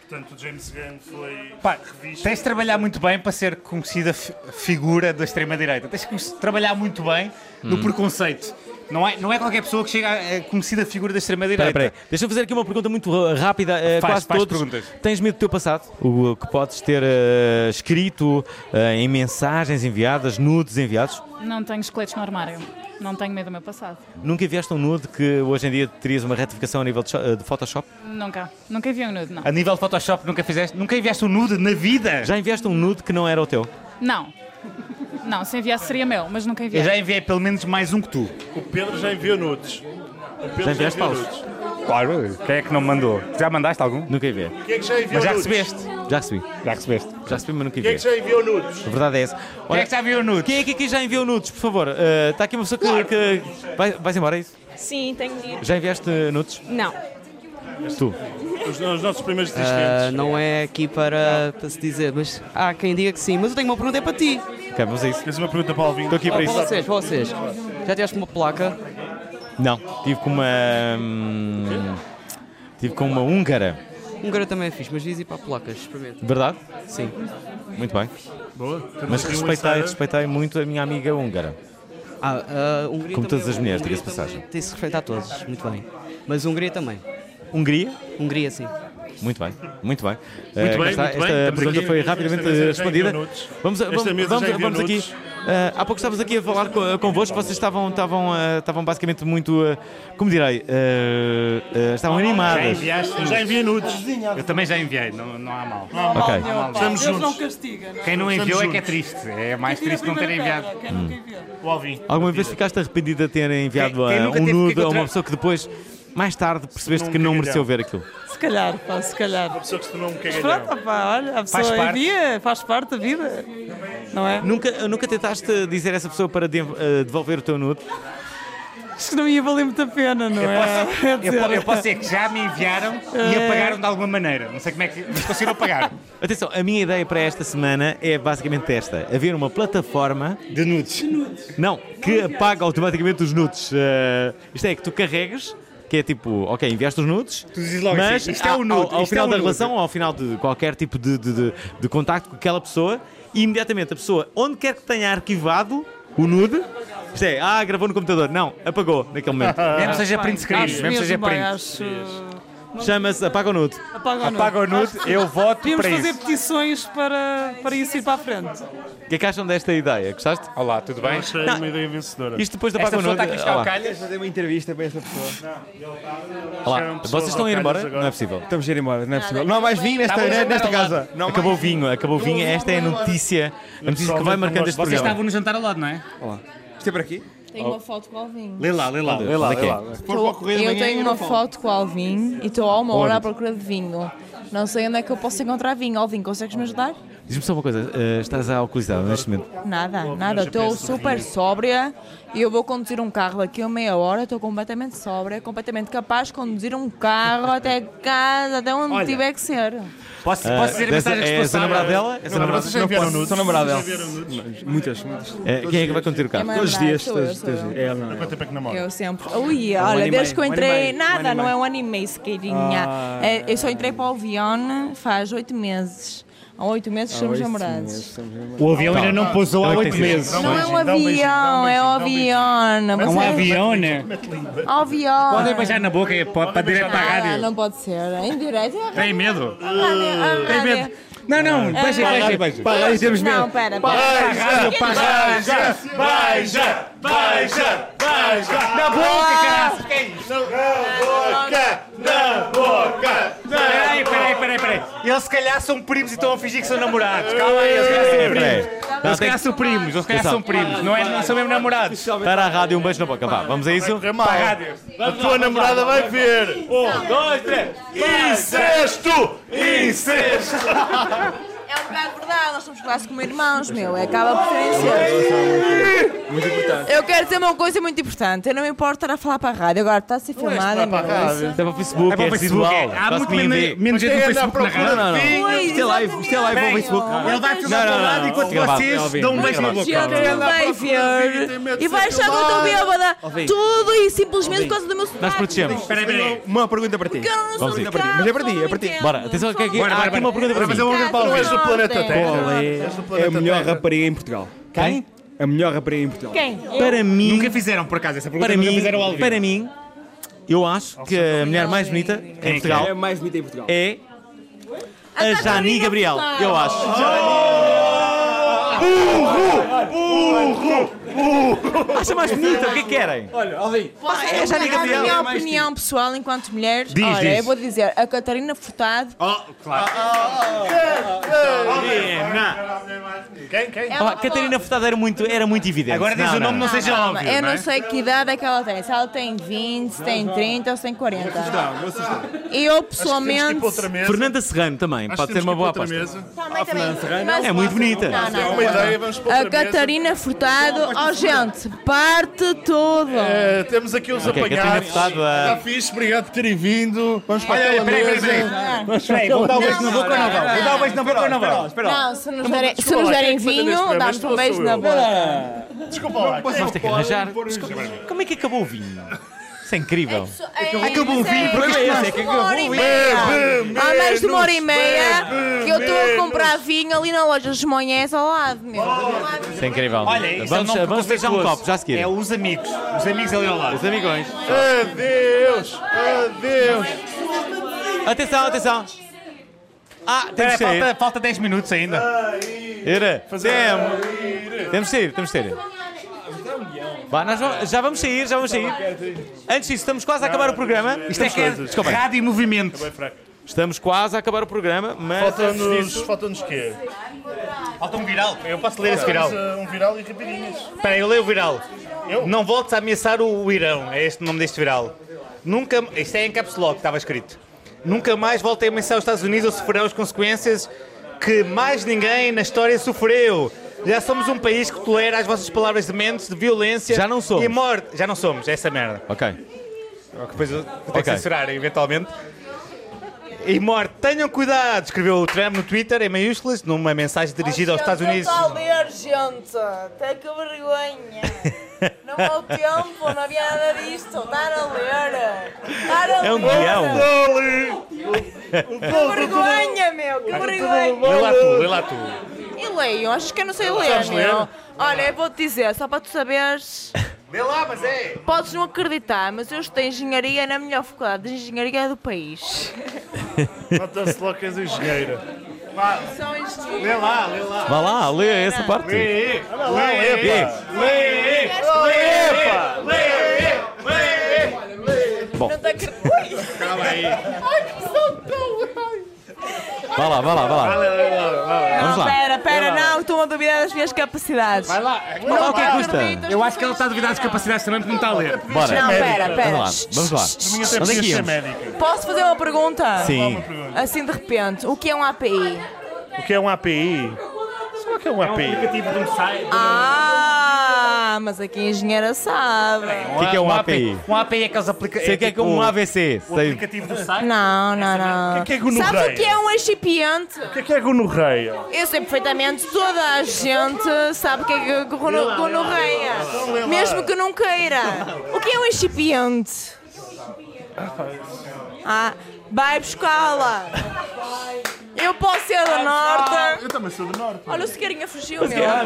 [SPEAKER 3] Portanto, o James Gunn foi
[SPEAKER 2] Pá,
[SPEAKER 3] revisto.
[SPEAKER 2] tens de trabalhar muito bem para ser conhecida fi- figura da extrema-direita. Tens de trabalhar muito bem no
[SPEAKER 1] Hum.
[SPEAKER 2] preconceito. Não é, não é qualquer pessoa que chega a a conhecida figura da
[SPEAKER 1] Espera,
[SPEAKER 2] extrema-direita.
[SPEAKER 1] espera aí. Deixa eu fazer aqui uma pergunta muito uh, rápida. uh,
[SPEAKER 2] Faz-
[SPEAKER 1] quase
[SPEAKER 2] faz
[SPEAKER 1] todos.
[SPEAKER 2] perguntas.
[SPEAKER 1] Tens medo do teu passado? O que podes ter uh, escrito uh, em mensagens enviadas, nudes enviados?
[SPEAKER 4] Não tenho esqueletos no armário. Não tenho medo do meu passado.
[SPEAKER 1] Nunca enviaste um nude que hoje em dia terias uma retificação a nível de, cho- de Photoshop?
[SPEAKER 4] Nunca. Nunca vi um nude, não.
[SPEAKER 2] A nível de Photoshop nunca fizeste, nunca enviaste um nude na vida.
[SPEAKER 1] Já enviaste um nude que não era o teu?
[SPEAKER 4] Não. Não, se enviasse seria meu, mas nunca enviei.
[SPEAKER 2] Eu já enviei pelo menos mais um que tu.
[SPEAKER 3] O Pedro já enviou nudes. O Pedro
[SPEAKER 2] Já enviaste
[SPEAKER 3] enviou
[SPEAKER 2] paus?
[SPEAKER 3] nudes.
[SPEAKER 2] Claro, quem é que não me mandou? Já mandaste algum?
[SPEAKER 1] Nunca enviei.
[SPEAKER 3] Quem é que já enviou
[SPEAKER 2] Mas já
[SPEAKER 3] nudes?
[SPEAKER 2] recebeste?
[SPEAKER 1] Já recebi.
[SPEAKER 2] Já recebeste.
[SPEAKER 1] Já recebi, mas nunca
[SPEAKER 3] Quem é
[SPEAKER 1] enviei.
[SPEAKER 3] que já enviou nudes?
[SPEAKER 1] A verdade é essa. Olha,
[SPEAKER 2] é que já enviou nudes?
[SPEAKER 1] Quem é que aqui já enviou nudes, por favor? Uh, Está aqui uma pessoa que. que- Vai, vais embora, é isso?
[SPEAKER 14] Sim, tenho de ir.
[SPEAKER 1] Já enviaste uh, nudes?
[SPEAKER 14] Não.
[SPEAKER 1] Tu.
[SPEAKER 3] Os, os nossos primeiros
[SPEAKER 18] Ah, não é aqui para, para se dizer, mas há quem diga que sim. Mas eu tenho uma pergunta é para ti.
[SPEAKER 1] Ok, vamos a isso.
[SPEAKER 3] Tens uma pergunta para o ouvinte?
[SPEAKER 1] Estou aqui para
[SPEAKER 18] Ou
[SPEAKER 1] isso.
[SPEAKER 18] Para vocês, para vocês. Já tiveste uma placa?
[SPEAKER 1] Não, tive com uma. hum, tive com uma húngara.
[SPEAKER 18] Húngara também é fixe, mas diz ir para placas, experimenta.
[SPEAKER 1] Verdade?
[SPEAKER 18] Sim.
[SPEAKER 1] Muito bem.
[SPEAKER 18] Boa.
[SPEAKER 1] Mas
[SPEAKER 18] Também
[SPEAKER 1] respeitei,
[SPEAKER 18] Sara?
[SPEAKER 1] respeitei muito a minha amiga húngara.
[SPEAKER 18] Ah, ah, Hungria
[SPEAKER 1] Como todas
[SPEAKER 18] também-
[SPEAKER 1] as mulheres,
[SPEAKER 18] Hungria
[SPEAKER 1] diga-se de
[SPEAKER 18] também
[SPEAKER 1] passagem.
[SPEAKER 18] Tem-se respeito a todos, muito bem. Mas Hungria também.
[SPEAKER 1] Hungria?
[SPEAKER 18] Hungria, sim.
[SPEAKER 1] Muito bem, muito bem. Muito
[SPEAKER 18] bem,
[SPEAKER 1] esta
[SPEAKER 18] muito bem.
[SPEAKER 1] esta
[SPEAKER 18] Estamos
[SPEAKER 1] pergunta
[SPEAKER 18] aqui.
[SPEAKER 1] foi
[SPEAKER 18] Esta
[SPEAKER 1] rapidamente
[SPEAKER 18] mesa já
[SPEAKER 1] respondida.
[SPEAKER 18] enviou nudes.
[SPEAKER 1] Vamos, a-
[SPEAKER 18] Esta
[SPEAKER 1] vamos,
[SPEAKER 18] mesa já
[SPEAKER 1] vamos,
[SPEAKER 18] enviou
[SPEAKER 1] vamos aqui.
[SPEAKER 18] nudes.
[SPEAKER 1] Ah, há pouco estávamos aqui a falar co- convosco, vocês estavam, estavam, ah, estavam basicamente muito, ah, como direi, ah, ah, estavam
[SPEAKER 2] Já
[SPEAKER 1] animadas.
[SPEAKER 2] enviaste nudes?
[SPEAKER 3] Já enviei nudes.
[SPEAKER 2] Eu também já enviei, não, não há mal.
[SPEAKER 1] há mal, Ok. não há mal.
[SPEAKER 2] Estamos
[SPEAKER 19] Deus
[SPEAKER 2] juntos.
[SPEAKER 19] não castiga. Não.
[SPEAKER 2] Quem não
[SPEAKER 19] Estamos
[SPEAKER 2] enviou é que é
[SPEAKER 19] juntos.
[SPEAKER 2] triste. É mais
[SPEAKER 19] Quem tira a
[SPEAKER 2] triste não ter
[SPEAKER 19] primeira
[SPEAKER 2] enviado.
[SPEAKER 19] pedra? Quem nunca
[SPEAKER 1] Hum.
[SPEAKER 19] enviou?
[SPEAKER 3] O Alvin.
[SPEAKER 1] Alguma vez ficaste arrependida de ter enviado
[SPEAKER 2] Quem- quem
[SPEAKER 1] ah,
[SPEAKER 2] nunca
[SPEAKER 1] um
[SPEAKER 2] teve que
[SPEAKER 1] nude a uma
[SPEAKER 2] encontrar-
[SPEAKER 1] pessoa que depois, mais tarde, percebeste que
[SPEAKER 2] Nunca
[SPEAKER 1] não mereceu
[SPEAKER 2] calhar.
[SPEAKER 1] ver aquilo?
[SPEAKER 19] Se calhar, pá, se calhar. Uma
[SPEAKER 3] pessoa que se tornou um
[SPEAKER 19] Mas pronto, pá, olha, a
[SPEAKER 1] Faz
[SPEAKER 19] pessoa faz
[SPEAKER 1] parte.
[SPEAKER 19] dia, faz parte da vida. Não é?
[SPEAKER 1] Nunca, nunca tentaste dizer a essa pessoa para de- eh, devolver o teu nude?
[SPEAKER 19] Acho que não ia valer muito a pena, não
[SPEAKER 2] Eu
[SPEAKER 19] é? [laughs]
[SPEAKER 2] posso,
[SPEAKER 19] É
[SPEAKER 2] eu,
[SPEAKER 19] dizer-
[SPEAKER 2] po- eu posso dizer que já me enviaram e
[SPEAKER 19] É.
[SPEAKER 2] apagaram de alguma maneira. Não sei como é que. Mas
[SPEAKER 19] [laughs]
[SPEAKER 2] conseguiram apagar.
[SPEAKER 1] Atenção, a minha ideia para esta semana é basicamente esta: haver uma plataforma
[SPEAKER 2] de nudes.
[SPEAKER 1] Não, que apaga automaticamente os nudes. Eh, isto é que tu carregas, que é tipo, ok, enviaste os nudes,
[SPEAKER 2] dizes logo
[SPEAKER 1] mas
[SPEAKER 2] assim, isto é
[SPEAKER 1] ao-
[SPEAKER 2] o nude,
[SPEAKER 1] ao, ao
[SPEAKER 2] isto
[SPEAKER 1] final
[SPEAKER 2] é o
[SPEAKER 1] da
[SPEAKER 2] nude.
[SPEAKER 1] relação, ou ao final de qualquer tipo de, de, de- de contacto com aquela pessoa, imediatamente a pessoa, onde quer que tenha arquivado o nude, isto é, ah, gravou no computador, não, apagou
[SPEAKER 19] [laughs]
[SPEAKER 1] naquele momento.
[SPEAKER 18] Ah,
[SPEAKER 2] Mesmo seja print screen,
[SPEAKER 19] Acho
[SPEAKER 2] mesmo seja
[SPEAKER 19] mesmo, bem,
[SPEAKER 2] print.
[SPEAKER 19] acho-
[SPEAKER 1] Chama-se Apaga o Nude.
[SPEAKER 19] Apaga o nude.
[SPEAKER 2] Apaga o nude,
[SPEAKER 19] Acho que
[SPEAKER 2] eu voto
[SPEAKER 19] Devíamos
[SPEAKER 1] para
[SPEAKER 19] fazer
[SPEAKER 1] isso.
[SPEAKER 19] petições para, para isso ir para a frente.
[SPEAKER 1] O que é que acham desta ideia? Gostaste?
[SPEAKER 2] Olá, tudo
[SPEAKER 3] bem? achei uma ideia vencedora.
[SPEAKER 1] Isto depois da Apaga o Nude. olá.
[SPEAKER 16] calhas fazer uma entrevista para esta pessoa.
[SPEAKER 1] Olá, vocês estão a ir embora? Não é possível.
[SPEAKER 16] Estamos a ir embora, não é possível. Não há mais vinho
[SPEAKER 1] Tá
[SPEAKER 16] nesta, nesta casa. Não há
[SPEAKER 1] acabou o
[SPEAKER 16] mais
[SPEAKER 1] vinho, acabou o vinho. Esta é a notícia, a notícia que vai marcando
[SPEAKER 2] Vocês
[SPEAKER 1] este programa.
[SPEAKER 2] estavam no jantar ao lado, não é?
[SPEAKER 1] Olá.
[SPEAKER 16] Isto é para aqui?
[SPEAKER 20] Tenho uma foto com o Alvin.
[SPEAKER 2] Oh. Lê lá, lê lá,
[SPEAKER 1] Onde?
[SPEAKER 2] lê lá.
[SPEAKER 1] Onde é que
[SPEAKER 2] lê
[SPEAKER 1] é?
[SPEAKER 2] lá.
[SPEAKER 20] Tô- eu tenho uma foto com o Alvin e estou há uma hora
[SPEAKER 1] Onde?
[SPEAKER 20] à procura de vinho. Não sei onde é que eu posso encontrar vinho. Alvin, consegues me ajudar?
[SPEAKER 1] Diz-me só uma coisa, eh, estás à alcoolizada neste momento.
[SPEAKER 20] Nada, nada.
[SPEAKER 1] mas eu
[SPEAKER 20] Estou
[SPEAKER 1] penso
[SPEAKER 20] super
[SPEAKER 1] vinho.
[SPEAKER 20] sóbria e eu vou conduzir um carro daqui a meia hora. Estou completamente sóbria, completamente capaz de conduzir um carro até casa, até onde
[SPEAKER 2] Olha.
[SPEAKER 20] tiver que ser.
[SPEAKER 2] Posso,
[SPEAKER 1] Ah,
[SPEAKER 2] posso dizer a mensagem
[SPEAKER 1] dessa- é essa a
[SPEAKER 2] responsável?
[SPEAKER 1] namorada dela? Essa
[SPEAKER 2] Não,
[SPEAKER 1] namorada-
[SPEAKER 2] vocês
[SPEAKER 1] Não
[SPEAKER 2] já enviaram
[SPEAKER 1] posso,
[SPEAKER 2] nudes?
[SPEAKER 1] sou namorada dela.
[SPEAKER 2] Vocês já enviaram nudes?
[SPEAKER 16] Muitas, muitas.
[SPEAKER 1] Eh, quem é que vai conduzir o carro?
[SPEAKER 20] Quem vai
[SPEAKER 16] Todos os dias,
[SPEAKER 20] mandar?
[SPEAKER 16] todos os
[SPEAKER 20] Sou eu,
[SPEAKER 16] dias.
[SPEAKER 20] sou eu.
[SPEAKER 16] É ela, não é?
[SPEAKER 3] Quanto tempo é que namora?
[SPEAKER 20] Eu sempre. Ui,
[SPEAKER 16] Um ano
[SPEAKER 20] olha,
[SPEAKER 16] e
[SPEAKER 20] desde que eu
[SPEAKER 16] meio, um ano e
[SPEAKER 20] entrei.
[SPEAKER 16] meio, um ano
[SPEAKER 20] nada,
[SPEAKER 16] e
[SPEAKER 20] não é
[SPEAKER 16] meio.
[SPEAKER 20] um ano e meio, se queirinha.
[SPEAKER 16] Ah.
[SPEAKER 20] É, eu só entrei para o Vion faz oito meses. Há oito meses
[SPEAKER 21] Há
[SPEAKER 20] estamos
[SPEAKER 21] oito
[SPEAKER 20] namorados.
[SPEAKER 2] O avião ainda não pousou há oito meses.
[SPEAKER 20] Não é um avião, é um avião.
[SPEAKER 2] É um
[SPEAKER 20] Vocês-
[SPEAKER 2] avião, né?
[SPEAKER 20] Avião.
[SPEAKER 2] Podem beijar na boca e pode para direto para a
[SPEAKER 20] Ah,
[SPEAKER 2] rádio.
[SPEAKER 20] não pode ser. é Em direto.
[SPEAKER 2] Tem medo?
[SPEAKER 20] Tem medo.
[SPEAKER 2] Não, não,
[SPEAKER 20] Ah,
[SPEAKER 2] beija,
[SPEAKER 20] não.
[SPEAKER 2] beija, beija.
[SPEAKER 20] Para aí, temos medo. Não, pera, pera.
[SPEAKER 2] Beija, beija, beija, beija, beija. Na boca, caralho.
[SPEAKER 6] que é isto? Na boca, na boca.
[SPEAKER 2] Peraí, peraí, peraí, peraí. Eles se calhar são primos e estão a fingir que são namorados. Calma aí, eles se calhar são
[SPEAKER 1] Peraí,
[SPEAKER 2] primos.
[SPEAKER 1] peraí.
[SPEAKER 2] É, Eles se calhar são primos, eles se calhar são primos. Não, é, não são mesmo namorados.
[SPEAKER 1] Para a rádio, um beijo na boca. Vá, vamos a isso?
[SPEAKER 2] Para a rádio.
[SPEAKER 6] É A tua namorada vai ver. Um, dois, três. Incesto! Incesto!
[SPEAKER 20] É um bocado verdade, nós somos quase como irmãos, meu. É, Acaba por ser incesto.
[SPEAKER 21] Muito importante.
[SPEAKER 20] Eu quero dizer uma coisa muito importante. Eu não me importo estar a falar para a rádio, agora está a ser filmado.
[SPEAKER 21] falar para a rádio.
[SPEAKER 1] Está para o Facebook, é,
[SPEAKER 2] para o Facebook,
[SPEAKER 1] residual.
[SPEAKER 2] é. Há
[SPEAKER 1] Quase
[SPEAKER 2] muito
[SPEAKER 1] ninguém
[SPEAKER 2] menos-
[SPEAKER 1] vê.
[SPEAKER 2] menos gente no Facebook na rádio.
[SPEAKER 1] Não, não, não.
[SPEAKER 2] Sim,
[SPEAKER 1] Isto é live, isto é live ao Facebook.
[SPEAKER 2] Ele vai filmar para o lado enquanto vocês dão um beijo na boca.
[SPEAKER 20] vai ver e vai achar que eu estou bêbada.
[SPEAKER 21] Ouvi.
[SPEAKER 20] Tudo e simplesmente
[SPEAKER 21] Ouvi.
[SPEAKER 20] por causa do meu sotaque.
[SPEAKER 21] Espera, espera. Uma pergunta para ti.
[SPEAKER 20] Porque eu não sou
[SPEAKER 21] Vamos
[SPEAKER 20] de
[SPEAKER 21] ir. Mas é para ti, é para ti.
[SPEAKER 1] Bora, atenção que aqui há aqui uma pergunta para mim.
[SPEAKER 21] Qual
[SPEAKER 1] Não és do planeta Terra.
[SPEAKER 21] é, é a melhor rapariga em Portugal?
[SPEAKER 1] Quem?
[SPEAKER 21] A melhor rapariga em Portugal.
[SPEAKER 20] Quem?
[SPEAKER 1] Para mim...
[SPEAKER 2] Nunca fizeram, por acaso, essa pergunta.
[SPEAKER 1] Para
[SPEAKER 2] nunca
[SPEAKER 1] mim,
[SPEAKER 2] fizeram ao vivo.
[SPEAKER 1] para mim, eu acho que a mulher mais bonita em Portugal
[SPEAKER 21] É a mais bonita em Portugal.
[SPEAKER 1] é a Jani Gabriel, eu acho.
[SPEAKER 6] Burro! Burro!
[SPEAKER 1] Acha mais bonita, o que é que querem?
[SPEAKER 21] Olha, Alvin.
[SPEAKER 20] Posso
[SPEAKER 1] Ah, é, já diga,
[SPEAKER 20] dar a
[SPEAKER 1] Gabriel.
[SPEAKER 20] minha
[SPEAKER 1] Mais
[SPEAKER 20] opinião pessoal enquanto mulher?
[SPEAKER 1] Diz,
[SPEAKER 20] Olha,
[SPEAKER 1] diz. Oh,
[SPEAKER 20] eu vou dizer, a Catarina Furtado
[SPEAKER 6] Quem? Quem?
[SPEAKER 1] Ah, Catarina Furtado era muito, era muito evidente.
[SPEAKER 2] Agora diz o nome, não seja
[SPEAKER 20] Calma, eu não sei que idade é que ela tem. Se ela tem 20, se tem 30 ou se tem 40. Eu pessoalmente.
[SPEAKER 1] Fernanda Serrano também,
[SPEAKER 20] Acho
[SPEAKER 1] pode
[SPEAKER 20] que
[SPEAKER 1] ser
[SPEAKER 20] temos
[SPEAKER 1] uma
[SPEAKER 20] que ir
[SPEAKER 1] boa
[SPEAKER 20] para outra
[SPEAKER 1] aposta.
[SPEAKER 20] Também, também.
[SPEAKER 1] É muito bonita.
[SPEAKER 20] Não, não, não.
[SPEAKER 6] uma ideia, vamos para
[SPEAKER 20] A
[SPEAKER 6] outra mesa.
[SPEAKER 20] Catarina Furtado, ó gente, parte tudo!
[SPEAKER 6] É, temos aqui uns
[SPEAKER 1] Ok, Catarina
[SPEAKER 6] apanhados.
[SPEAKER 1] Furtado, ah.
[SPEAKER 6] Está fixe, obrigado por terem vindo. Vamos para
[SPEAKER 2] Olha,
[SPEAKER 6] aquela
[SPEAKER 2] peraí, peraí,
[SPEAKER 6] mesa.
[SPEAKER 2] peraí.
[SPEAKER 6] Vamos para
[SPEAKER 2] Peraí, Ah. vou dar
[SPEAKER 6] aquela
[SPEAKER 2] o beijo na
[SPEAKER 6] mesa.
[SPEAKER 2] boca ou não vou? Vou dar o beijo na boca ou não vou?
[SPEAKER 20] Não, se nos
[SPEAKER 6] Não,
[SPEAKER 20] derem,
[SPEAKER 6] desculpa
[SPEAKER 20] se nos
[SPEAKER 6] lá, é
[SPEAKER 20] derem
[SPEAKER 6] quem é que manda este
[SPEAKER 20] vinho,
[SPEAKER 6] programa?
[SPEAKER 20] dá-nos
[SPEAKER 6] Este
[SPEAKER 20] um beijo
[SPEAKER 6] sou
[SPEAKER 20] na
[SPEAKER 6] eu.
[SPEAKER 20] boca.
[SPEAKER 6] Desculpa lá.
[SPEAKER 1] Mas vamos ter que arranjar. Como é que acabou o vinho? Isso é incrível.
[SPEAKER 20] Acabou o
[SPEAKER 6] é
[SPEAKER 20] vinho,
[SPEAKER 1] porque é isto não-
[SPEAKER 20] hora e meia. Há mais de uma hora e meia que eu estou a comprar vinho ali na loja dos Monhés ao lado, meu.
[SPEAKER 1] Isso é incrível.
[SPEAKER 2] Olha, isso é o
[SPEAKER 1] vamos
[SPEAKER 2] nome
[SPEAKER 1] vamos
[SPEAKER 2] preconceituoso.
[SPEAKER 1] beijar um copo, já a seguir.
[SPEAKER 2] É os amigos. Os amigos ali ao lado.
[SPEAKER 1] Os amigões.
[SPEAKER 6] Adeus! Adeus!
[SPEAKER 1] Atenção, atenção. Ah, temos
[SPEAKER 2] Peraí,
[SPEAKER 1] que sair.
[SPEAKER 2] falta, falta 10 minutos ainda.
[SPEAKER 1] Era. Temos. Temos de sair, temos de sair. Vá, nós vamos- já vamos sair, já vamos sair. Antes disso, estamos quase a acabar o programa.
[SPEAKER 2] Isto é que é
[SPEAKER 1] Desculpa.
[SPEAKER 2] rádio e movimento.
[SPEAKER 1] Estamos quase a abar o programa, mas.
[SPEAKER 6] Falta-nos falta-nos quê?
[SPEAKER 2] Falta um viral. Eu posso ler esse viral.
[SPEAKER 6] Faz, uh, Um viral e
[SPEAKER 2] [laughs]
[SPEAKER 6] rapidinhas.
[SPEAKER 2] Espera, aí, eu leio o viral. Não voltes a ameaçar o, o Irão, é este o nome deste viral. Nunca, isto é em caps lock, estava escrito. Nunca mais voltem a ameaçar os Estados Unidos ou sofrerão as consequências que mais ninguém na história sofreu. Já somos um país que tolera as vossas palavras de mentes, de violência
[SPEAKER 1] Já não somos.
[SPEAKER 2] e morte. Já não somos, é essa merda.
[SPEAKER 1] Ok.
[SPEAKER 2] Depois eu vou ter que
[SPEAKER 1] Ok.
[SPEAKER 2] censurar, eventualmente. E morte, tenham cuidado, escreveu o Trump no Twitter, em maiúsculas, numa mensagem dirigida aos Estados Unidos.
[SPEAKER 20] Está a ler, gente. Até que vergonha. Não há o tempo, não havia nada disto. Estar a ler. Estar a
[SPEAKER 1] É um
[SPEAKER 20] ler.
[SPEAKER 1] guião.
[SPEAKER 20] Que vergonha, meu. Que
[SPEAKER 2] Lê lá tu,
[SPEAKER 20] vergonha.
[SPEAKER 2] lê lá tu.
[SPEAKER 20] E leiam. Achas que eu não sei
[SPEAKER 2] Sabes
[SPEAKER 20] ler,
[SPEAKER 2] ler?
[SPEAKER 20] meu. Olha, eu vou-te dizer, só para tu saberes...
[SPEAKER 2] Vê lá, mas é.
[SPEAKER 20] Podes não acreditar, mas eu estou em engenharia na melhor faculdade de engenharia do país.
[SPEAKER 6] Nota-se logo que és engenheira.
[SPEAKER 20] São engenheiros.
[SPEAKER 6] Lê lá, lê lá.
[SPEAKER 1] Vá lá, lê essa parte.
[SPEAKER 6] Lê,
[SPEAKER 1] Olha lá,
[SPEAKER 6] lê,
[SPEAKER 1] lê.
[SPEAKER 6] lê,
[SPEAKER 1] Epa!
[SPEAKER 6] lê,
[SPEAKER 1] Bom,
[SPEAKER 20] Não te acredito.
[SPEAKER 2] Calma aí.
[SPEAKER 20] Ai, que saudade.
[SPEAKER 1] vá lá, vá lá, vá lá.
[SPEAKER 2] [laughs]
[SPEAKER 1] Ah, Vamos
[SPEAKER 20] Não,
[SPEAKER 1] lá.
[SPEAKER 20] pera, pera,
[SPEAKER 2] Vai lá.
[SPEAKER 20] não, estou a duvidar das minhas capacidades. Vai
[SPEAKER 2] lá.
[SPEAKER 1] Não, lá, o que é que custa?
[SPEAKER 2] Eu acho que tá ele está a duvidar das capacidades também porque não está a ler.
[SPEAKER 1] Bora.
[SPEAKER 20] Não, pera, pera.
[SPEAKER 1] Vamos lá, vamos lá. Onde é que íamos?
[SPEAKER 20] Posso fazer uma pergunta?
[SPEAKER 1] Sim.
[SPEAKER 20] Assim de repente, o que é um API?
[SPEAKER 6] O que é um API? Mas Qual que é um API?
[SPEAKER 2] aplicativo de um site.
[SPEAKER 20] Ah, mas aqui a engenheira sabe.
[SPEAKER 1] O que é que é um API?
[SPEAKER 2] Um API é aqueles aplicativos.
[SPEAKER 1] Sei o que é
[SPEAKER 20] tipo
[SPEAKER 1] que é um AVC. Sei.
[SPEAKER 2] aplicativo do site?
[SPEAKER 20] Não, não, não.
[SPEAKER 6] O que é que é gonorreia?
[SPEAKER 20] Sabes assim, o que é um excipiente?
[SPEAKER 6] O que é que é gonorreia?
[SPEAKER 20] Eu sei perfeitamente, toda a gente sabe o que é que gono- gonorreia. Mesmo que não queira. O que é um excipiente? Ah,
[SPEAKER 19] Vai buscá-la! Eu posso ser do norte!
[SPEAKER 3] Ah, Eu também sou do norte.
[SPEAKER 19] Olha, o Sequeirinha fugiu, meu.
[SPEAKER 2] ah,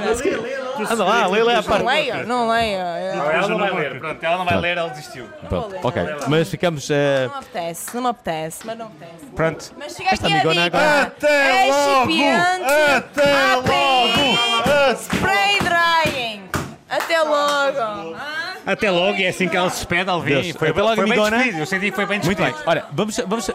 [SPEAKER 3] Anda lá, Ah, lê lá a parte.
[SPEAKER 19] Não leia, não leia.
[SPEAKER 20] é.
[SPEAKER 2] Não, ela não vai ler, pronto, ela não vai
[SPEAKER 1] Pronto.
[SPEAKER 2] ler, ela desistiu.
[SPEAKER 1] Pronto, ok. Mas ficamos. eh,
[SPEAKER 19] Não me apetece, não me apetece, mas não me apetece.
[SPEAKER 1] Pronto.
[SPEAKER 19] Mas chega
[SPEAKER 1] Esta
[SPEAKER 19] aqui a
[SPEAKER 1] amigona
[SPEAKER 19] dica.
[SPEAKER 1] agora-
[SPEAKER 3] Até
[SPEAKER 19] é
[SPEAKER 3] logo!
[SPEAKER 19] excipiente,
[SPEAKER 3] Até
[SPEAKER 19] rápido, Spray drying! Até logo!
[SPEAKER 2] Até logo, e é assim que ela se despede, Alvin.
[SPEAKER 1] Deus.
[SPEAKER 2] Foi,
[SPEAKER 1] Até logo,
[SPEAKER 2] foi bem
[SPEAKER 1] amigona.
[SPEAKER 2] despedido, eu senti que foi bem
[SPEAKER 1] Muito
[SPEAKER 2] despedido.
[SPEAKER 1] bem. Olha, vamos. vamos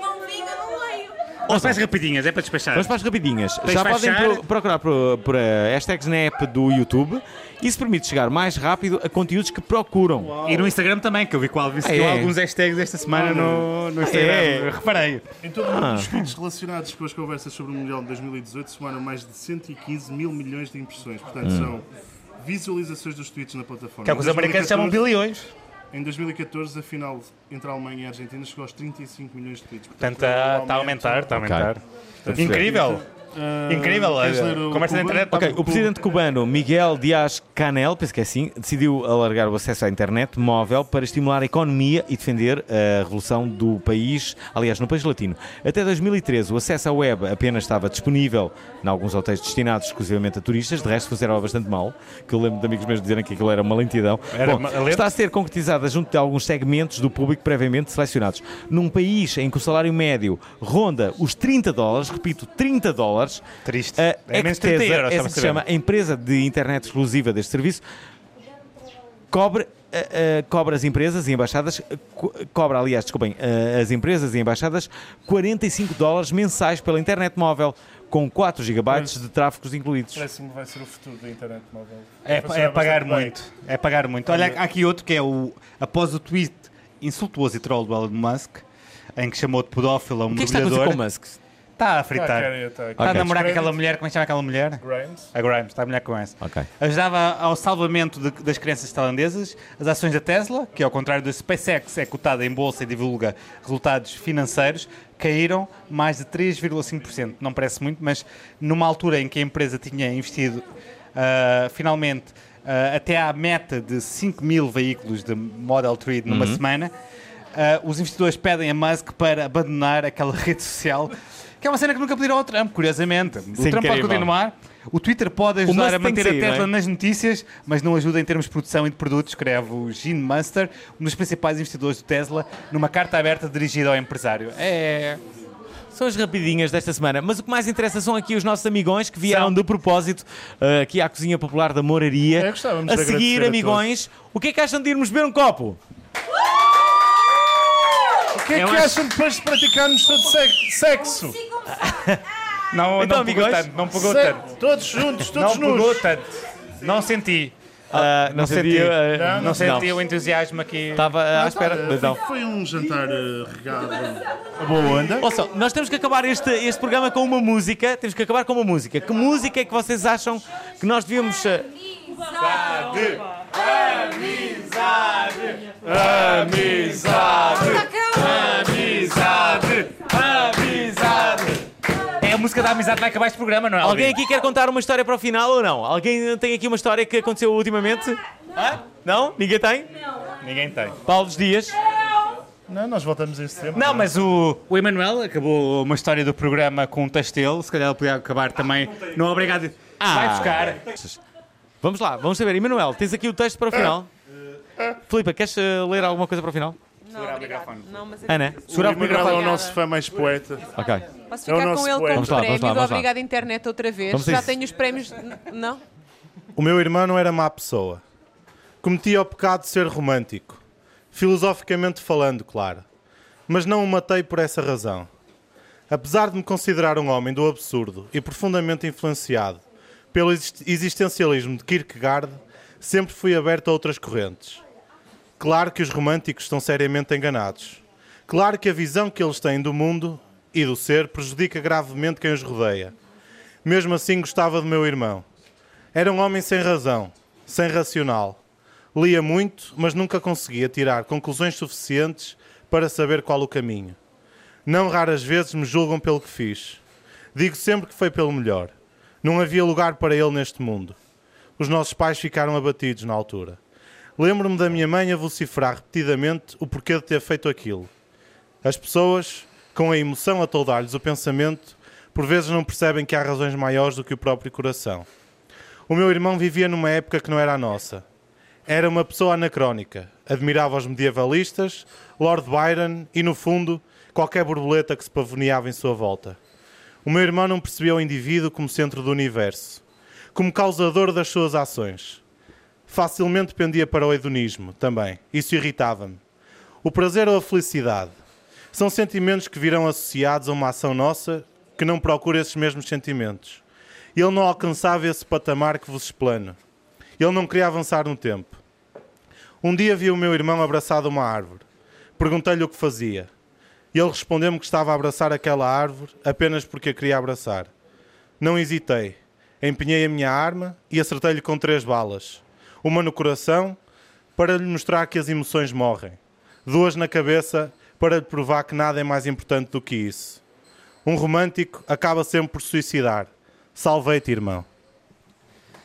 [SPEAKER 2] Ou mais rapidinhas, é para despachar.
[SPEAKER 1] Vamos para as rapidinhas.
[SPEAKER 2] Tens
[SPEAKER 1] Já
[SPEAKER 2] de
[SPEAKER 1] podem
[SPEAKER 2] baixar.
[SPEAKER 1] pro- procurar por, por eh, hashtags na app do YouTube. Isso permite chegar mais rápido a conteúdos que procuram.
[SPEAKER 2] E no Instagram também, que eu vi que o Alvin seguiu
[SPEAKER 1] É.
[SPEAKER 2] alguns hashtags esta semana no, no Instagram.
[SPEAKER 1] É.
[SPEAKER 2] Reparei.
[SPEAKER 3] Então,
[SPEAKER 2] Ah.
[SPEAKER 3] os tweets relacionados com as conversas sobre o Mundial de 2018 somaram mais de 115 mil milhões de impressões. Portanto,
[SPEAKER 2] Hum.
[SPEAKER 3] são visualizações dos tweets na plataforma.
[SPEAKER 2] Que é o que os
[SPEAKER 3] Em
[SPEAKER 2] americanos
[SPEAKER 3] 2014
[SPEAKER 2] chamam bilhões.
[SPEAKER 3] Em 2014, a final entre a Alemanha e a Argentina chegou aos 35 milhões de tweets.
[SPEAKER 2] Portanto, está está tá a aumentar, está a aumentar.
[SPEAKER 3] Ok.
[SPEAKER 2] Incrível.
[SPEAKER 3] Ah,
[SPEAKER 2] Incrível,
[SPEAKER 3] queres
[SPEAKER 2] olha.
[SPEAKER 3] ler o
[SPEAKER 2] Conversa na
[SPEAKER 3] Cuba?
[SPEAKER 2] internet.
[SPEAKER 1] Ok, o presidente cubano Miguel Díaz Canel, penso que é assim, decidiu alargar o acesso à internet móvel para estimular a economia e defender a revolução do país, aliás, no país latino. Até 2013, o acesso à web apenas estava disponível em alguns hotéis destinados exclusivamente a turistas, de resto funcionava bastante mal, que eu lembro de amigos meus dizerem que aquilo era uma lentidão.
[SPEAKER 2] Era
[SPEAKER 1] Bom,
[SPEAKER 2] uma lentidão.
[SPEAKER 1] está a ser concretizada junto de alguns segmentos do público previamente selecionados. Num país em que o salário médio ronda os 30 dólares, repito, 30 dólares,
[SPEAKER 2] Triste.
[SPEAKER 1] é
[SPEAKER 2] É
[SPEAKER 1] que
[SPEAKER 2] menos 30 euros,
[SPEAKER 1] essa
[SPEAKER 2] estava a
[SPEAKER 1] que se
[SPEAKER 2] saber.
[SPEAKER 1] chama a empresa de internet exclusiva deste serviço cobre, eh, eh, cobra as empresas e embaixadas, eh, co- cobra, aliás, desculpem, eh, as empresas e embaixadas 45 dólares mensais pela internet móvel, com 4 gigabytes de tráfegos incluídos.
[SPEAKER 3] Parece-me que vai ser o futuro da internet móvel.
[SPEAKER 2] É,
[SPEAKER 3] Vai
[SPEAKER 2] é
[SPEAKER 3] funcionar
[SPEAKER 2] pagar
[SPEAKER 3] bastante bem.
[SPEAKER 2] muito. É pagar muito. Olha, há aqui outro que é o. Após o tweet insultuoso e troll do Elon Musk, em que chamou de pedófilo a um
[SPEAKER 1] O que é que está a acontecer
[SPEAKER 2] mergulhador.
[SPEAKER 1] com o Musk?
[SPEAKER 2] Está a fritar. Ah,
[SPEAKER 3] Tá a
[SPEAKER 2] Está,
[SPEAKER 3] querer, tá a
[SPEAKER 2] a
[SPEAKER 3] querer.
[SPEAKER 2] namorar com
[SPEAKER 3] Ok.
[SPEAKER 2] aquela mulher. Como é que chama aquela mulher?
[SPEAKER 3] Grimes.
[SPEAKER 2] A Grimes. Está a mulher com essa.
[SPEAKER 1] Ok.
[SPEAKER 2] Ajudava ao salvamento de- das crianças tailandesas. As ações da Tesla, que ao contrário da SpaceX é cotada em bolsa e divulga resultados financeiros, caíram mais de 3,5%. Não parece muito, mas numa altura em que a empresa tinha investido ah, finalmente ah, até à meta de 5 mil veículos de Model 3 numa
[SPEAKER 6] Uhum.
[SPEAKER 2] semana, ah, os investidores pedem a Musk para abandonar aquela [laughs] rede social. Que é uma cena que nunca pediram ao Trump, curiosamente. o Trump pode
[SPEAKER 6] é incrível.
[SPEAKER 2] continuar, o Twitter pode
[SPEAKER 6] O
[SPEAKER 2] ajudar
[SPEAKER 6] Musk
[SPEAKER 2] a
[SPEAKER 6] tem que
[SPEAKER 2] manter a
[SPEAKER 6] sair, não é?
[SPEAKER 2] Tesla nas notícias, mas não ajuda em termos de produção e de produtos, escreve o Gene Munster, um dos principais investidores do Tesla, numa carta aberta dirigida ao empresário. É.
[SPEAKER 1] São as rapidinhas desta semana, mas o que mais interessa são aqui os nossos amigões que vieram de propósito eh, aqui à Cozinha Popular da Moraria.
[SPEAKER 3] É, gostávamos
[SPEAKER 1] a
[SPEAKER 3] de agradecer
[SPEAKER 1] seguir,
[SPEAKER 3] a
[SPEAKER 1] amigões, o que é que acham de irmos beber um copo?
[SPEAKER 3] O que é
[SPEAKER 1] Eu
[SPEAKER 3] que
[SPEAKER 1] acho-
[SPEAKER 3] acham depois de praticarmos todo se- sexo?
[SPEAKER 2] Não,
[SPEAKER 1] Então,
[SPEAKER 2] não pegou
[SPEAKER 1] amigões,
[SPEAKER 2] tanto, não pegou
[SPEAKER 3] se-
[SPEAKER 2] tanto.
[SPEAKER 3] Todos juntos, todos
[SPEAKER 2] Não pegou
[SPEAKER 3] nus.
[SPEAKER 2] tanto. Não senti.
[SPEAKER 1] Ah, não
[SPEAKER 2] senti,
[SPEAKER 1] sabia, eh,
[SPEAKER 2] não,
[SPEAKER 1] não.
[SPEAKER 2] senti o entusiasmo aqui.
[SPEAKER 1] Estava à espera.
[SPEAKER 3] tá,
[SPEAKER 1] Mas não.
[SPEAKER 3] foi- Foi um jantar eh, regado a
[SPEAKER 1] Boa
[SPEAKER 3] boa onda.
[SPEAKER 1] Ouçam, nós temos que acabar este, este programa com uma música. Temos que acabar com uma música. Que música é que vocês acham que nós devíamos. eh,
[SPEAKER 6] Amizade!
[SPEAKER 2] Amizade! Amizade! É a música da amizade vai acabar este programa, não é?
[SPEAKER 1] Alguém aqui quer contar uma história para o final ou não? Alguém tem aqui uma história que aconteceu ultimamente? Hã? Não? Ninguém tem?
[SPEAKER 2] Ninguém tem.
[SPEAKER 1] Paulo Dias?
[SPEAKER 3] Não, nós voltamos a esse tempo.
[SPEAKER 2] Não, mas o, o Emanuel acabou uma história do programa com um texto dele, se calhar ele podia acabar também. Ah, Não, Ah. obrigado.
[SPEAKER 1] Ah.
[SPEAKER 2] Vai buscar.
[SPEAKER 1] Vamos lá, vamos saber. Emanuel, tens aqui o texto para o final? Filipa, queres eh, ler alguma coisa para o final?
[SPEAKER 2] Segurar o microfone.
[SPEAKER 1] Ana?
[SPEAKER 3] Segurar é o Miguel é o
[SPEAKER 5] Obrigada.
[SPEAKER 3] nosso fã mais poeta.
[SPEAKER 1] Ok.
[SPEAKER 5] Posso
[SPEAKER 3] É o
[SPEAKER 5] ficar
[SPEAKER 3] nosso
[SPEAKER 5] com
[SPEAKER 3] poeta.
[SPEAKER 5] ele com o
[SPEAKER 1] Vamos lá,
[SPEAKER 5] prémio
[SPEAKER 1] vamos lá,
[SPEAKER 5] do
[SPEAKER 1] vamos lá.
[SPEAKER 5] Obrigado Internet outra vez?
[SPEAKER 9] Vamos a
[SPEAKER 5] Já
[SPEAKER 9] isso.
[SPEAKER 5] tenho os prémios. N- Não?
[SPEAKER 9] O meu irmão não era má pessoa. Cometi o pecado de ser romântico. Filosoficamente falando, claro. Mas não o matei por essa razão. Apesar de me considerar um homem do absurdo e profundamente influenciado pelo exist- existencialismo de Kierkegaard, sempre fui aberto a outras correntes. Claro que os românticos estão seriamente enganados. Claro que a visão que eles têm do mundo e do ser prejudica gravemente quem os rodeia. Mesmo assim, gostava do meu irmão. Era um homem sem razão, sem racional. Lia muito, mas nunca conseguia tirar conclusões suficientes para saber qual o caminho. Não raras vezes me julgam pelo que fiz. Digo sempre que foi pelo melhor. Não havia lugar para ele neste mundo. Os nossos pais ficaram abatidos na altura. Lembro-me da minha mãe a vociferar repetidamente o porquê de ter feito aquilo. As pessoas com a emoção a toldar-lhes o pensamento, por vezes não percebem que há razões maiores do que o próprio coração. O meu irmão vivia numa época que não era a nossa. Era uma pessoa anacrónica. Admirava os medievalistas, Lord Byron e, no fundo, qualquer borboleta que se pavoneava em sua volta. O meu irmão não percebia o indivíduo como centro do universo, como causador das suas ações. Facilmente pendia para o hedonismo também. Isso irritava-me. O prazer ou a felicidade são sentimentos que virão associados a uma ação nossa que não procura esses mesmos sentimentos. Ele não alcançava esse patamar que vos explano. Ele não queria avançar no tempo. Um dia vi o meu irmão abraçado a uma árvore. Perguntei-lhe o que fazia. Ele respondeu-me que estava a abraçar aquela árvore apenas porque a queria abraçar. Não hesitei. Empenhei a minha arma e acertei-lhe com três balas. Uma no coração, para lhe mostrar que as emoções morrem. Duas na cabeça, para lhe provar que nada é mais importante do que isso. Um romântico acaba sempre por se suicidar. Salvei-te, irmão.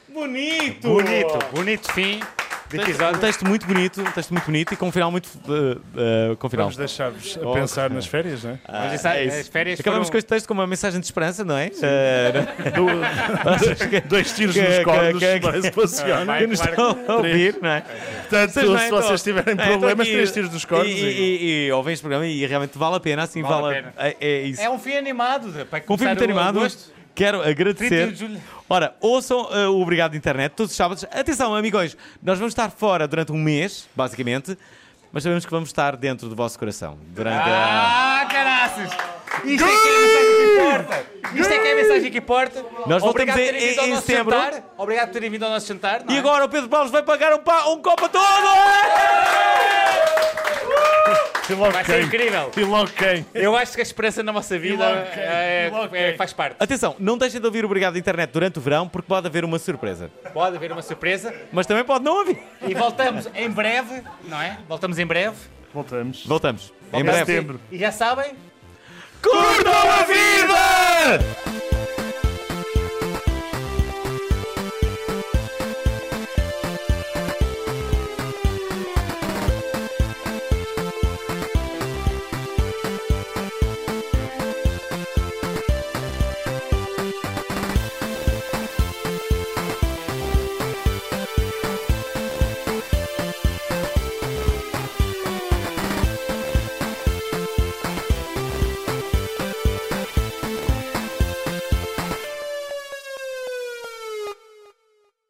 [SPEAKER 6] Bonito!
[SPEAKER 1] Bonito,
[SPEAKER 6] bonito fim de
[SPEAKER 1] Um texto muito bonito, um texto muito bonito e com um final muito. eh, eh, com um final.
[SPEAKER 6] Vamos deixar-vos a
[SPEAKER 1] Oh.
[SPEAKER 6] pensar
[SPEAKER 3] nas férias, não é?
[SPEAKER 6] Mas isso- as férias
[SPEAKER 1] Acabamos
[SPEAKER 6] foram-
[SPEAKER 1] com este texto com uma mensagem de esperança, não é?
[SPEAKER 6] [laughs] Do-
[SPEAKER 1] [laughs]
[SPEAKER 6] dois tiros nos cornos, mas funciona.
[SPEAKER 1] Que nos
[SPEAKER 6] Claro,
[SPEAKER 1] estão a
[SPEAKER 6] claro.
[SPEAKER 1] ouvir, não é?
[SPEAKER 6] é? Portanto,
[SPEAKER 1] Vocês não
[SPEAKER 6] se
[SPEAKER 1] estão-
[SPEAKER 6] vocês tiverem
[SPEAKER 1] É, estão
[SPEAKER 6] problemas,
[SPEAKER 1] aqui
[SPEAKER 6] três tiros nos cornos
[SPEAKER 1] E,
[SPEAKER 6] e-
[SPEAKER 1] e, e ouvem este programa e realmente vale a pena, assim, vale,
[SPEAKER 6] Vale a
[SPEAKER 1] a É, é isso.
[SPEAKER 6] um fim animado. de- Para
[SPEAKER 1] Com o filme muito animado, quero
[SPEAKER 6] 31 de
[SPEAKER 1] agradecer.
[SPEAKER 6] julho.
[SPEAKER 1] Ora, ouçam eh, o Obrigado Internet todos os sábados. Atenção, amigões, nós vamos estar fora durante um mês, basicamente, mas sabemos que vamos estar dentro do vosso coração. Durante a-
[SPEAKER 6] Ah, caraças! Isto é que é a mensagem que importa! Isto é que é a mensagem que importa!
[SPEAKER 1] Nós voltamos
[SPEAKER 6] Obrigado por
[SPEAKER 1] em-
[SPEAKER 6] terem vindo ao
[SPEAKER 1] em
[SPEAKER 6] nosso
[SPEAKER 1] setembro.
[SPEAKER 6] jantar. Obrigado por terem vindo ao nosso jantar. não
[SPEAKER 1] E
[SPEAKER 6] é?
[SPEAKER 1] agora o Pedro Paulo vai pagar um, pa- um copo a todo!
[SPEAKER 6] Uh! Vai ser é- incrível!
[SPEAKER 1] E logo quem?
[SPEAKER 6] Eu acho que a esperança na nossa vida
[SPEAKER 1] logo quem?
[SPEAKER 6] é- é- faz parte.
[SPEAKER 1] Atenção, não deixem de ouvir o Obrigado Internet durante o verão, porque pode haver uma surpresa.
[SPEAKER 6] Pode haver uma surpresa.
[SPEAKER 1] Mas também pode não haver.
[SPEAKER 6] E voltamos em breve, não é? Voltamos em breve.
[SPEAKER 1] Voltamos. Voltamos. Em
[SPEAKER 6] Voltamos
[SPEAKER 1] breve.
[SPEAKER 6] E já sabem?
[SPEAKER 1] Curtam a
[SPEAKER 6] vida!